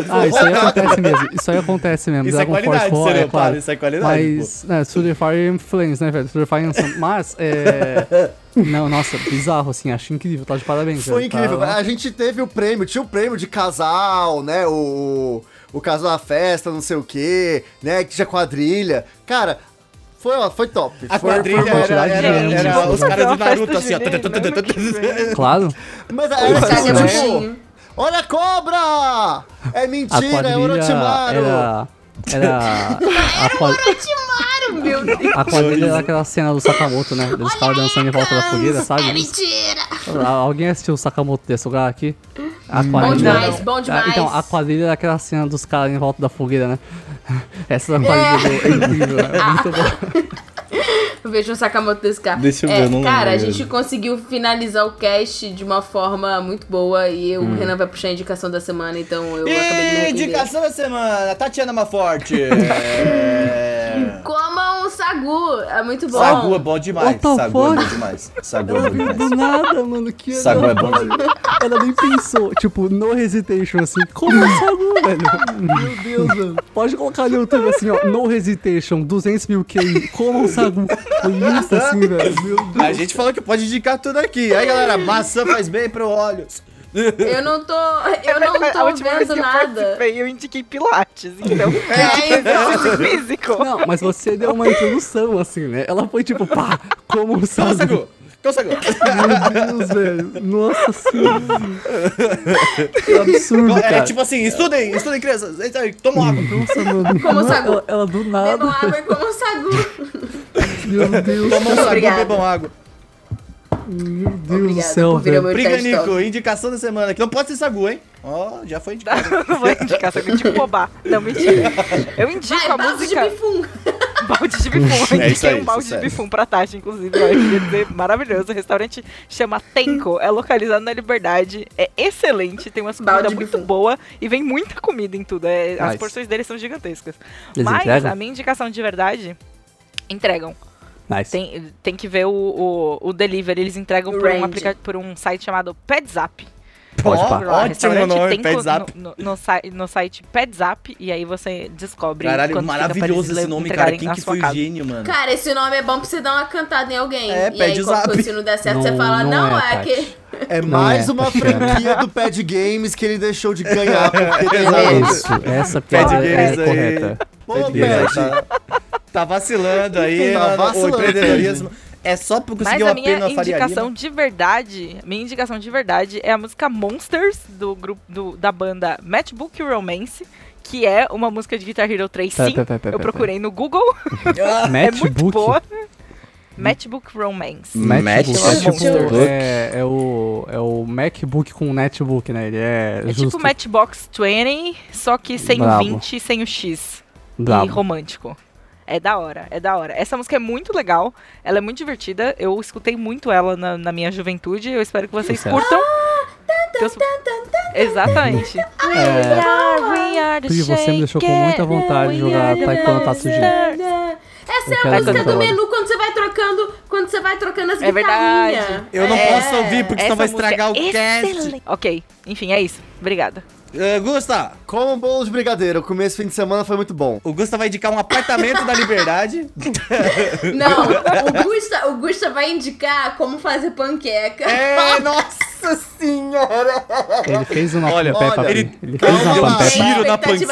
Speaker 6: Ah, isso aí acontece mesmo. Isso aí acontece mesmo.
Speaker 4: Isso é
Speaker 6: Dragon Force
Speaker 4: qualidade,
Speaker 6: Four,
Speaker 4: Serão,
Speaker 6: é claro.
Speaker 4: para, isso é qualidade,
Speaker 6: Mas, né, Surge Fire Flames, né, velho? Surge Fire and Sun. Mas, é... Não, nossa, bizarro, assim. Acho incrível. Tá de parabéns,
Speaker 5: Foi
Speaker 6: velho, tá?
Speaker 5: incrível. A gente teve o prêmio, tinha o prêmio de casal, né? O, o casal da festa, não sei o quê, né? Que tinha quadrilha. Cara, foi, ó, foi top.
Speaker 4: A
Speaker 5: Foi-
Speaker 4: quadrilha
Speaker 5: foi-
Speaker 4: era,
Speaker 6: quantidade de
Speaker 4: era,
Speaker 6: gente,
Speaker 4: era
Speaker 6: mano.
Speaker 4: os caras do
Speaker 7: Uma festa
Speaker 4: Naruto, assim, ó.
Speaker 7: junina,
Speaker 6: Claro.
Speaker 5: Mas era
Speaker 2: Saga
Speaker 5: tipo,
Speaker 2: do Bichinho.
Speaker 5: Olha a cobra! É
Speaker 6: A
Speaker 5: mentira, é
Speaker 6: quadrilha
Speaker 5: Orochimaru!
Speaker 6: era... Era... A, quad...
Speaker 2: Claro, meu Deus.
Speaker 6: a quadrilha era aquela cena do Sakamoto, né? Eles ficavam dançando em volta da fogueira, sabe?
Speaker 2: É mentira!
Speaker 6: Ah, Alguém assistiu o Sakamoto desse lugar aqui? A quadrilha...
Speaker 2: demais, bom
Speaker 6: Ah,
Speaker 7: Tá,
Speaker 2: demais.
Speaker 6: Então, a quadrilha era aquela cena dos caras em é Ah, volta da fogueira, né? Essa quadrilha do- é incrível, é muito bom.
Speaker 2: Vejo o Sakamoto desse cara.
Speaker 4: Deixa eu ver,
Speaker 2: é,
Speaker 4: eu não
Speaker 2: cara, a
Speaker 4: lembro
Speaker 2: gente
Speaker 4: mesmo.
Speaker 2: conseguiu finalizar o cast de uma forma muito boa e
Speaker 4: Hum.
Speaker 2: o Renan vai puxar a indicação da semana, então eu acabei de me arrepender.
Speaker 4: Indicação da semana, Tatiana Maforte. é...
Speaker 2: Comam o Sagu, é muito bom.
Speaker 4: Sagu é bom demais.
Speaker 6: What the
Speaker 4: Sagu é bom
Speaker 6: fuck?
Speaker 4: demais. Sagu é bom demais.
Speaker 6: Do nada, mano, que
Speaker 4: Sagu é
Speaker 6: ela,
Speaker 4: bom demais.
Speaker 6: ela nem pensou. Tipo, no hesitation, assim, como o Sagu, velho? Meu Deus, mano. Pode colocar no YouTube assim, ó, no hesitation, 200 mil K, como o Sagu. Foi isso, assim, velho. Meu Deus.
Speaker 4: A gente falou que pode indicar tudo aqui. Aí, galera, maçã faz bem pro óleo.
Speaker 2: Eu não tô, eu não
Speaker 7: a
Speaker 2: tô
Speaker 7: última vez que
Speaker 2: vendo
Speaker 7: eu
Speaker 2: nada.
Speaker 7: participei, eu indiquei Pilates, então.
Speaker 2: É, então,
Speaker 7: físico.
Speaker 6: Não, mas você deu uma introdução, assim, né? Ela foi tipo, pá, como
Speaker 4: Calma,
Speaker 6: o Sagu.
Speaker 4: Sagu. Calma, Sagu.
Speaker 6: Meu Deus, velho. Nossa senhora. Que absurdo, cara.
Speaker 4: É tipo assim, estudem, estudem, crianças. Toma água.
Speaker 6: Nossa, mano.
Speaker 2: Como o Sagu.
Speaker 6: ela, ela do
Speaker 2: bebam
Speaker 6: nada.
Speaker 2: água e comam o Sagu.
Speaker 6: Meu Deus,
Speaker 4: Tomam um sagu,
Speaker 2: Obrigada.
Speaker 4: bebam água.
Speaker 6: meu Deus do
Speaker 2: Obrigada
Speaker 6: céu,
Speaker 2: por virar
Speaker 6: velho.
Speaker 2: meu
Speaker 4: Briga,
Speaker 2: TED Talk.
Speaker 4: Nico. Indicação da semana aqui. Não pode ser Sagu, hein? Ó, já foi indicado.
Speaker 7: Não vou indicar, só que eu indico bobar. Não, mentira. Eu indico
Speaker 2: Vai,
Speaker 7: a
Speaker 2: balde de
Speaker 7: música.
Speaker 2: bifum.
Speaker 7: balde de bifum.
Speaker 4: É
Speaker 7: Eu
Speaker 4: isso aí,
Speaker 7: indiquei um balde de
Speaker 4: sucesso.
Speaker 7: bifum pra Tati, inclusive. Ó, eu queria dizer, maravilhoso. O restaurante chama Tenko. É localizado na Liberdade. É excelente. Tem umas
Speaker 2: Balde
Speaker 7: comidas
Speaker 2: de
Speaker 7: muito
Speaker 2: bifum.
Speaker 7: boa e vem muita comida em tudo. É, as
Speaker 6: Nice.
Speaker 7: porções deles são gigantescas.
Speaker 6: Eles
Speaker 7: Mas
Speaker 6: entregam?
Speaker 7: a minha indicação de verdade. Entregam.
Speaker 6: Nice.
Speaker 7: Tem, tem que ver o, o, o delivery. Eles entregam
Speaker 2: O
Speaker 7: por um,
Speaker 2: range.
Speaker 7: aplica- por um site chamado Pedzap.
Speaker 6: Pode
Speaker 4: Ó,
Speaker 6: pá.
Speaker 4: Ah, Ótimo
Speaker 7: Restaurante
Speaker 4: nome,
Speaker 7: Tenko
Speaker 4: Pedzap.
Speaker 7: No, no, no, sai- no site Pedzap, e aí você descobre.
Speaker 4: Caralho,
Speaker 7: quando fica pra eles
Speaker 4: maravilhoso esse
Speaker 7: le-
Speaker 4: nome, cara.
Speaker 7: entregarem
Speaker 4: Quem
Speaker 7: na
Speaker 4: que
Speaker 7: sua
Speaker 4: foi o
Speaker 7: casa.
Speaker 4: gênio, mano?
Speaker 2: Cara, esse nome é bom pra você dar uma cantada em alguém.
Speaker 4: É,
Speaker 2: e
Speaker 4: pede
Speaker 2: aí,
Speaker 4: o
Speaker 2: qualquer
Speaker 4: zap.
Speaker 2: coisa, se não der certo, você fala, não, é,
Speaker 6: Tati.
Speaker 2: aquele.
Speaker 5: É
Speaker 6: Não
Speaker 5: mais
Speaker 6: é,
Speaker 5: uma
Speaker 6: acho que é.
Speaker 5: franquia do Pad Games que ele deixou de ganhar porque tem
Speaker 2: É.
Speaker 5: nada.
Speaker 6: Isso, essa piada é
Speaker 4: games aí.
Speaker 6: correta.
Speaker 5: Pô,
Speaker 6: Pede
Speaker 5: Pad,
Speaker 6: games.
Speaker 4: Tá vacilando aí,
Speaker 5: Tá
Speaker 4: mano. o
Speaker 5: vacilando,
Speaker 4: empreendedorismo. É só pra
Speaker 7: Mas
Speaker 4: conseguir
Speaker 7: a
Speaker 4: uma
Speaker 7: minha
Speaker 4: pena faria né?
Speaker 7: indicação de verdade, minha indicação de verdade é a música Monsters do grupo do- da banda Matchbook Romance, que é uma música de Guitar Hero 3.
Speaker 4: Tá,
Speaker 6: Pera,
Speaker 7: Sim,
Speaker 6: pera, pera, pera,
Speaker 7: eu
Speaker 6: pera.
Speaker 7: procurei no Google, é muito
Speaker 6: tá, Matchbook.
Speaker 7: boa. Matchbook Romance.
Speaker 6: Matchbook.
Speaker 7: Matchbook.
Speaker 6: É tipo,
Speaker 4: Matchbook.
Speaker 6: é, é o, é o MacBook com netbook, né? Ele é,
Speaker 7: É
Speaker 6: justo.
Speaker 7: tipo Matchbox 20, só que sem o
Speaker 6: Brabo.
Speaker 7: 20 e sem o X. e
Speaker 6: Brabo.
Speaker 7: romântico. É da hora, é da hora. Essa música é muito legal, ela é muito divertida. Eu escutei muito ela na, na minha juventude. Eu espero que vocês
Speaker 6: Sucesso.
Speaker 7: curtam. Que eu su- Exatamente.
Speaker 6: É,
Speaker 7: We are the
Speaker 6: Pri, você me deixou com
Speaker 7: shaken,
Speaker 6: muita vontade de
Speaker 7: we
Speaker 6: jogar
Speaker 7: are the
Speaker 6: Taekwondo Tatsujin.
Speaker 2: Essa
Speaker 6: Eu
Speaker 2: é
Speaker 6: quero
Speaker 2: a música
Speaker 7: cantar
Speaker 2: do
Speaker 6: agora.
Speaker 2: menu quando você vai trocando, quando você vai trocando as
Speaker 7: É verdade.
Speaker 2: guitarrinhas.
Speaker 4: Eu não
Speaker 2: É.
Speaker 4: posso ouvir porque senão
Speaker 7: Essa
Speaker 4: vai
Speaker 7: música
Speaker 4: estragar o
Speaker 7: é
Speaker 4: cast.
Speaker 7: excelente. Ok, enfim, é isso. Obrigada.
Speaker 4: Ah, Gusta,
Speaker 5: Como um bolo de brigadeiro, eu comi esse fim de semana, foi muito bom.
Speaker 4: o Gusta vai indicar um apartamento da liberdade.
Speaker 2: Não, o Gusta, o Gusta vai indicar como fazer panqueca.
Speaker 4: É, nossa senhora!
Speaker 6: Ele fez uma
Speaker 4: Olha,
Speaker 6: panpepa.
Speaker 5: olha,
Speaker 6: Pri.
Speaker 4: ele- tá um
Speaker 6: ele fez uma
Speaker 5: calma lá.
Speaker 6: panpepa.
Speaker 4: Tiro na
Speaker 2: Expectativa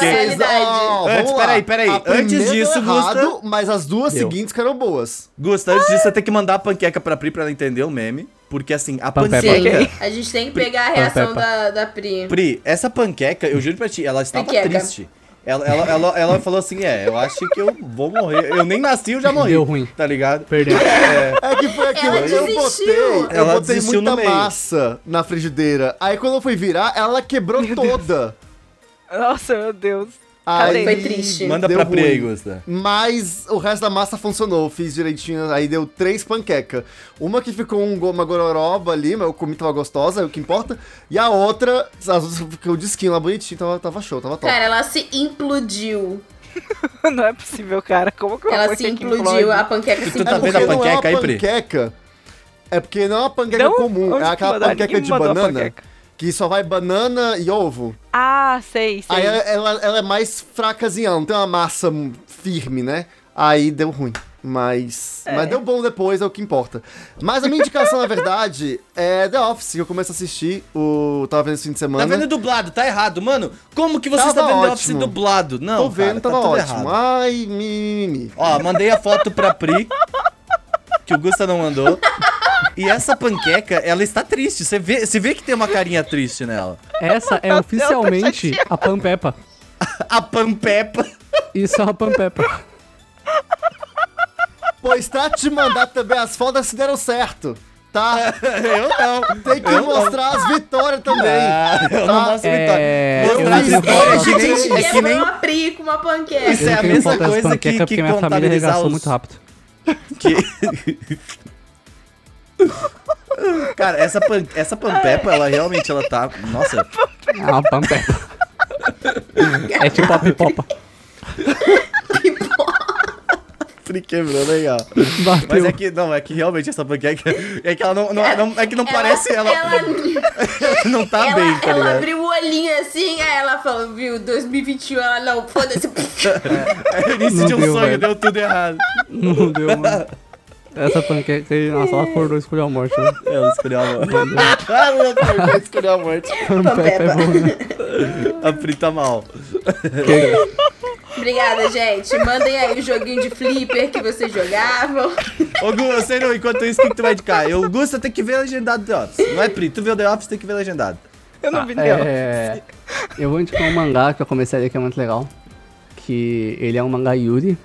Speaker 4: panqueca.
Speaker 5: Vocês, ó,
Speaker 2: realidade.
Speaker 5: vamos
Speaker 4: Antes,
Speaker 5: lá.
Speaker 4: peraí, peraí.
Speaker 5: A
Speaker 4: Antes
Speaker 5: primeira deu
Speaker 4: disso,
Speaker 5: errado,
Speaker 4: Gusta-
Speaker 5: Mas as duas
Speaker 6: Deu.
Speaker 5: seguintes ficaram boas.
Speaker 4: Gusta, antes disso, você tem que mandar a panqueca pra Pri pra ela entender o meme. Porque assim, a
Speaker 6: Panpepa.
Speaker 4: panqueca.
Speaker 2: Sim,
Speaker 6: Panqueca.
Speaker 2: a gente tem que pegar a reação
Speaker 6: Panqueca.
Speaker 2: da, da Pri.
Speaker 4: Pri, essa panqueca, eu juro pra ti, ela estava
Speaker 2: Panqueca.
Speaker 4: triste. Ela, ela, ela, ela falou assim: é, eu acho que eu vou morrer. Eu nem nasci, eu já morri.
Speaker 6: Deu ruim.
Speaker 4: Tá ligado?
Speaker 6: Perdeu.
Speaker 5: É que foi aquilo.
Speaker 2: Ela
Speaker 5: eu botei,
Speaker 2: desistiu.
Speaker 5: eu
Speaker 4: Ela
Speaker 5: botei
Speaker 4: desistiu no
Speaker 5: muita
Speaker 4: meio.
Speaker 5: massa na frigideira. Aí quando eu fui virar, ela quebrou toda.
Speaker 7: Nossa, meu Deus. Cadê?
Speaker 5: Aí
Speaker 2: Foi triste.
Speaker 4: Manda
Speaker 5: deu
Speaker 4: pra Pri aí,
Speaker 5: ruim.
Speaker 4: Gusta.
Speaker 5: Mas o resto da massa funcionou, eu fiz direitinho, aí deu três panquecas. Uma que ficou um go- uma gororoba ali, mas eu comi, tava gostosa, é o que importa. E a outra, as outras ficou de skin lá bonitinho, tava, tava show, tava
Speaker 7: É,
Speaker 5: top.
Speaker 2: Cara, ela se implodiu.
Speaker 7: Não é possível, cara. Como que uma
Speaker 2: Ela se
Speaker 7: panqueca
Speaker 2: implodiu,
Speaker 7: implode?
Speaker 2: a panqueca se
Speaker 4: tu tá
Speaker 5: porque
Speaker 4: vendo a
Speaker 2: implodiu.
Speaker 5: não é uma
Speaker 4: panqueca aí, Pri?
Speaker 5: panqueca, é porque não é uma panqueca
Speaker 7: Não?
Speaker 5: comum,
Speaker 7: Onde
Speaker 5: é
Speaker 7: que
Speaker 5: aquela
Speaker 7: mandaram?
Speaker 5: panqueca
Speaker 7: Ninguém
Speaker 5: de
Speaker 7: mandou a
Speaker 5: banana
Speaker 7: panqueca.
Speaker 5: que só vai banana e ovo.
Speaker 7: Ah, sei, sei.
Speaker 5: Aí ela, ela- ela é mais fracazinha, ela não tem uma massa hum, firme, né? Aí deu ruim. Mas, mas deu bom depois, é o que importa. Mas a minha indicação, na verdade, é The Office, que eu começo a assistir. O... Tava vendo esse fim de
Speaker 4: Tá
Speaker 5: semana.
Speaker 4: vendo dublado, tá errado. Mano, como que você
Speaker 5: Tava
Speaker 4: está vendo The Office
Speaker 5: ótimo.
Speaker 4: dublado? Não,
Speaker 5: Tô
Speaker 4: cara,
Speaker 5: vendo, tava
Speaker 4: tá tudo
Speaker 5: ótimo.
Speaker 4: errado.
Speaker 5: Ai, mi, mi, mi.
Speaker 4: Ó, mandei a foto pra Pri, que o Gusta não mandou. E essa panqueca, ela está triste. Você vê, você vê que tem uma carinha triste nela.
Speaker 6: Essa é oficialmente a panpepa.
Speaker 4: A Pampepa.
Speaker 6: Isso é uma panpepa.
Speaker 5: Pois trate de mandar também as fotos se deram certo, tá?
Speaker 4: Eu não.
Speaker 5: Tem que mostrar as vitórias também.
Speaker 4: Ah, eu não mostro
Speaker 6: É,
Speaker 4: vitória. Mostrar
Speaker 5: eu
Speaker 4: as
Speaker 5: não-
Speaker 4: vitórias
Speaker 5: eu
Speaker 4: é que
Speaker 5: não-
Speaker 4: nem-
Speaker 2: Quebrou
Speaker 4: é que nem
Speaker 2: a Pri com uma panqueca.
Speaker 4: Isso é a
Speaker 6: tenho
Speaker 4: mesma
Speaker 6: foto das
Speaker 4: coisa que,
Speaker 6: panquecas
Speaker 4: que
Speaker 6: porque minha família
Speaker 4: contabilizar
Speaker 6: arregaçou
Speaker 4: os...
Speaker 6: muito rápido.
Speaker 4: Que- Cara, essa, pan... essa Pampepa, ela realmente, ela tá... Nossa,
Speaker 6: Ah, pampepa. é tipo a pipopa.
Speaker 4: se quebrou legal.
Speaker 6: Bateu.
Speaker 4: Mas é que, não, é que realmente essa panqueca... É que ela não, não, não- é que não parece ela... não tá
Speaker 2: ela,
Speaker 4: bem, tá
Speaker 2: ela
Speaker 4: ligado?
Speaker 2: abriu o olhinho assim, aí ela falou, viu, 2021, ela não, foda-se.
Speaker 4: É início
Speaker 6: Não
Speaker 4: de um
Speaker 6: deu,
Speaker 4: sonho,
Speaker 6: velho.
Speaker 4: deu tudo errado.
Speaker 6: Não deu, mano. Essa panqueca aí, nossa, ela acordou e escolheu a morte. Né?
Speaker 4: Ela escolheu É, a morte. Ah, ela escolheu a morte.
Speaker 6: Pampepa é bom, né?
Speaker 4: A Pri tá mal.
Speaker 2: Obrigada, gente. Mandem aí o joguinho de flipper que vocês jogavam.
Speaker 4: Ô, Gu, eu sei não, enquanto isso, o que que tu vai indicar? Eu, Gusta, tem que ver legendado The Office. Não é, Pri? Tu viu The Office, tem que ver legendado.
Speaker 7: Eu
Speaker 4: Ah,
Speaker 7: não vi nenhum.
Speaker 6: É, eu vou indicar um mangá que eu comecei a ler que é muito legal. Que ele é um mangá Yuri.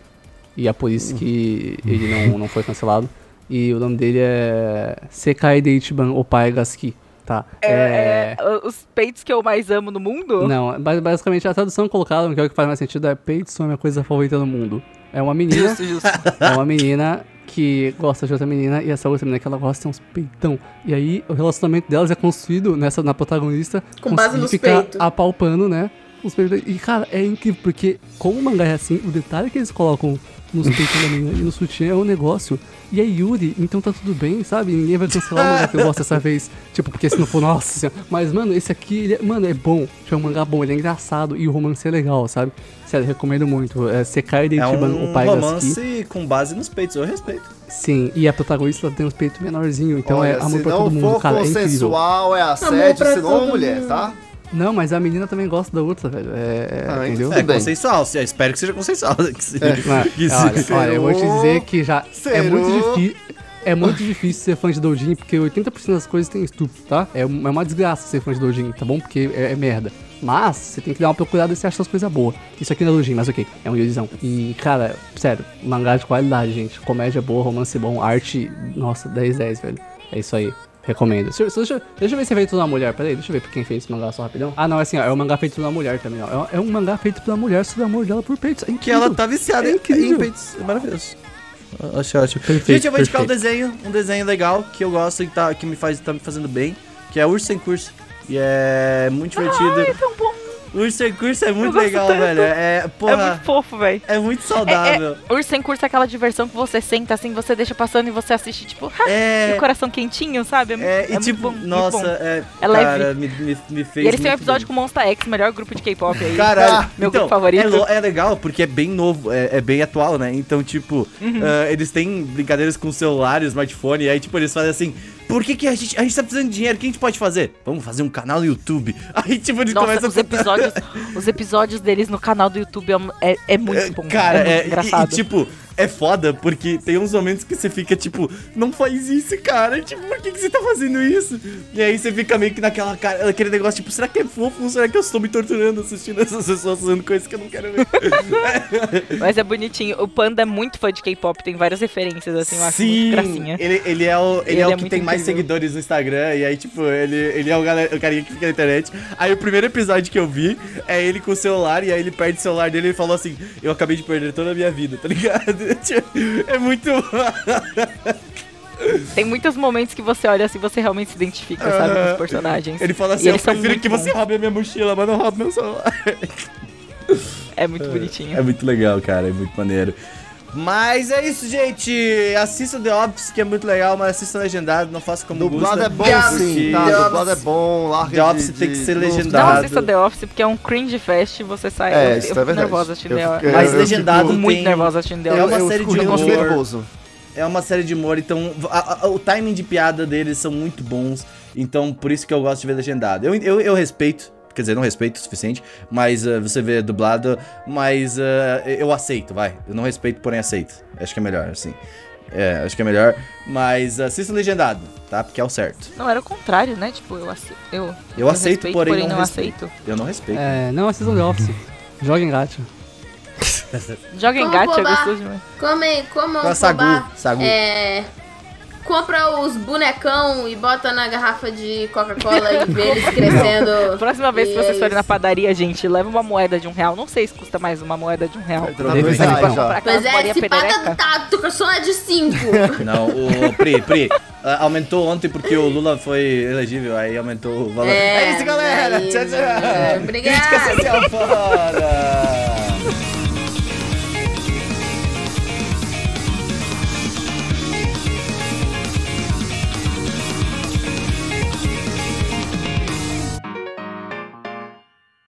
Speaker 6: E é por isso que ele não, não foi cancelado. E o nome dele é Sekai Deichiban Opai Gaski. Tá.
Speaker 7: É, é, os peitos que eu mais amo no mundo?
Speaker 6: Não, ba- basicamente a tradução colocada, que é o que faz mais sentido, é Peito é a minha coisa favorita do mundo. É uma menina.
Speaker 1: Justo, justo.
Speaker 6: É uma menina que gosta de outra menina e essa outra menina que ela gosta tem uns peitão. E aí o relacionamento delas é construído nessa na protagonista
Speaker 2: Com base
Speaker 6: conseguir
Speaker 2: nos
Speaker 6: ficar
Speaker 2: peitos.
Speaker 6: apalpando, né? Os peitos. E cara, é incrível porque como o mangá é assim, o detalhe que eles colocam nos peitos da menina e no sutiã é um negócio. E é Yuri, então tá tudo bem, sabe? Ninguém vai cancelar o mangá que eu gosto dessa vez. Tipo, porque se não for, nossa senhora. Mas, mano, esse aqui, ele é, mano, é bom. Tipo, é um mangá bom, ele é engraçado e o romance é legal, sabe? Sério, recomendo muito. É Sekai
Speaker 4: É
Speaker 6: Dentiban,
Speaker 4: um
Speaker 6: o pai
Speaker 4: romance com base nos peitos, eu respeito.
Speaker 6: Sim, e a protagonista tem uns peitos menorzinho, então
Speaker 5: Olha,
Speaker 6: é amor
Speaker 5: se
Speaker 6: pra
Speaker 5: não
Speaker 6: todo mundo,
Speaker 5: for
Speaker 6: cara, é incrível.
Speaker 5: consensual, é assédio,
Speaker 2: pra
Speaker 5: se não
Speaker 2: todo
Speaker 5: mulher,
Speaker 2: mundo.
Speaker 5: tá?
Speaker 6: Não, mas a menina também gosta da outra, velho. É, é,
Speaker 5: Ah,
Speaker 6: entendeu?
Speaker 5: Tudo
Speaker 4: É
Speaker 5: bem.
Speaker 4: consensual, se- espero que seja consensual. Que se-
Speaker 6: Não,
Speaker 4: É. que se-
Speaker 6: É. olha, olha, eu vou te dizer que já é
Speaker 5: Serou?
Speaker 6: muito difícil. É muito difícil ser fã de Doujin, porque 80% das coisas tem estupro, tá? É um- é uma desgraça ser fã de Doujin, tá bom? Porque é, é merda. Mas você tem que dar uma procurada e você acha as coisas boas. Isso aqui não é Doujin, mas ok, é um Yurizão. E, cara, sério, mangá de qualidade, gente. Comédia boa, romance bom, arte, nossa, 10-10, velho. É isso aí. Recomendo. Deixa, eu- deixa, eu- deixa eu ver se é feito por uma mulher. Peraí, deixa eu ver por quem fez esse mangá só rapidão. Ah, não, é assim, ó. É um mangá feito por uma mulher também, ó. É um é um mangá feito pela mulher sobre o amor dela por peitos. É
Speaker 4: Que ela
Speaker 6: incrível.
Speaker 4: tá viciada
Speaker 6: É
Speaker 4: em-
Speaker 6: incrível. Ah,
Speaker 4: em peitos. É maravilhoso. Eu Achei ótimo.
Speaker 6: Perfeito,
Speaker 4: Gente, eu vou indicar um
Speaker 6: perfeito.
Speaker 4: desenho, um desenho legal que eu gosto e tá, que me faz, tá me fazendo bem, que é Urso Sem Curso. E é muito divertido.
Speaker 7: É tão bom.
Speaker 4: Urso Sem Curso é muito
Speaker 7: gosto
Speaker 4: legal,
Speaker 7: tanto.
Speaker 4: velho. É,
Speaker 7: É
Speaker 4: porra,
Speaker 7: muito fofo, velho.
Speaker 4: é muito, saudável.
Speaker 7: Urso sem curso é aquela diversão que você senta assim, você deixa passando e você assiste, tipo, ha,
Speaker 4: É,
Speaker 7: e o coração quentinho, sabe? É, mu-
Speaker 4: é,
Speaker 7: é
Speaker 4: e
Speaker 7: muito
Speaker 4: tipo,
Speaker 7: bom, muito
Speaker 4: nossa,
Speaker 7: bom.
Speaker 4: é,
Speaker 7: É leve.
Speaker 4: cara, me, me, me fez
Speaker 7: E eles têm um
Speaker 4: muito bem.
Speaker 7: episódio com Monsta X, melhor grupo de K-pop aí. Ah,
Speaker 4: Caralho,
Speaker 7: meu
Speaker 4: então,
Speaker 7: grupo favorito.
Speaker 4: É, lo- é legal porque é bem novo, é, é bem atual, né? Então, tipo,
Speaker 7: Uhum.
Speaker 4: ah, eles têm brincadeiras com celular, smartphone, e aí, tipo, eles fazem assim: por que, que a, gente, a gente tá precisando de dinheiro? O que a gente pode fazer? Vamos fazer um canal no YouTube. Aí, tipo, eles
Speaker 7: Nossa,
Speaker 4: começam
Speaker 7: os episódios, os episódios deles no canal do YouTube é, é- é muito bom.
Speaker 4: Cara,
Speaker 7: é,
Speaker 4: é,
Speaker 7: muito
Speaker 4: e-
Speaker 7: engraçado.
Speaker 4: E, tipo, é foda porque tem uns momentos que você fica tipo, não faz isso, cara. Tipo, por que, que você tá fazendo isso? E aí você fica meio que naquela cara, aquele negócio, tipo, será que é fofo ou será que eu estou me torturando assistindo essas pessoas fazendo coisas que eu não quero ver?
Speaker 7: Mas é bonitinho. O Panda é muito fã de K-pop, tem várias referências, assim, eu acho muito gracinha.
Speaker 4: Ele, ele é o, ele
Speaker 7: Ele
Speaker 4: é o
Speaker 7: é
Speaker 4: que
Speaker 7: muito
Speaker 4: tem mais
Speaker 7: incrível.
Speaker 4: seguidores no Instagram, e aí, tipo, ele, ele é o, galera, o carinha que fica na internet. Aí o primeiro episódio que eu vi é ele com o celular, e aí ele perde o celular dele e ele falou assim: Eu acabei de perder toda a minha vida, tá ligado? É muito.
Speaker 7: Tem muitos momentos que você olha assim, você realmente se identifica, sabe, com os personagens.
Speaker 4: Ele fala assim:
Speaker 7: E
Speaker 4: Eu
Speaker 7: eles são
Speaker 4: prefiro
Speaker 7: muito
Speaker 4: que você
Speaker 7: bons.
Speaker 4: roube a minha mochila, mas não roube meu celular.
Speaker 7: É muito bonitinho.
Speaker 4: É muito legal, cara, é muito maneiro. Mas é isso, gente. Assista The Office, que é muito legal, mas assista legendado, não faça como
Speaker 5: Dublado
Speaker 4: Gusta.
Speaker 5: é bom
Speaker 4: Porque-
Speaker 5: sim, tá? Dublado é bom, larga
Speaker 4: The
Speaker 5: de-
Speaker 4: Office
Speaker 5: de-
Speaker 4: tem que ser
Speaker 5: de-
Speaker 7: Não
Speaker 4: legendado.
Speaker 7: assista The Office, porque é um cringe fest e você sai.
Speaker 5: É,
Speaker 7: eu,
Speaker 5: isso
Speaker 7: eu
Speaker 5: é
Speaker 7: fico
Speaker 5: verdade.
Speaker 7: nervosa assistindo
Speaker 5: Eu
Speaker 7: The Office.
Speaker 5: fiquei-
Speaker 4: Mas
Speaker 5: eu
Speaker 4: legendado
Speaker 7: Fico muito
Speaker 4: tem-
Speaker 7: nervosa assistindo The
Speaker 4: É
Speaker 7: Office.
Speaker 4: uma
Speaker 5: Eu
Speaker 4: série
Speaker 5: fico
Speaker 4: de
Speaker 5: realmente
Speaker 4: humor.
Speaker 5: nervoso.
Speaker 4: É uma série de humor, então a- a- o timing de piada deles são muito bons. Então, por isso que eu gosto de ver legendado. Eu, eu, eu respeito, quer dizer, não respeito o suficiente, mas eh, você vê dublado, mas eh, eu aceito, vai. Eu não respeito, porém aceito. Acho que é melhor, assim. É, acho que é melhor. Mas eh, assista legendado, tá? Porque é o certo.
Speaker 7: Não, era o contrário, né? Tipo, eu aceito. Eu,
Speaker 4: Eu aceito,
Speaker 7: respeito,
Speaker 4: porém, não respeito.
Speaker 7: aceito.
Speaker 4: Eu não respeito.
Speaker 6: É, não, assistam The Office. Joguem gacha.
Speaker 7: Joga em
Speaker 2: Como
Speaker 7: gacha,
Speaker 2: bobar.
Speaker 7: gostou demais.
Speaker 2: Comem, comam
Speaker 4: Com a
Speaker 2: fubá.
Speaker 4: Sagu. Sagu.
Speaker 2: É... compra os bonecão e bota na garrafa de Coca-Cola e vê eles crescendo.
Speaker 7: Próxima vez que
Speaker 2: E é
Speaker 7: vocês forem na
Speaker 2: isso.
Speaker 7: padaria, gente, leva uma moeda de um real. Não sei se custa mais uma moeda de um real.
Speaker 5: Tá
Speaker 6: Deve
Speaker 5: dois
Speaker 6: ser
Speaker 5: reais
Speaker 6: bom.
Speaker 5: já.
Speaker 7: Pra
Speaker 2: Pois
Speaker 7: aquela
Speaker 2: é,
Speaker 7: Maria
Speaker 2: se pata
Speaker 7: perereca.
Speaker 2: tá, tu só é de 5.
Speaker 4: Não, o Pri, Pri, ah, aumentou ontem porque o Lula foi elegível, aí aumentou o valor.
Speaker 2: É,
Speaker 4: É, isso, galera!
Speaker 2: aí,
Speaker 4: Tchau,
Speaker 2: né?
Speaker 4: tchau!
Speaker 2: Obrigada.
Speaker 4: Crítica social fora!